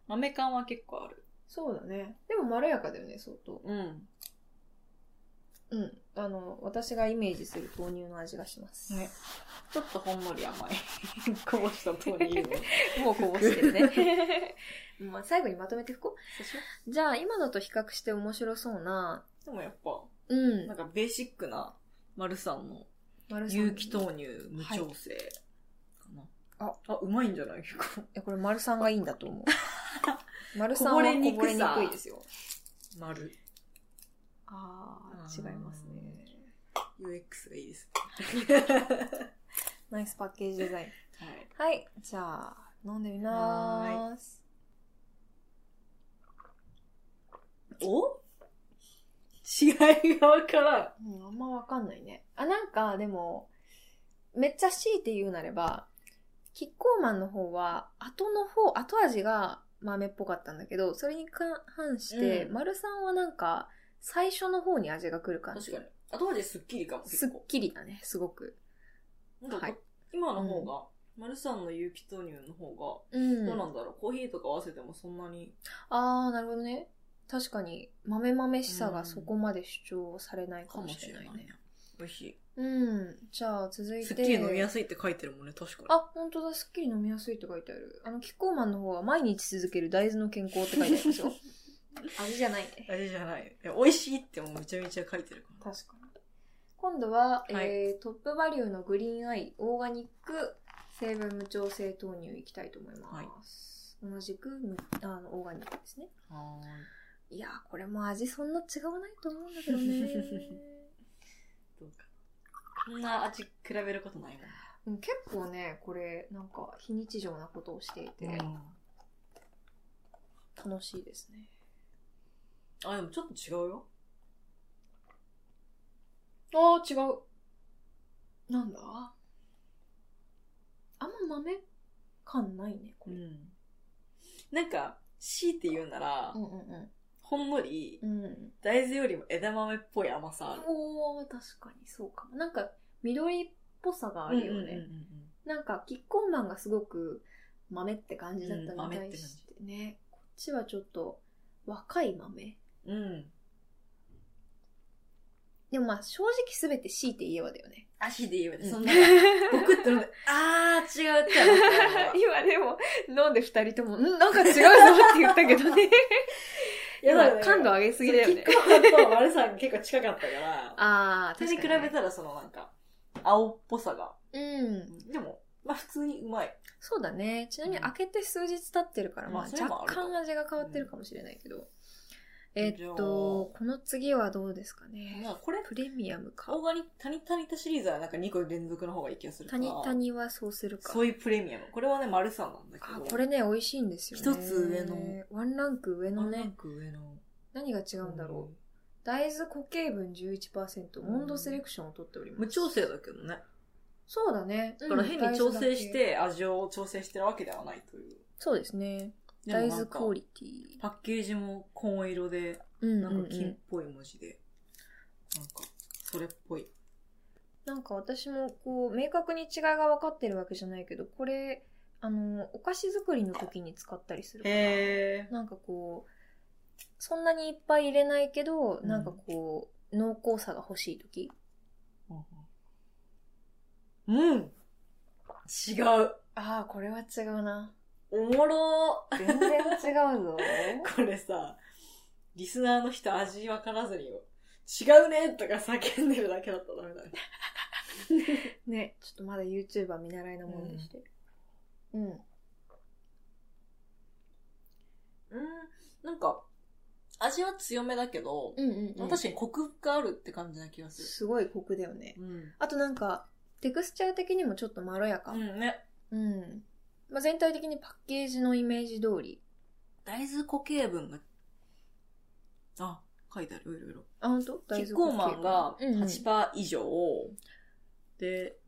Speaker 2: 豆感は結構ある。
Speaker 1: そうだねでもまろやかだよね相当
Speaker 2: うん。
Speaker 1: うんあの私がイメージする豆乳の味がします、
Speaker 2: ねちょっとほんのり甘い。 *laughs* こぼした
Speaker 1: *laughs*
Speaker 2: 豆乳を。
Speaker 1: もうこぼしてるね *laughs* まあ最後にまとめていこうじゃあ今のと比較して面白そうな
Speaker 2: でもやっぱ、
Speaker 1: うん
Speaker 2: なんかベーシックな丸さんの
Speaker 1: マルサン
Speaker 2: 有機豆乳無調整かな。
Speaker 1: はい
Speaker 2: あ、うまいんじゃない *laughs* 結構。
Speaker 1: いやこれ丸さんがいいんだと *laughs* 思う丸さんはこぼ
Speaker 2: こぼれ
Speaker 1: れ
Speaker 2: に
Speaker 1: に
Speaker 2: くさ
Speaker 1: くいですよ
Speaker 2: 丸。
Speaker 1: あ
Speaker 2: あ
Speaker 1: 違
Speaker 2: ー
Speaker 1: いますね
Speaker 2: UX がいいです。
Speaker 1: ナイスパッケージデザイン
Speaker 2: はい。
Speaker 1: はいじゃあ飲んでみまーす
Speaker 2: お違いがわからん。
Speaker 1: うん、あんまわかんないね。あ、なんか、でも、めっちゃ強いて言うなれば、キッコーマンの方は、後の方、後味が豆っぽかったんだけど、それに関して、
Speaker 2: うん
Speaker 1: 丸さんはなんか、最初の方に味が来る感じ。
Speaker 2: 確かに。後味すっきりかも、
Speaker 1: す
Speaker 2: 結
Speaker 1: っ
Speaker 2: 構。
Speaker 1: きりだね、すごく。
Speaker 2: なんかこ、
Speaker 1: はい
Speaker 2: 今の方が、マルサンの有機豆乳の方
Speaker 1: う。
Speaker 2: が、どうんなんだろう、コーヒーとか合わせてもそんなに、
Speaker 1: あー、なるほどね。確かに、豆々しさがそこまで主張されないか
Speaker 2: か
Speaker 1: も
Speaker 2: も
Speaker 1: し
Speaker 2: し
Speaker 1: れ
Speaker 2: れ
Speaker 1: な
Speaker 2: ない
Speaker 1: ね
Speaker 2: いね。。美味し
Speaker 1: うん。じゃあ、続い
Speaker 2: い。
Speaker 1: て。
Speaker 2: すっきり飲みやすいって書いてるもんね、確かに。
Speaker 1: あ、本当だ、すっきり飲みやすいって書いてある。あの、キッコーマンの方は毎日続ける大豆の健康って書いてあるで *laughs*
Speaker 2: *laughs*
Speaker 1: しょ。味じゃないね。
Speaker 2: あれじゃない。いや美味しいってもうめちゃめちゃ書いてるから。
Speaker 1: 確かに。今度は、
Speaker 2: い
Speaker 1: えートップバリューのグリーンアイ、オーガニック、成分無調整豆乳いきたいと思います。同じく、むあの、オーガニックですね。
Speaker 2: はい
Speaker 1: やー、これも味そんな違わないと思うんだけど *laughs* ね。
Speaker 2: どうか。こんな味比べることないもんね。
Speaker 1: うん結構ね、これ、なんか、非日常なことをしていて、楽しいですね。
Speaker 2: あ、でもちょっと違うよ。
Speaker 1: ああ、違う。なんだあんま豆感ないね、これ。
Speaker 2: ん。なんか、強いて言うなら、
Speaker 1: んうん
Speaker 2: ほんのり
Speaker 1: う、ん。うん。
Speaker 2: 大豆よりも枝豆っぽい甘さある。
Speaker 1: おー、確かにそうかも。なんか、緑っぽさがあるよね。
Speaker 2: うんうんうんうん
Speaker 1: なんか、キッコーマンがすごく豆って感じだったのに対してね、こっちはちょっと若い豆。
Speaker 2: うん。
Speaker 1: でもまあ、正直すべて強いて言えばだよ *laughs* ね。
Speaker 2: 足で言えばね、そん
Speaker 1: 今
Speaker 2: な、ボクッと飲んで、あー、違うってなった。
Speaker 1: でも、飲んで二人とも、んなんか違うぞって言ったけど *laughs* ね。いや、だから感度上げすぎだよね。
Speaker 2: キッコーマンと悪さが結構近かったから、
Speaker 1: ああ、
Speaker 2: それに比
Speaker 1: ね
Speaker 2: べたらそのなんか、青っぽさが。
Speaker 1: うん。
Speaker 2: でも、まあ普通にうまい。
Speaker 1: そうだね。ちなみに
Speaker 2: うん
Speaker 1: 開けて数日経ってるから、ま
Speaker 2: まあそ
Speaker 1: あ
Speaker 2: れもあ
Speaker 1: 若
Speaker 2: るか
Speaker 1: 干味が変わってるかもしれないけど。え
Speaker 2: じゃ
Speaker 1: っ
Speaker 2: あ
Speaker 1: と、この次はどうですかね。
Speaker 2: まあこれ、
Speaker 1: プレミアムか
Speaker 2: オ。ーガニック、タニタニタシリーズはなんか2個連続の方がいい気がするか
Speaker 1: タ
Speaker 2: ら。
Speaker 1: ニタニはそうするか
Speaker 2: そ。ういうプレミアム。これはね、マルサンなんだけ
Speaker 1: あ
Speaker 2: ど。、
Speaker 1: これね、美味しいんですよね。
Speaker 2: 一つ上の。
Speaker 1: ワンランク上
Speaker 2: あ、
Speaker 1: の
Speaker 2: な
Speaker 1: ね
Speaker 2: ん。か上の。
Speaker 1: 何が違うんだろう。大豆固形分11%、モンドセレクションを取っております。
Speaker 2: 無調整だけどね。
Speaker 1: そうだね。
Speaker 2: だから変
Speaker 1: うん
Speaker 2: に調整
Speaker 1: 大豆だけ
Speaker 2: し。て味を調整してるわけではないという。
Speaker 1: そうですね。
Speaker 2: でもな
Speaker 1: 大
Speaker 2: んか
Speaker 1: 豆クオリティ。
Speaker 2: パッケージも紺色で、
Speaker 1: うん
Speaker 2: な
Speaker 1: うんん
Speaker 2: か
Speaker 1: う
Speaker 2: 金っ
Speaker 1: ん。
Speaker 2: ぽい文字で、なんか、それっぽい。
Speaker 1: なんか私もこう明確に違いが分かってるわけじゃないけどこれあのお菓子作りの時に使ったりするから、
Speaker 2: へ
Speaker 1: なんかこうそんなにいっぱい入れないけど、
Speaker 2: ん
Speaker 1: なんかこう濃厚さが欲しい時
Speaker 2: ー。うん違う
Speaker 1: ああこれは違うな
Speaker 2: おもろー
Speaker 1: 全然違う *laughs* ぞ
Speaker 2: *laughs* これさ、リスナーの人味わからずによ。違うねとか叫んでるだけだったらダメだね。
Speaker 1: ねちょっとまだ YouTuber 見習いなもんでしてうん、
Speaker 2: うん、なんか、味は強めだけど、
Speaker 1: うん、うんうん
Speaker 2: 確かにコクがあるって感じな気がする。
Speaker 1: すごいコクだよね
Speaker 2: うん。
Speaker 1: あとなんかテクスチャー的にもちょっとまろやか
Speaker 2: うんね。
Speaker 1: うん、まあ、全体的にパッケージのイメージ通り
Speaker 2: 大豆固形分が、あ、書いてあるよいろいろ。
Speaker 1: あ、本当
Speaker 2: キッコーマンが
Speaker 1: うんうん
Speaker 2: 8%以上、で、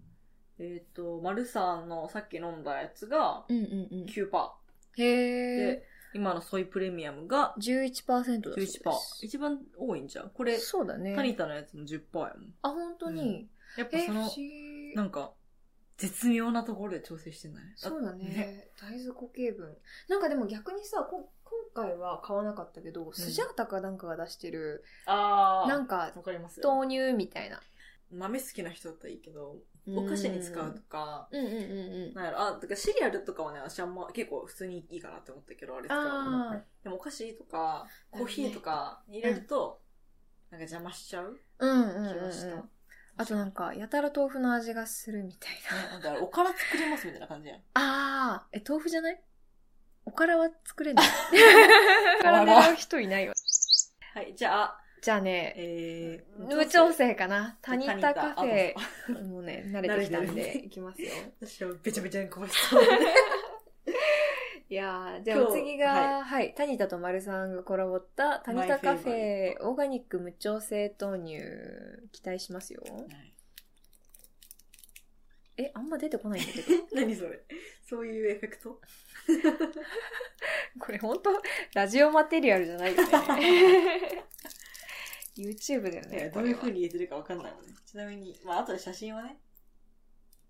Speaker 2: えっ、と、マルサンのさっき飲んだやつが
Speaker 1: うんうんうん。
Speaker 2: 9%。
Speaker 1: へえ。
Speaker 2: で、今のソイプレミアムが
Speaker 1: 11%だそうです
Speaker 2: 11%。一番多いんじゃんこれ、
Speaker 1: そうだね。
Speaker 2: タニタのやつも10%やもん。
Speaker 1: あ、本当に。
Speaker 2: やっぱ
Speaker 1: え、
Speaker 2: そ
Speaker 1: 不
Speaker 2: の
Speaker 1: 思、議
Speaker 2: なんか、絶妙なところで調整してない
Speaker 1: そうだ
Speaker 2: あ
Speaker 1: ね。大豆固形分。なんかでも逆にさ、こ今回は買わなかったけど、スジャータかなんかが出してる、
Speaker 2: あー。
Speaker 1: なんか
Speaker 2: わかりますよ
Speaker 1: 豆乳みたいな。
Speaker 2: 豆好きな人だったらいいけど、お菓子に使うとか、
Speaker 1: うんうんうん
Speaker 2: なんやろ、あ、だからシリアルとかはね、私あんま結構普通にいいかなって思ったけど、あれ
Speaker 1: うん。
Speaker 2: 使うの
Speaker 1: あ
Speaker 2: でもお菓子とか、コーヒーとかに入れると、なんか邪魔しちゃう
Speaker 1: あ。うんうん
Speaker 2: 気
Speaker 1: うんう
Speaker 2: がした。
Speaker 1: ん。あとなんか、やたら豆腐の味がするみたい
Speaker 2: ね
Speaker 1: な。
Speaker 2: なんかあれおから作れますみたいな感じやん。
Speaker 1: ああ、え、豆腐じゃないおからは作れない。 *laughs* おから
Speaker 2: ら
Speaker 1: 狙う人いないわ。
Speaker 2: はい、じゃあ、
Speaker 1: じゃあね、
Speaker 2: えー、
Speaker 1: 無調整かな。タニタカフェ
Speaker 2: あ。どうぞ
Speaker 1: もうね、 *laughs* 慣れてきたん
Speaker 2: 慣れ
Speaker 1: で、
Speaker 2: てる
Speaker 1: いきますよ。
Speaker 2: 私はべちゃべちゃにこぼし *laughs* そう。
Speaker 1: いやー、じゃあお次が、
Speaker 2: 今
Speaker 1: はい、タニタと丸さんがコラボった、タニタカフ
Speaker 2: マイフェイバリ
Speaker 1: ェ
Speaker 2: ッ、
Speaker 1: オーガニック無調整豆乳、期待しますよ。え、あんま出てこないんだけど。
Speaker 2: *laughs* 何それそういうエフェクト
Speaker 1: これ本当ラジオマテリアルじゃ
Speaker 2: *laughs*
Speaker 1: ないよね。YouTube だよ
Speaker 2: いや
Speaker 1: ね。
Speaker 2: どういう風
Speaker 1: に
Speaker 2: に入れてるかわかんないもんね。 *laughs* ちなみに、まあ、あとで写真はね、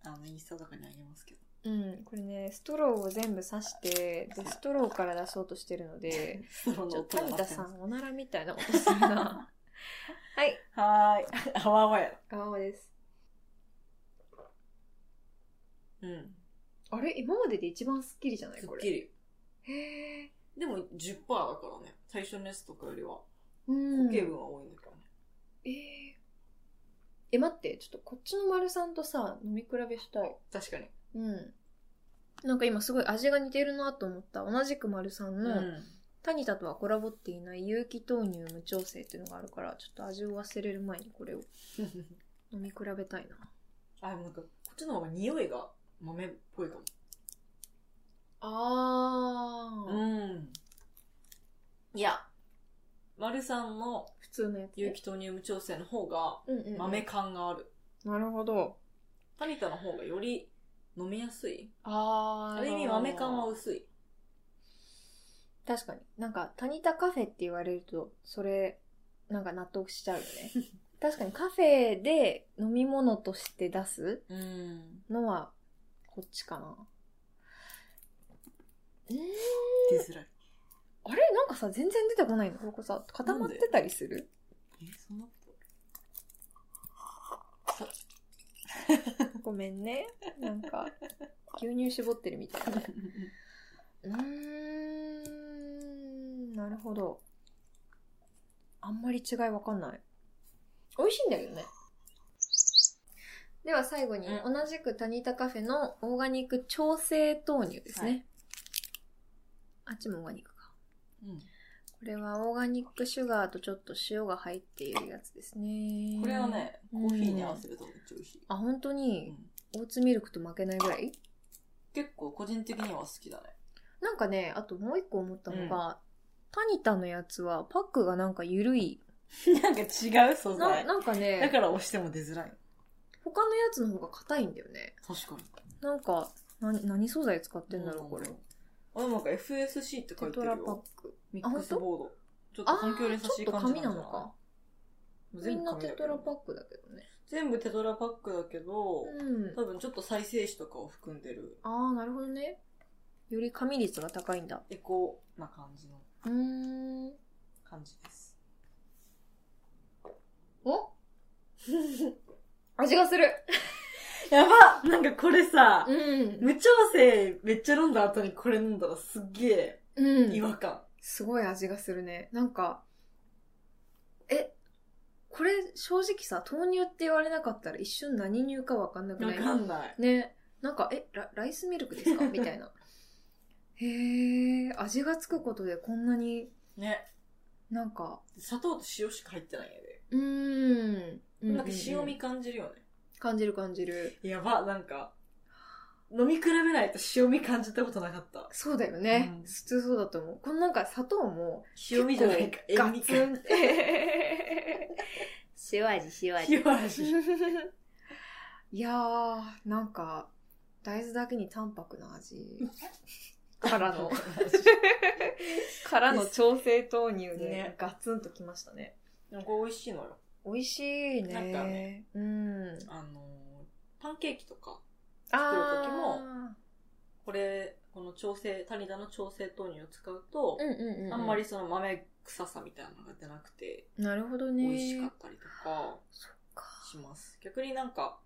Speaker 2: あの、インスタとかにあげますけど。
Speaker 1: うん、これね、ストローを全部刺して、で、ストローから出そうとしてるの
Speaker 2: *laughs*
Speaker 1: で、
Speaker 2: そ
Speaker 1: ち
Speaker 2: の
Speaker 1: ょっ
Speaker 2: 音
Speaker 1: と、タ
Speaker 2: が
Speaker 1: ニタ
Speaker 2: 鳴ってます
Speaker 1: さん、おならみたいな音する
Speaker 2: *laughs*
Speaker 1: な。はい、
Speaker 2: は *laughs* ーい。あわわや。
Speaker 1: あわです。
Speaker 2: うん。
Speaker 1: あれ今までで一番スッキリじゃない
Speaker 2: す
Speaker 1: こ
Speaker 2: っ
Speaker 1: れ。
Speaker 2: きり。
Speaker 1: へえ。
Speaker 2: でも10%だからね。最初のやつとかよりは、
Speaker 1: うん。
Speaker 2: 固形分は多いんだけどね。
Speaker 1: えーえ、待って、ちょっとこっちの丸さんとさ、飲み比べしたい。
Speaker 2: 確かに。
Speaker 1: うん。なんか今すごい味が似てるなと思った。同じく丸さん
Speaker 2: う
Speaker 1: の、タニタとはコラボっていない有機豆乳無調整っていうのがあるから、ちょっと味を忘れる前にこれを
Speaker 2: ん。
Speaker 1: 飲み比べたいな。
Speaker 2: *laughs* あ、でもなんか、こっちの方が匂いが豆っぽいかも。
Speaker 1: あー。
Speaker 2: うん。いや、丸さんの
Speaker 1: 普通のやつ、
Speaker 2: 有機豆乳無調整の方が
Speaker 1: うんうんうん、
Speaker 2: 豆感がある。
Speaker 1: なるほど。
Speaker 2: タニタの方がより飲みやすい。
Speaker 1: あ
Speaker 2: あ
Speaker 1: ー。
Speaker 2: る意味豆感は薄い。
Speaker 1: 確かに。なんか、タニタカフェって言われると、それ、なんか納得しちゃうよね。 *laughs* 確かにカフェで飲み物として出す
Speaker 2: うん。
Speaker 1: のは、こっちかな。うーん。
Speaker 2: 出づらい。
Speaker 1: あれなんかさ、全然出てこないのここさ、固まってたりする
Speaker 2: え、そんなこと
Speaker 1: ごめんね。なん *laughs* か、牛乳絞ってるみたいな。うーん、なるほど。あんまり違いわかんない。美味しいんだけどね。では最後に、
Speaker 2: う
Speaker 1: 同じくタニタカフェのオーガニック調整豆乳ですね。あっちもオーガニックか。
Speaker 2: うん
Speaker 1: これはオーガニックシュガーとちょっと塩が入っているやつですね。
Speaker 2: これはね、
Speaker 1: うん
Speaker 2: コーヒーに合わせるとめっちゃ美味しい。
Speaker 1: あ、本当
Speaker 2: う
Speaker 1: に、
Speaker 2: ん
Speaker 1: オーツミルクと負けないぐらい
Speaker 2: 結構個人的には好きだね。
Speaker 1: なんかね、あともう一個思ったのが、タニタのやつはパックがなんか緩い。
Speaker 2: なんか違う素
Speaker 1: な
Speaker 2: 材。
Speaker 1: なんか
Speaker 2: だ
Speaker 1: ね、
Speaker 2: から押しても出づらい。
Speaker 1: 他のやつの方が硬いんだよね。
Speaker 2: 確かに。
Speaker 1: なんか、な何素材使ってんだろう、これ。テ
Speaker 2: あ、でもなんか FSC って書いて
Speaker 1: ト
Speaker 2: る
Speaker 1: ラパッ
Speaker 2: よ。
Speaker 1: ク。
Speaker 2: ミ
Speaker 1: あ
Speaker 2: ックス
Speaker 1: 本
Speaker 2: ボード。ちょっ
Speaker 1: あ
Speaker 2: と環境に優
Speaker 1: ー、
Speaker 2: し
Speaker 1: ちょっ
Speaker 2: い
Speaker 1: と
Speaker 2: 感じ
Speaker 1: 紙
Speaker 2: なん
Speaker 1: な
Speaker 2: じゃ
Speaker 1: の
Speaker 2: い
Speaker 1: か。み
Speaker 2: 全部
Speaker 1: んな
Speaker 2: 紙
Speaker 1: テ
Speaker 2: だけ
Speaker 1: ト
Speaker 2: ど
Speaker 1: ラパックだけどね。
Speaker 2: 全部テトラパックだけど、
Speaker 1: うん。
Speaker 2: 多分ちょっと再生紙とかを含んでる
Speaker 1: あー、なるほどね。より紙率が高いんだ。
Speaker 2: エコな感じの
Speaker 1: うーん。
Speaker 2: 感じです。
Speaker 1: お *laughs* 味がする
Speaker 2: やばなんかこれさ、
Speaker 1: うん。
Speaker 2: 無調整めっちゃ飲んだ後にこれ飲んだらすっげえ
Speaker 1: うん。
Speaker 2: 違和感。
Speaker 1: すごい味がするね。なんか、え、これ正直さ、豆乳って言われなかったら一瞬何乳かわかんなく
Speaker 2: わ
Speaker 1: ない
Speaker 2: かんない。
Speaker 1: ね。なんか、え、ラライスミルクです
Speaker 2: *laughs*
Speaker 1: かみたいな。へえ、味がつくことでこんなに
Speaker 2: ね。
Speaker 1: なんか、
Speaker 2: 砂糖と塩しか入ってないんやで。
Speaker 1: うーん。
Speaker 2: なんか塩味感じるよね。
Speaker 1: 感じる感じる。
Speaker 2: やば、なんか、飲み比べないと塩味感じたことなかった。
Speaker 1: そうだよね。
Speaker 2: うん
Speaker 1: 普通そうだと思う。このなんか砂糖も、
Speaker 2: 塩味じゃないか、 *laughs* 塩
Speaker 1: ガ
Speaker 2: 味か。
Speaker 1: ツン *laughs* って。塩味、塩
Speaker 2: 塩味。
Speaker 1: *laughs* いやー、なんか、大豆だけに淡白な
Speaker 2: *laughs*
Speaker 1: 味。からの、からの調整豆乳で
Speaker 2: ね
Speaker 1: ガツンときましたね。
Speaker 2: なんか美味しいのよ。
Speaker 1: 美味しいね。
Speaker 2: なんかね
Speaker 1: うん。
Speaker 2: あのー、パンケーキとか、
Speaker 1: あー
Speaker 2: 時もこれ、この調整、タニダの調整豆乳を使うと、
Speaker 1: うんうんうん。
Speaker 2: あんまり。その豆臭さみたいなのが出なくて、
Speaker 1: なるほどね。
Speaker 2: 美味しかったりとか
Speaker 1: そっか。
Speaker 2: します。逆になんか、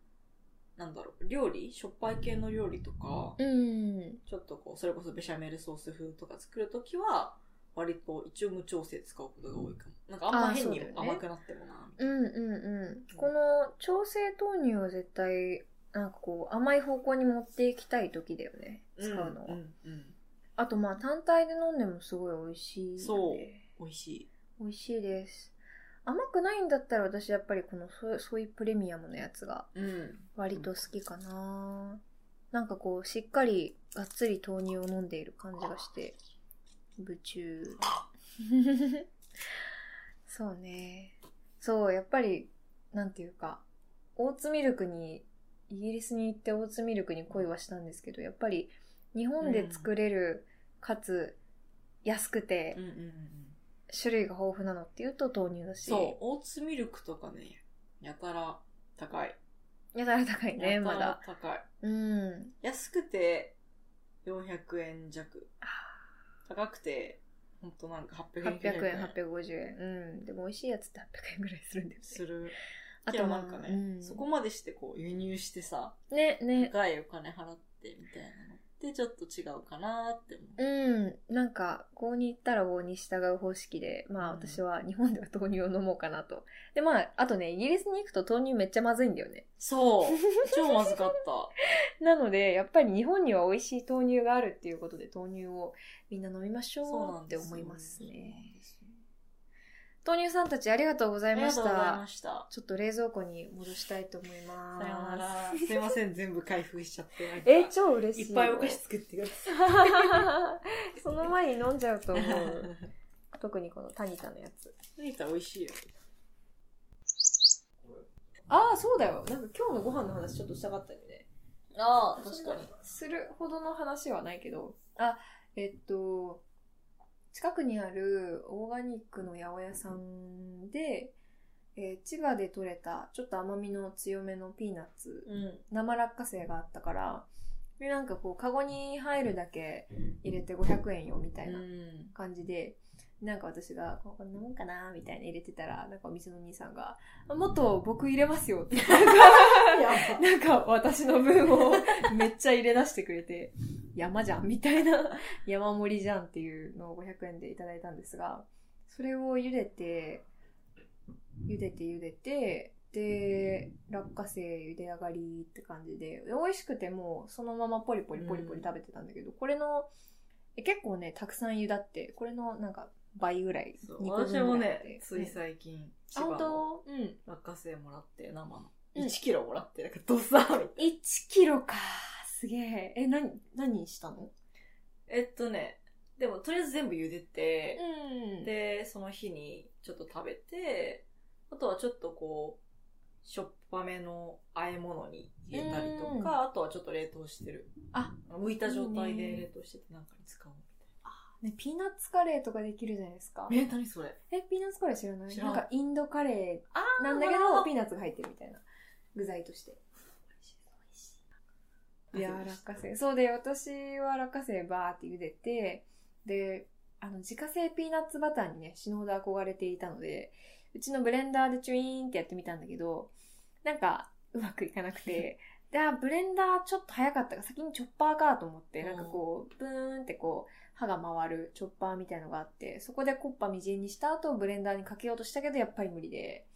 Speaker 2: なんだろう、料理しょっぱい系の料理とか、
Speaker 1: うん。
Speaker 2: ちょっとこう、それこそベシャメルソース風とか作るときは、割と一応無調整使うことが多いかも。なんかあん
Speaker 1: あ
Speaker 2: ま
Speaker 1: ー
Speaker 2: 変に
Speaker 1: そうだよね
Speaker 2: 甘くなってもな、みたい
Speaker 1: うんうんうん。この調整豆乳は絶対、なんかこう、甘い方向に持っていきたい時だよね。使う
Speaker 2: な。
Speaker 1: のは。
Speaker 2: んうん
Speaker 1: あとまあ単体で飲んでもすごい美味しいので。
Speaker 2: そう美味しい。
Speaker 1: 美味しいです。甘くないんだったら私やっぱりこのソイソイプレミアムのやつが
Speaker 2: うん。
Speaker 1: 割と好きかな、なんかこうしっかりがっつり豆乳を飲んでいる感じがして、部
Speaker 2: *laughs*
Speaker 1: 中。そうね。そう、やっぱり、なんていうか、オーツミルクに、イギリスに行ってオーツミルクに恋はしたんですけど、やっぱり日本で作れる、かつ安くて
Speaker 2: うんうんうん。
Speaker 1: 種類が豊富なのっていうと豆乳だし、
Speaker 2: そう、オーツミルクとかね、やたら高い。
Speaker 1: やたら高いね、
Speaker 2: や
Speaker 1: ま
Speaker 2: たら
Speaker 1: だ。
Speaker 2: 高い。
Speaker 1: うん。
Speaker 2: 安くて400円弱。高くて、ほんとなんか800円。
Speaker 1: 800円、850円。うん。でも美味しいやつって800円ぐらいするんだよね。
Speaker 2: する。
Speaker 1: あ
Speaker 2: あ
Speaker 1: と
Speaker 2: と
Speaker 1: まあ
Speaker 2: なんかね、
Speaker 1: うん
Speaker 2: そこまでしてこう輸入してさ、
Speaker 1: ね、ね。
Speaker 2: 高いお金払ってみたいなのってちょっと違うかなって思う。
Speaker 1: うん。なんか、郷に行ったら郷に従う方式で、まあ
Speaker 2: うん
Speaker 1: 私は日本では豆乳を飲もうかなと。で、まあ、あとね、イギリスに行くと豆乳めっちゃまずいんだよね。
Speaker 2: そう *laughs* 超まずかった。
Speaker 1: *laughs* なので、やっぱり日本には美味しい豆乳があるっていうことで、豆乳をみんな飲みまし
Speaker 2: *laughs* そう
Speaker 1: ょ
Speaker 2: な
Speaker 1: うんって
Speaker 2: ですよ
Speaker 1: 思いますね。。
Speaker 2: そう
Speaker 1: 豆乳さんたちありがとうござい
Speaker 2: なん
Speaker 1: ま
Speaker 2: で
Speaker 1: し
Speaker 2: すよありがとうござい
Speaker 1: た
Speaker 2: ま。した。
Speaker 1: ちょっと冷蔵庫に戻したいと思いま
Speaker 2: さ
Speaker 1: す。
Speaker 2: ようなら。すいません、全部開封しちゃって。なんか
Speaker 1: え、超嬉しい。
Speaker 2: いっぱいお菓子。作ってくださ
Speaker 1: *laughs*
Speaker 2: い。
Speaker 1: その前に飲んじゃうと思 *laughs* う。
Speaker 2: *laughs* う
Speaker 1: 特にこのタニタのやつ。
Speaker 2: ん。た美味しいよ。
Speaker 1: ああ、そうだよ。なんか今日のご飯の話ちょっとしたかったよね。
Speaker 2: あ
Speaker 1: するほどの話はないけど。あ、えっと、近くにあるオーガニックの八百屋さんで、えー千葉で採れたちょっと甘みの強めのピーナッツ、
Speaker 2: うん。
Speaker 1: 生落花生があったから、でなんかこう、カゴに入るだけ入れて500円よみたいな
Speaker 2: うん。
Speaker 1: 感じで、なんか私が、ここんなもんかなみたいな入れてたら、なんかお店の兄さんが、もっと僕入れますよって。なんか私の分をめっちゃ入れ出してくれて、 *laughs* 山じゃんみたいな、 *laughs* 山盛りじゃんっていうのを500円でいただいたんですが、それを茹でて、茹でて茹でて、で、落花生茹で上がりって感じで、で美味しくてもうそのままポリポリポリポリ食べてたんだけど、これの、え結構ね、たくさん茹だって、これのなんか倍ぐらい、
Speaker 2: そう
Speaker 1: 2個分ぐ
Speaker 2: 私
Speaker 1: らい
Speaker 2: も
Speaker 1: あって
Speaker 2: ね、つい最近、
Speaker 1: あ、
Speaker 2: 千葉
Speaker 1: 本
Speaker 2: の
Speaker 1: 当うん。
Speaker 2: 落花生もらって、生の。
Speaker 1: うん
Speaker 2: 1キロもらって、なんかドサーみたいな
Speaker 1: 1キロか。すげえ。え、なに、何したの
Speaker 2: えっとね、でもとりあえず全部茹でて、
Speaker 1: うんで、
Speaker 2: で、その日にちょっと食べて、あとはちょっとこう、しょっぱめの和え物に入れたりと
Speaker 1: うん
Speaker 2: か、あとはちょっと冷凍してる。
Speaker 1: あ、
Speaker 2: 浮いた状態で
Speaker 1: いいね
Speaker 2: 冷凍しててなんかに使おうみたいな。
Speaker 1: ね、ピーナッツカレーとかできるじゃないですか。
Speaker 2: え、何それ
Speaker 1: え、ピーナッツカレー知らない
Speaker 2: 知らん
Speaker 1: なんかインドカレ
Speaker 2: あ
Speaker 1: ーなんだけ
Speaker 2: なるほ
Speaker 1: ど、
Speaker 2: ど
Speaker 1: ピーナッツが入ってるみたいな。具材として。いやー、落花生。そうで、私は落花生バーって茹でて、で、あの、自家製ピーナッツバターにね、死ぬほど憧れていたので、うちのブレンダーでチュイーンってやってみたんだけど、なんか、うまくいかなく *laughs* て、で、あブレンダーちょっと早かったから、先にチョッパーかと思って、なんかこう、ブーンってこう、歯が回るチョッパーみたいのがあって、そこでコッパみじんにした後、ブレンダーにかけようとしたけど、やっぱり無理で、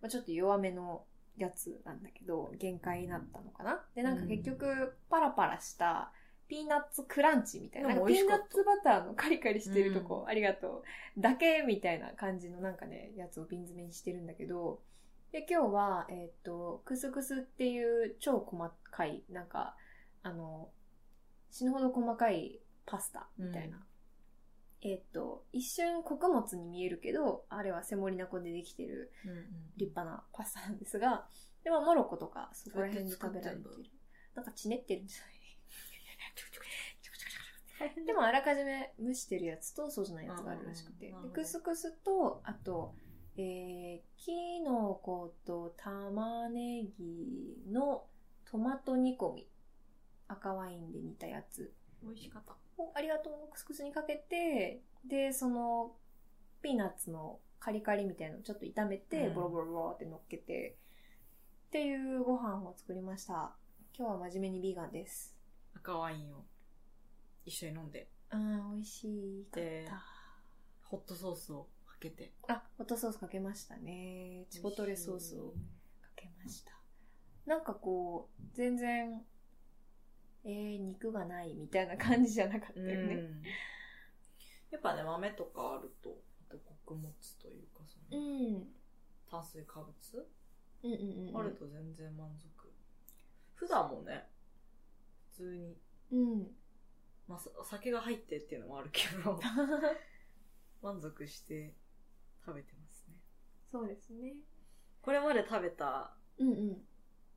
Speaker 1: まあ、ちょっと弱めのやつなんだけど、限界になったのかなで、なんか結局、パラパラした、ピーナッツクランチみたいな。
Speaker 2: で
Speaker 1: なん
Speaker 2: も
Speaker 1: か
Speaker 2: 美
Speaker 1: ピ
Speaker 2: 味
Speaker 1: ー
Speaker 2: し
Speaker 1: ナ
Speaker 2: か
Speaker 1: ッ
Speaker 2: った
Speaker 1: ツバターのカリカリしてるとこ、ありがとう。だけみたいな感じのなんかね、やつを瓶詰めにしてるんだけど、で、今日は、えーっと、クスクスっていう超細かい、なんか、あの、死ぬほど細かいパスタみたいな。えーっと、一瞬穀物に見えるけど、あれはセモリナ粉でできてる
Speaker 2: うんうん
Speaker 1: 立派なパスタなんですが、でもモロッコとかそこら辺で
Speaker 2: どう
Speaker 1: 食
Speaker 2: や
Speaker 1: べ
Speaker 2: って
Speaker 1: ら
Speaker 2: 作
Speaker 1: れ
Speaker 2: ってん
Speaker 1: て
Speaker 2: の
Speaker 1: るなんかちねってるんじゃないでもあらかじめ蒸してるやつとそうじゃないやつがあるらしくて、
Speaker 2: うんうんうん
Speaker 1: でクスクスとあとえー、きのこと玉ねぎのトマト煮込み赤ワインで煮たやつ
Speaker 2: 美味しかった。
Speaker 1: をありがとうのクスクスにかけてでそのピーナッツのカリカリみたいなのをちょっと炒めて、
Speaker 2: うん
Speaker 1: ボロボロボロって乗っけてっていうご飯を作りました今日は真面目にビーガンです
Speaker 2: 赤ワインを一緒に飲んで、
Speaker 1: あー美味しかっ
Speaker 2: で
Speaker 1: た
Speaker 2: ホットソースをかけて。
Speaker 1: あ、ホットソースかけましたね。チポトレソースをかけました。なんかこう、全然、えー、肉がないみたいな感じじゃなかった
Speaker 2: う
Speaker 1: よ
Speaker 2: ん。
Speaker 1: ね。
Speaker 2: やっぱね、豆とかあると、あと穀物というか、そ
Speaker 1: うん
Speaker 2: の、。炭水化物、
Speaker 1: うんうんうん。
Speaker 2: あると全然満足。普段もね、普通に、
Speaker 1: うん。
Speaker 2: まあ、さお酒が入ってっていうのもあるけ
Speaker 1: *laughs*
Speaker 2: ど、満足して食べてますね。
Speaker 1: そうですね。
Speaker 2: これまで食べた
Speaker 1: うんうん。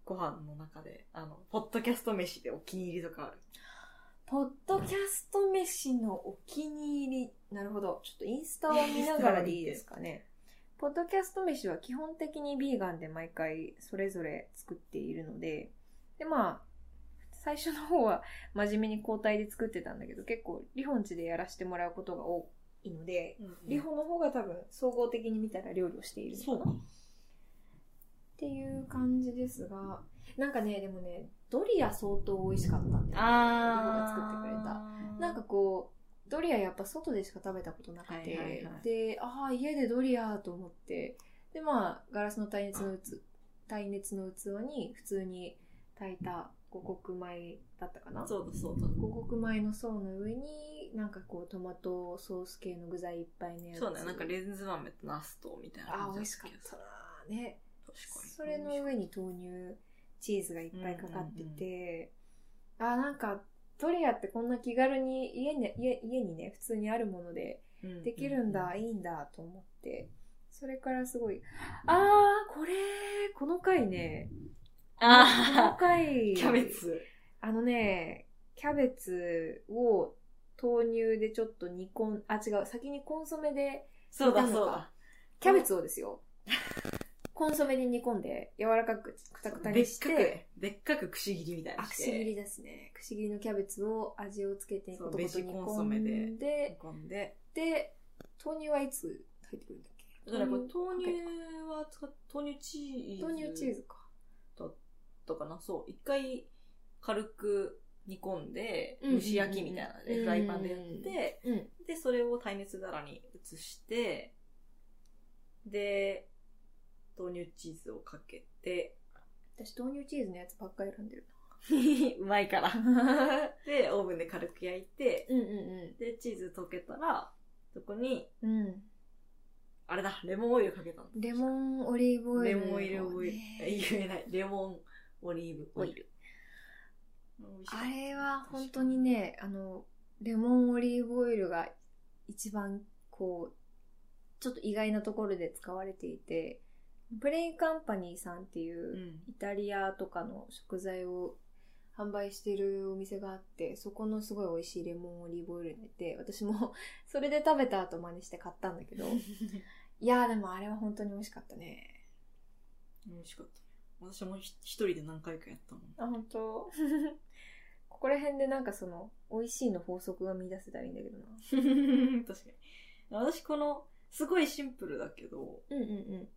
Speaker 2: ご飯の中で、あの、ポッドキャスト飯でお気に入りとかある。
Speaker 1: ポッドキャスト飯のお気に入り。なるほど。ちょっとインスタを見ながらでいいですかね。ポッドキャスト飯は基本的にビーガンで毎回それぞれ作っているので、で、まあ、最初の方は真面目に交代で作ってたんだけど、結構リホン家でやらせてもらうことが多いので、リホンの方が多分総合的に見たら料理をしているのか
Speaker 2: そう
Speaker 1: なっていう感じですが、なんかね、でもね、ドリア相当美味しかったんだよね。リホンが作ってくれた。なんかこうドリアやっぱ外でしか食べたことなくて、
Speaker 2: はいはいはい
Speaker 1: でああ家でドリアと思ってでまあガラスの耐熱の器耐熱の器に普通に炊いた五穀米だったかな
Speaker 2: そうだそうだ。
Speaker 1: 五穀米の層の上になんかこうトマトソース系の具材いっぱいのやつ
Speaker 2: そうだよ、なんかレンズ豆とナスとみたいな
Speaker 1: ああ美
Speaker 2: だ
Speaker 1: 味しかったなーね
Speaker 2: 確かに。
Speaker 1: それの上に豆乳チーズがいっぱいかかってて、あなんかドリアってこんな気軽に家に家家にね普通にあるもので
Speaker 2: うん
Speaker 1: できるんだ、
Speaker 2: う
Speaker 1: いいんだと思ってそれからすごいあーこれこの回ねこの
Speaker 2: あ
Speaker 1: 回
Speaker 2: ー *laughs* キャベツ。
Speaker 1: あのねキャベツを豆乳でちょっと煮込んあ違う先にコンソメで
Speaker 2: そうだ
Speaker 1: 見た
Speaker 2: そ
Speaker 1: の
Speaker 2: う
Speaker 1: か
Speaker 2: だ。
Speaker 1: キャベツをです
Speaker 2: *laughs*
Speaker 1: よコンソメで煮込んで柔らかくくたくたにして
Speaker 2: でっかく、でっかくくし切りみたい
Speaker 1: あ
Speaker 2: に
Speaker 1: く
Speaker 2: して。
Speaker 1: し切りですねくし切りのキャベツを味をつけて
Speaker 2: そ
Speaker 1: コ
Speaker 2: う
Speaker 1: トコト煮
Speaker 2: ベジコンソ
Speaker 1: 込
Speaker 2: メで
Speaker 1: んで
Speaker 2: 煮込んで。
Speaker 1: で豆乳はいつ入ってくるんだっけ
Speaker 2: だからこれ
Speaker 1: 豆
Speaker 2: 豆
Speaker 1: 乳
Speaker 2: 乳は使っ、豆乳チーズ。
Speaker 1: 豆乳チーズか
Speaker 2: だったかな。そう。一回軽く煮込んで、
Speaker 1: うんうんうん
Speaker 2: 蒸し焼きみたいなので、フライパンでやって、
Speaker 1: うん
Speaker 2: で、それを耐熱皿に移して、で、豆乳チーズをかけ
Speaker 1: *laughs*
Speaker 2: て、
Speaker 1: 私豆乳チーズのやつばっかり選んでる
Speaker 2: うまいから。
Speaker 1: な
Speaker 2: *laughs* で、オーブンで軽く焼いて、
Speaker 1: うんう
Speaker 2: で、チーズ溶けたら、そこに、
Speaker 1: んうんう
Speaker 2: あれだ、レモンオイルかけたの。
Speaker 1: んレモンオリーブオイ
Speaker 2: レ
Speaker 1: ル
Speaker 2: モンオイル
Speaker 1: を
Speaker 2: オイル
Speaker 1: ね。
Speaker 2: 言えない。レモンオリーブオイル。
Speaker 1: あれは本当にねあのレモンオリーブオイルが一番こうちょっと意外なところで使われていてプレインカンパニーさんっていう、
Speaker 2: 美味しか *laughs* っ
Speaker 1: イタリアとかの食材を販売してるお店があってそこのすごい美味しいレモンオリーブオイル入れて私も *laughs* それで食べた後真似して買ったんだけど
Speaker 2: た。
Speaker 1: いやーでもあれは本当に美味しかったね
Speaker 2: うん。美味しかった。私もひ一人で何回かやったもん。
Speaker 1: あ本当 *laughs* ここら辺でなんかその美味しいの法則が見出せたらいいんだけどな
Speaker 2: *laughs* 確かに。私この、すごいシンプルだけど、
Speaker 1: うんうん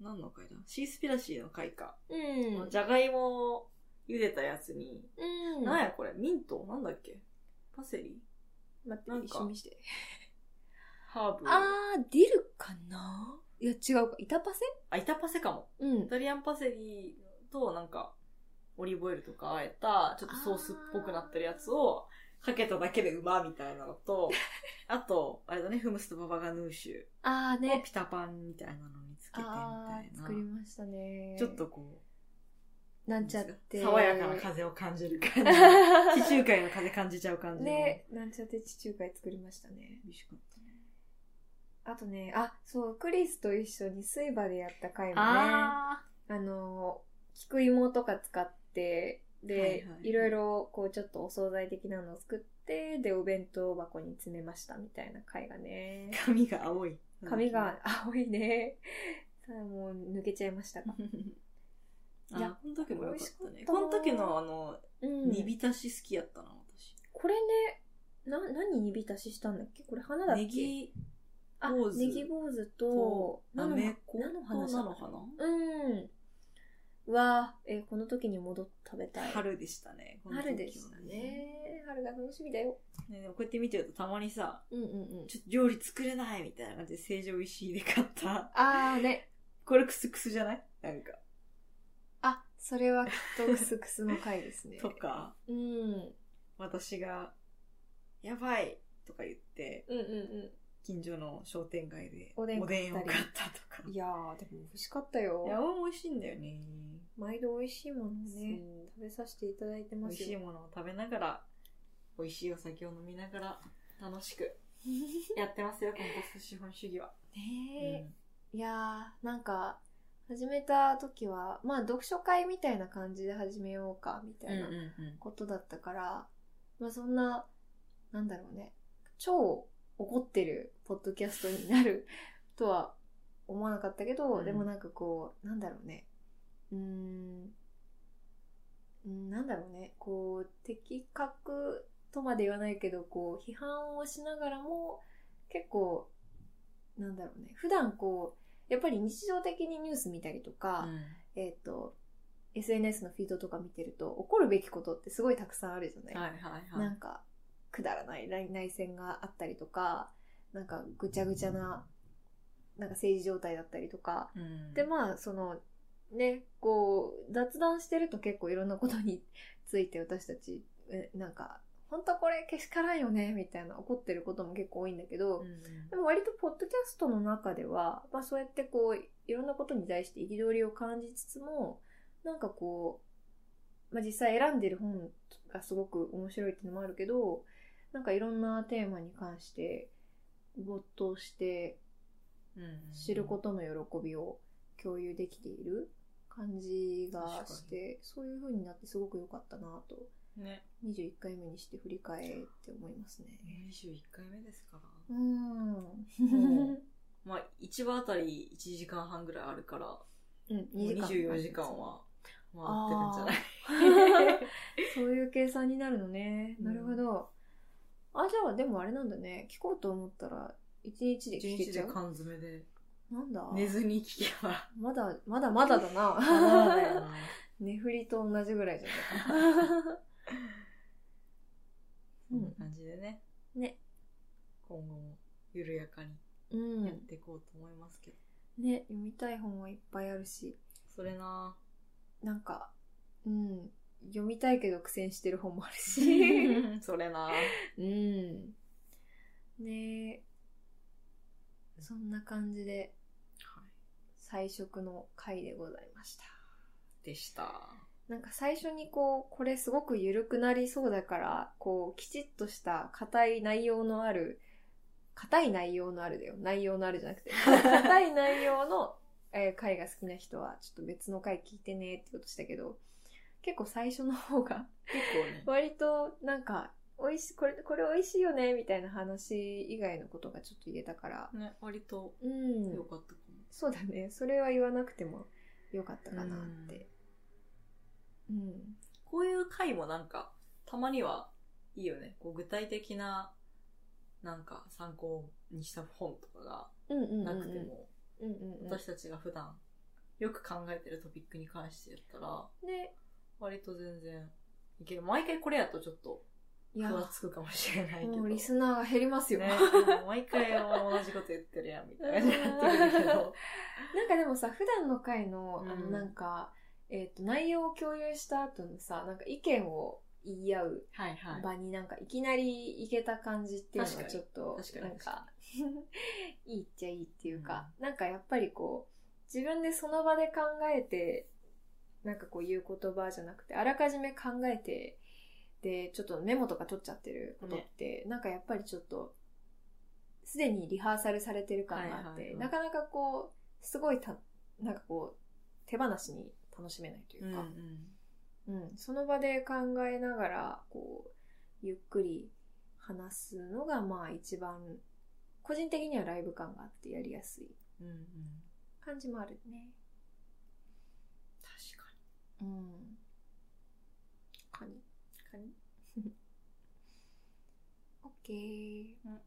Speaker 2: 何の回だシースピラシーの回か。
Speaker 1: うん
Speaker 2: じゃがいもを茹でたやつに、
Speaker 1: うん
Speaker 2: なんやこれミントなんだっけパセリ
Speaker 1: 待って
Speaker 2: なんか
Speaker 1: 一緒に見して
Speaker 2: ハーブ
Speaker 1: あーディルかないや違うか板パセ
Speaker 2: あ、イタパセかも。
Speaker 1: うん
Speaker 2: イタリアンパセリとなんか、オリーブオイルとかあえた、ちょっとソースっぽくなってるやつを、かけただけでうまみたいなの
Speaker 1: *laughs*
Speaker 2: と、あと、あれだね、フムスとババガヌーシ
Speaker 1: あー
Speaker 2: ュを
Speaker 1: ね
Speaker 2: ピタパンみたいなのにつけてみ
Speaker 1: あー
Speaker 2: た
Speaker 1: 作
Speaker 2: い
Speaker 1: り
Speaker 2: な。
Speaker 1: ましたね
Speaker 2: ちょっとこう、
Speaker 1: なんちゃって。
Speaker 2: 爽やかな風を感じる感
Speaker 1: *laughs*
Speaker 2: じ。地中海の風感じちゃう感じの。
Speaker 1: ね、なんちゃって地中海作りましたね。
Speaker 2: 美味しかったね。
Speaker 1: あとね、あ、そう、クリスと一緒に水場でやった回もね、あ
Speaker 2: あ
Speaker 1: の、菊芋とか使ってで、
Speaker 2: はい
Speaker 1: い
Speaker 2: はい
Speaker 1: ろいろこうちょっとお惣菜的なのを作ってでお弁当箱に詰めましたみたいな回がね
Speaker 2: 髪が青い。
Speaker 1: 髪
Speaker 2: *laughs*
Speaker 1: が青いねさあもう抜けちゃいましたが、いや
Speaker 2: あ、この時も良かった
Speaker 1: 美味しかっ
Speaker 2: ね。
Speaker 1: た
Speaker 2: こ
Speaker 1: な
Speaker 2: の時のあの、
Speaker 1: うん、
Speaker 2: 煮浸し好きやったな、私。
Speaker 1: これねな何に浸ししたんだっけこれ花だっけ
Speaker 2: ネギ
Speaker 1: あ
Speaker 2: 坊主
Speaker 1: ネギ坊主と
Speaker 2: と、なめこと
Speaker 1: 菜
Speaker 2: 菜
Speaker 1: の
Speaker 2: の
Speaker 1: 花
Speaker 2: 花
Speaker 1: じゃないうんうわあえーこの時に戻って食べたい
Speaker 2: 春でしたね。この時は
Speaker 1: 春でした。ね春が楽しみだよ
Speaker 2: ねでもこうやって見てるとたまにさ、
Speaker 1: うんうんうん
Speaker 2: ちょっと料理作れないみたいな感じで成城石井で買った。
Speaker 1: ああね
Speaker 2: これクスクスじゃないなんか。
Speaker 1: あそれはきっとクスクスの回です
Speaker 2: *laughs*
Speaker 1: ね
Speaker 2: とか、
Speaker 1: うん、うん
Speaker 2: 私が、やばいとか言って、
Speaker 1: うんう
Speaker 2: 近所の商店街で
Speaker 1: お
Speaker 2: お
Speaker 1: で
Speaker 2: で
Speaker 1: ん
Speaker 2: ん
Speaker 1: 買ったり
Speaker 2: を買ったとか。
Speaker 1: んいやーでも美味しかった
Speaker 2: いや、
Speaker 1: よ
Speaker 2: 美味しいんだよね。
Speaker 1: 毎度美味しいものね
Speaker 2: そう
Speaker 1: 食べさせていただいて
Speaker 2: 美
Speaker 1: ま
Speaker 2: 味
Speaker 1: す
Speaker 2: しい
Speaker 1: よ
Speaker 2: ものを食べながら、美味しいお酒を飲みながら、楽しくやってますよ、コンポスト資本主義は。
Speaker 1: *laughs* ねえ、
Speaker 2: うん
Speaker 1: いやーなんか始めた時はまあ読書会みたいな感じで始めようかみたいなことだったから、まあそんな、なんだろうね、超怒ってるポッドキャストにな
Speaker 2: *laughs*
Speaker 1: るとは思わなかったけど、
Speaker 2: うん
Speaker 1: でもなんかこう、なんだろうね、うーん、うんなんだろうね、こう、的確とまで言わないけど、こう、批判をしながらも、結構、なんだろうね、普段こう、やっぱり日常的にニュース見たりとか、えっ、と、SNS のフィードとか見てると、怒るべきことってすごいたくさんあるじゃない、
Speaker 2: はいはい
Speaker 1: な
Speaker 2: はい
Speaker 1: ん。か、くだらない内内戦があったりとか、なんかぐちゃぐちゃな、なんか政治状態だったりとか。
Speaker 2: うん
Speaker 1: で、まあ、その、ね、こう、雑談してると結構いろんなことに *laughs* ついて私たち、えなんか、本当これけしからんよね、みたいな怒ってることも結構多いんだけど、
Speaker 2: うん
Speaker 1: でも割とポッドキャストの中では、まあそうやってこう、いろんなことに対して憤りを感じつつも、なんかこう、まあ実際選んでる本がすごく面白いっていうのもあるけど、なんかいろんなテーマに関して没頭して
Speaker 2: うん
Speaker 1: 知ることの喜びを共有できている感じがして、そういう風になってすごく良かったなと、
Speaker 2: ね。
Speaker 1: 21回目にして振り返って思いますね。
Speaker 2: 21回目ですから。
Speaker 1: うーん。
Speaker 2: んまあ、1話あたり1時間半ぐらいあるから、も
Speaker 1: うん、
Speaker 2: う24時間は回ってるんじゃない
Speaker 1: *laughs* そういう計算になるのね。
Speaker 2: うん
Speaker 1: なるほど。あ、じゃあでもあれなんだね。聞こうと思ったら、一日で
Speaker 2: ?1
Speaker 1: 聞け
Speaker 2: 日
Speaker 1: ち
Speaker 2: で
Speaker 1: ゃう。
Speaker 2: 缶詰で
Speaker 1: なんだ
Speaker 2: 寝ずに聞
Speaker 1: *laughs*
Speaker 2: けば。
Speaker 1: まだ、まだまだだ
Speaker 2: まだよ
Speaker 1: な。
Speaker 2: な
Speaker 1: *laughs* 寝振りと同じぐらいじゃ
Speaker 2: *laughs* こんな感じでね、
Speaker 1: ない
Speaker 2: 今後も緩やかに
Speaker 1: うん。
Speaker 2: やっ
Speaker 1: う
Speaker 2: ていこうと思いますけど。
Speaker 1: ん。ね、読みたい本はいっぱいあるし、
Speaker 2: そ
Speaker 1: *laughs*
Speaker 2: れな
Speaker 1: なんか、うん。読みたいけど苦戦してる本もある
Speaker 2: *laughs*
Speaker 1: し。
Speaker 2: ぁそれなぁ
Speaker 1: うん。ねえ。そんな感じで、
Speaker 2: は
Speaker 1: 最食の回でございました。
Speaker 2: い。でした。
Speaker 1: なんか最初にこう、これすごく緩くなりそうだから、こう、きちっとした硬い内容のある、硬い内容のあるだよ。内容のあるじゃなくて。硬い内容の、えー回が好きな人は、ちょっと別の回聞いてねってことしたけど、結構最初の方が、
Speaker 2: 結構ね。
Speaker 1: 割となんか、美味しい、これ、これ美味しいよね、みたいな話以外のことがちょっと言えたから、
Speaker 2: ね、割と
Speaker 1: うん。
Speaker 2: 良かったかも。
Speaker 1: そうだね。それは言わなくてもよかったかなって。うん。
Speaker 2: こういう回もなんか、たまにはいいよね。こう具体的な、なんか参考にした本とか
Speaker 1: うんうんうんうん。
Speaker 2: がなくても、
Speaker 1: うんうんうん
Speaker 2: 私たちが普段よく考えてるトピックに関してやったら、
Speaker 1: ね。
Speaker 2: 割と全然いける。毎回これやとちょっと、
Speaker 1: い
Speaker 2: ふ
Speaker 1: や、
Speaker 2: わつくかもしれないけど。
Speaker 1: もうリスナーが減りますよ。
Speaker 2: ね、毎回同じこと言ってるやんみたいな感じになってくるけど。
Speaker 1: *laughs* なんかでもさ、普段の回の、あの、
Speaker 2: うん
Speaker 1: なんか、えっ、と、内容を共有した後のさ、なんか意見を言い合う
Speaker 2: はいはい。
Speaker 1: 場になんか、いきなりいけた感じっていうのは
Speaker 2: 確かに
Speaker 1: ちょっと
Speaker 2: 確か、に
Speaker 1: なん
Speaker 2: *laughs*
Speaker 1: か、いいっちゃいいっていうか、なんかやっぱりこう、自分でその場で考えて、なんかこう言う言葉じゃなくて、あらかじめ考えて、で、ちょっとメモとか取っちゃってることって、なんかやっぱりちょっと、すでにリハーサルされてる感があって、
Speaker 2: はいはいはい
Speaker 1: なかなかこう、すごいた、なんかこう、手放しに楽しめないとい
Speaker 2: うん
Speaker 1: うか、うん、その場で考えながらこうゆっくり話すのがまあ一番個人的にはライブ感があってやりやすい
Speaker 2: うんうん
Speaker 1: 感じもあるね。
Speaker 2: 確かに
Speaker 1: うん。カニカ *laughs* ニオッケー
Speaker 2: うん。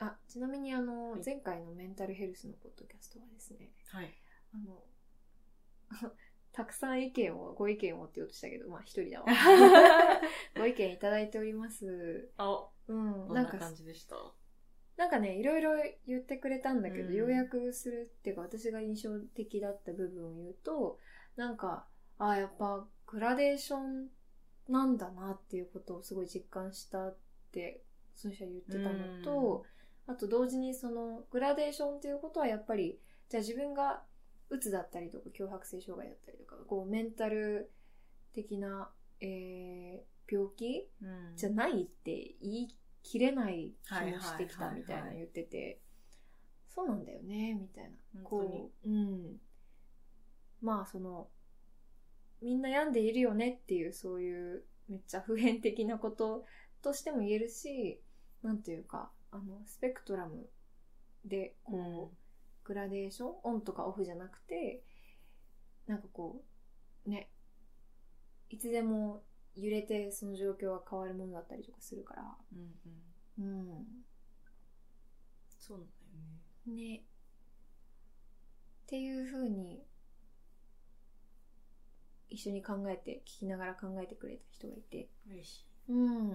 Speaker 1: あちなみにあの、
Speaker 2: はい
Speaker 1: 前回のメンタルヘルスのポッドキャストはですね
Speaker 2: はい
Speaker 1: あの *laughs* たくさん意見をご意見をって言おうとしたけどまあ一人だわ *laughs* ご意見いただいております
Speaker 2: あ
Speaker 1: うん
Speaker 2: どん
Speaker 1: な
Speaker 2: なん
Speaker 1: か
Speaker 2: 感じでした
Speaker 1: なんかねいろいろ言ってくれたんだけど、
Speaker 2: うん
Speaker 1: 要約するっていうか私が印象的だった部分を言うとなんかああやっぱグラデーションなんだなっていうことをすごい実感したってその人は言ってたのと、あと同時にそのグラデーションっていうことはやっぱりじゃあ自分がうつだったりとか強迫性障害だったりとかこうメンタル的な、えー病気
Speaker 2: うん
Speaker 1: じゃないって言い切れない気
Speaker 2: はいはい
Speaker 1: もしてきたみたいな言ってて、そうなんだよね、みたいな。
Speaker 2: 本当に
Speaker 1: こう、うん。まあ、その、みんな病んでいるよねっていう、そういうめっちゃ普遍的なこととしても言えるし、なんていうか、あの、スペクトラムで、こう、グラデーションオンとかオフじゃなくてなんかこうねいつでも揺れてその状況は変わるものだったりとかするから
Speaker 2: うんうん
Speaker 1: うん
Speaker 2: そうなんだよね
Speaker 1: ねっていう風に一緒に考えて聞きながら考えてくれた人がいて
Speaker 2: 嬉しい
Speaker 1: うん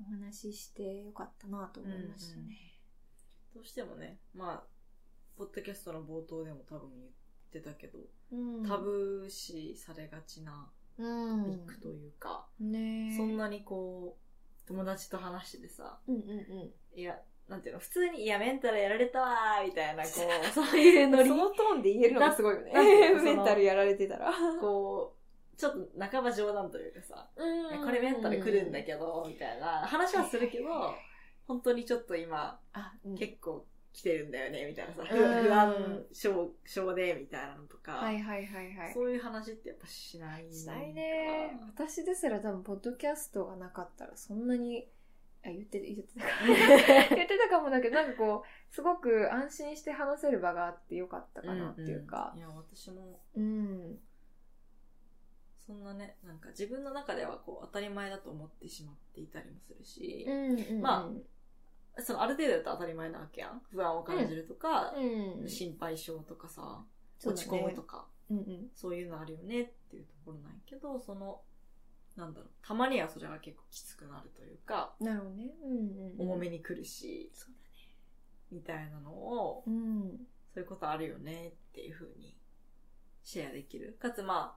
Speaker 1: お話ししてよかったなと思いましたね、
Speaker 2: どうしてもねまあポッドキャストの冒頭でも多分言ってたけど、
Speaker 1: うん
Speaker 2: タブー視されがちな
Speaker 1: うん
Speaker 2: ビッグというか、
Speaker 1: ね
Speaker 2: そんなにこう友達と話しててさ
Speaker 1: うんうんうん
Speaker 2: いやなんていうの普通に「いやメンタルやられたわ」みたいなこ
Speaker 1: *laughs*
Speaker 2: うそういうノリ
Speaker 1: そのトーンで言えるのがすごいよね
Speaker 2: だってそ
Speaker 1: *laughs*
Speaker 2: の。
Speaker 1: メンタルやられてたら。
Speaker 2: こうちょっと半ば冗談というかさ「いやこれメンタル来るんだけど」みたいな話はするけど本当にちょっと今
Speaker 1: あ、うん
Speaker 2: 結構来てるんだよねみたいなさ不
Speaker 1: うん
Speaker 2: 不安症症でみたいなのとか、
Speaker 1: はいはいはいはい。
Speaker 2: そういう話ってやっぱしないから
Speaker 1: しないね。
Speaker 2: *laughs*
Speaker 1: 私ですら多分、ポッドキャストがなかったらそんなに、あ、言って、言って *laughs* たか言ってたかもだけど、なんかこう、すごく安心して話せる場があってよかったかなっていうか
Speaker 2: ん。いや私も
Speaker 1: うん。
Speaker 2: そんなねなんか自分の中ではこう当たり前だと思ってしまっていたりもするし
Speaker 1: う、んうん。
Speaker 2: まそのある程度だと当たり前なわけやん不安を感じるとか
Speaker 1: あ、、うん。
Speaker 2: 心配性とかさ
Speaker 1: そうだ
Speaker 2: 落
Speaker 1: ね
Speaker 2: ち込むとか
Speaker 1: うんうん。
Speaker 2: そう,、いうのあるよねっていうところなんやけどそのなんだろうたまにはそれが結構きつくなるというか、
Speaker 1: なるほどね。うんうん。
Speaker 2: 重め。に来るし
Speaker 1: そうだね。
Speaker 2: みたいなのを
Speaker 1: うん。
Speaker 2: そういうことあるよねっていうふうにシェアできる。かつまあ、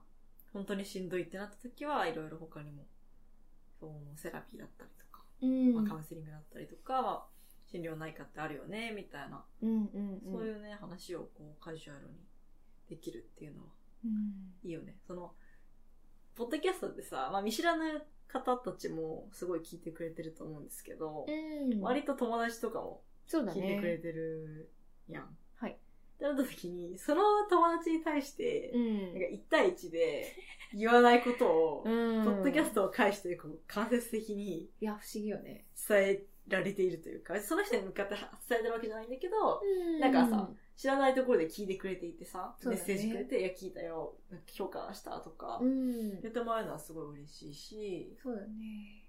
Speaker 2: 本当にしんどいってなった時はいろいろ他にも、訪問セラピーだったりとか、
Speaker 1: うん。
Speaker 2: まあ、カウンセリングだったりとか、まあ心療内科ってあるよね、みたいな、
Speaker 1: うんうんうん。
Speaker 2: そういうね、話をこうカジュアルにできるっていうのは
Speaker 1: うん。
Speaker 2: いいよね。その、ポッドキャストってさ、まあ見知らぬ方たちもすごい聞いてくれてると思うんですけど、
Speaker 1: うん。
Speaker 2: 割と友達とかも
Speaker 1: そうだ
Speaker 2: 聞いてくれ
Speaker 1: ね。
Speaker 2: てるやん。
Speaker 1: はい。
Speaker 2: ってなった時に、その友達に対して、
Speaker 1: ん
Speaker 2: なんか1対1で言わないことを、
Speaker 1: うん
Speaker 2: ポッドキャストを介してこう間接的に
Speaker 1: いや、不思議よね。
Speaker 2: 伝えられているというか、その人に向かって伝えてるわけじゃないんだけど、なんかさ、知らないところで聞いてくれていてさ、
Speaker 1: そう
Speaker 2: メ
Speaker 1: だ
Speaker 2: ッ
Speaker 1: ね
Speaker 2: セージくれて、いや、聞いたよ、なんか評価したとか、
Speaker 1: うん。
Speaker 2: 言ってもらうのはすごい嬉しいし、
Speaker 1: そうだね。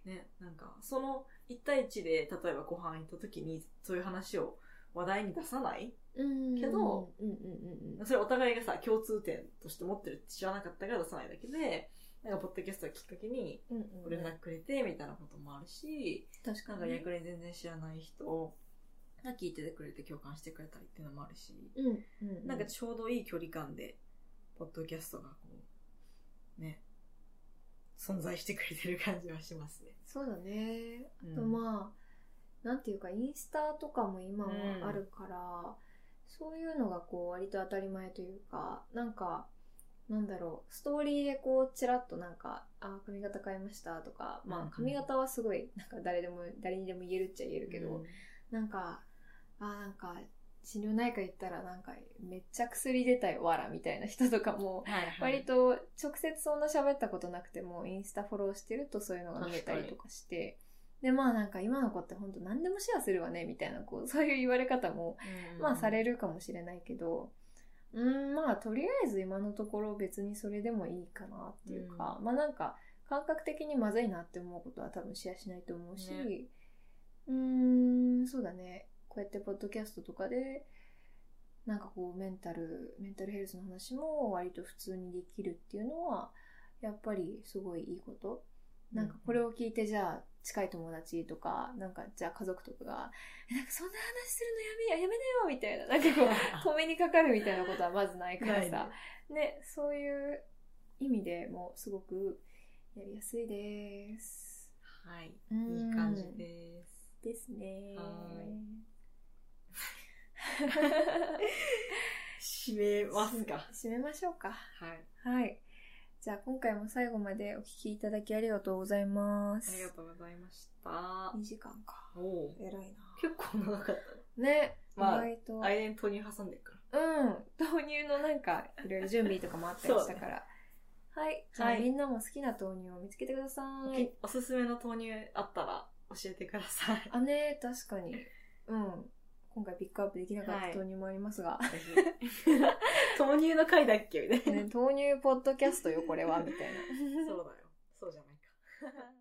Speaker 2: ね、なんか、その1対1で、例えばご飯行った時に、そういう話を話題に出さない
Speaker 1: うん
Speaker 2: けど、
Speaker 1: うんうんうんうん。
Speaker 2: それお互いがさ、共通点として持ってるって知らなかったから出さないだけで、なんか、ポッドキャストをきっかけに、
Speaker 1: うん
Speaker 2: ご連絡くれて、みたいなこともあるし、
Speaker 1: 確
Speaker 2: な
Speaker 1: か
Speaker 2: んか
Speaker 1: に。
Speaker 2: 逆に全然知らない人が聞いててくれて共感してくれたりっていうのもあるし、
Speaker 1: うんうん。
Speaker 2: なんかちょうどいい距離感で、ポッドキャストがこう、ね、存在してくれてる感じはしますね。
Speaker 1: そうだね。
Speaker 2: うん
Speaker 1: あとまあ、なんていうか、インスタとかも今はあるから、そういうのがこう、割と当たり前というか、なんか、なんだろう、ストーリーでこう、ちらっとなんか、あー、髪型変えましたとか、
Speaker 2: うんう
Speaker 1: ま
Speaker 2: ん
Speaker 1: あ、髪型はすごい、なんか誰でも、誰にでも言えるっちゃ言えるけど、
Speaker 2: うん
Speaker 1: なんか、あーなんか、心療内科行ったらなんかめっちゃ薬出たよわらみたいな人とかも
Speaker 2: はいは
Speaker 1: 割
Speaker 2: い
Speaker 1: と直接そんな喋ったことなくてもインスタフォローしてるとそういうのが見えたりとかしてでまあなんか今の子って本当何でもシェアするわねみたいなこうそういう言われ方もまあされ
Speaker 2: る
Speaker 1: るかもしれないけどうんまあとりあえず今のところ別にそれでもいいかなっていうか、まあなんか感覚的にまずいなって思うことは多分シェアしないと思うし、
Speaker 2: ね
Speaker 1: うーんそうだねこうやってポッドキャストとかでなんかこうメンタルメンタルヘルスの話も割と普通にできるっていうのはやっぱりすごいいいことなんかこれを聞いてじゃあ近い友達とかなんかじゃあ家族とかが「えなんかそんな話するのやめやめなよ」みたいななんかこ
Speaker 2: *laughs*
Speaker 1: う止めにかかるみたいなことはまずないからさねそういう意味でもすごくやりやすいです。
Speaker 2: はいい
Speaker 1: い
Speaker 2: い感じです
Speaker 1: ですね。
Speaker 2: は締め *laughs* ますか
Speaker 1: 締めましょうか。
Speaker 2: はい
Speaker 1: はい。じゃあ今回も最後までお聞きいただきありがとうございま
Speaker 2: ありが
Speaker 1: す。
Speaker 2: とうございました
Speaker 1: 2時間か。
Speaker 2: おお
Speaker 1: 偉いな。
Speaker 2: 結構長かっ
Speaker 1: ね。
Speaker 2: まあ
Speaker 1: 意外と。
Speaker 2: た間に豆乳挟んでるから
Speaker 1: うん。豆乳のなんか、いろいろ準備とかもあったりしたから。はい。じゃあ、
Speaker 2: はい
Speaker 1: みんなも好きな豆乳を見つけてください。
Speaker 2: おすすめの豆乳あったら教えてください *laughs*
Speaker 1: あ、ね、確かに。うん。今回ピックアップできなかった
Speaker 2: はい
Speaker 1: 豆乳もありますが。
Speaker 2: 豆乳の回だっけみたいな *laughs*
Speaker 1: ね、豆乳ポッドキャストよ、これは、みたいな。
Speaker 2: そうだよそうじゃないか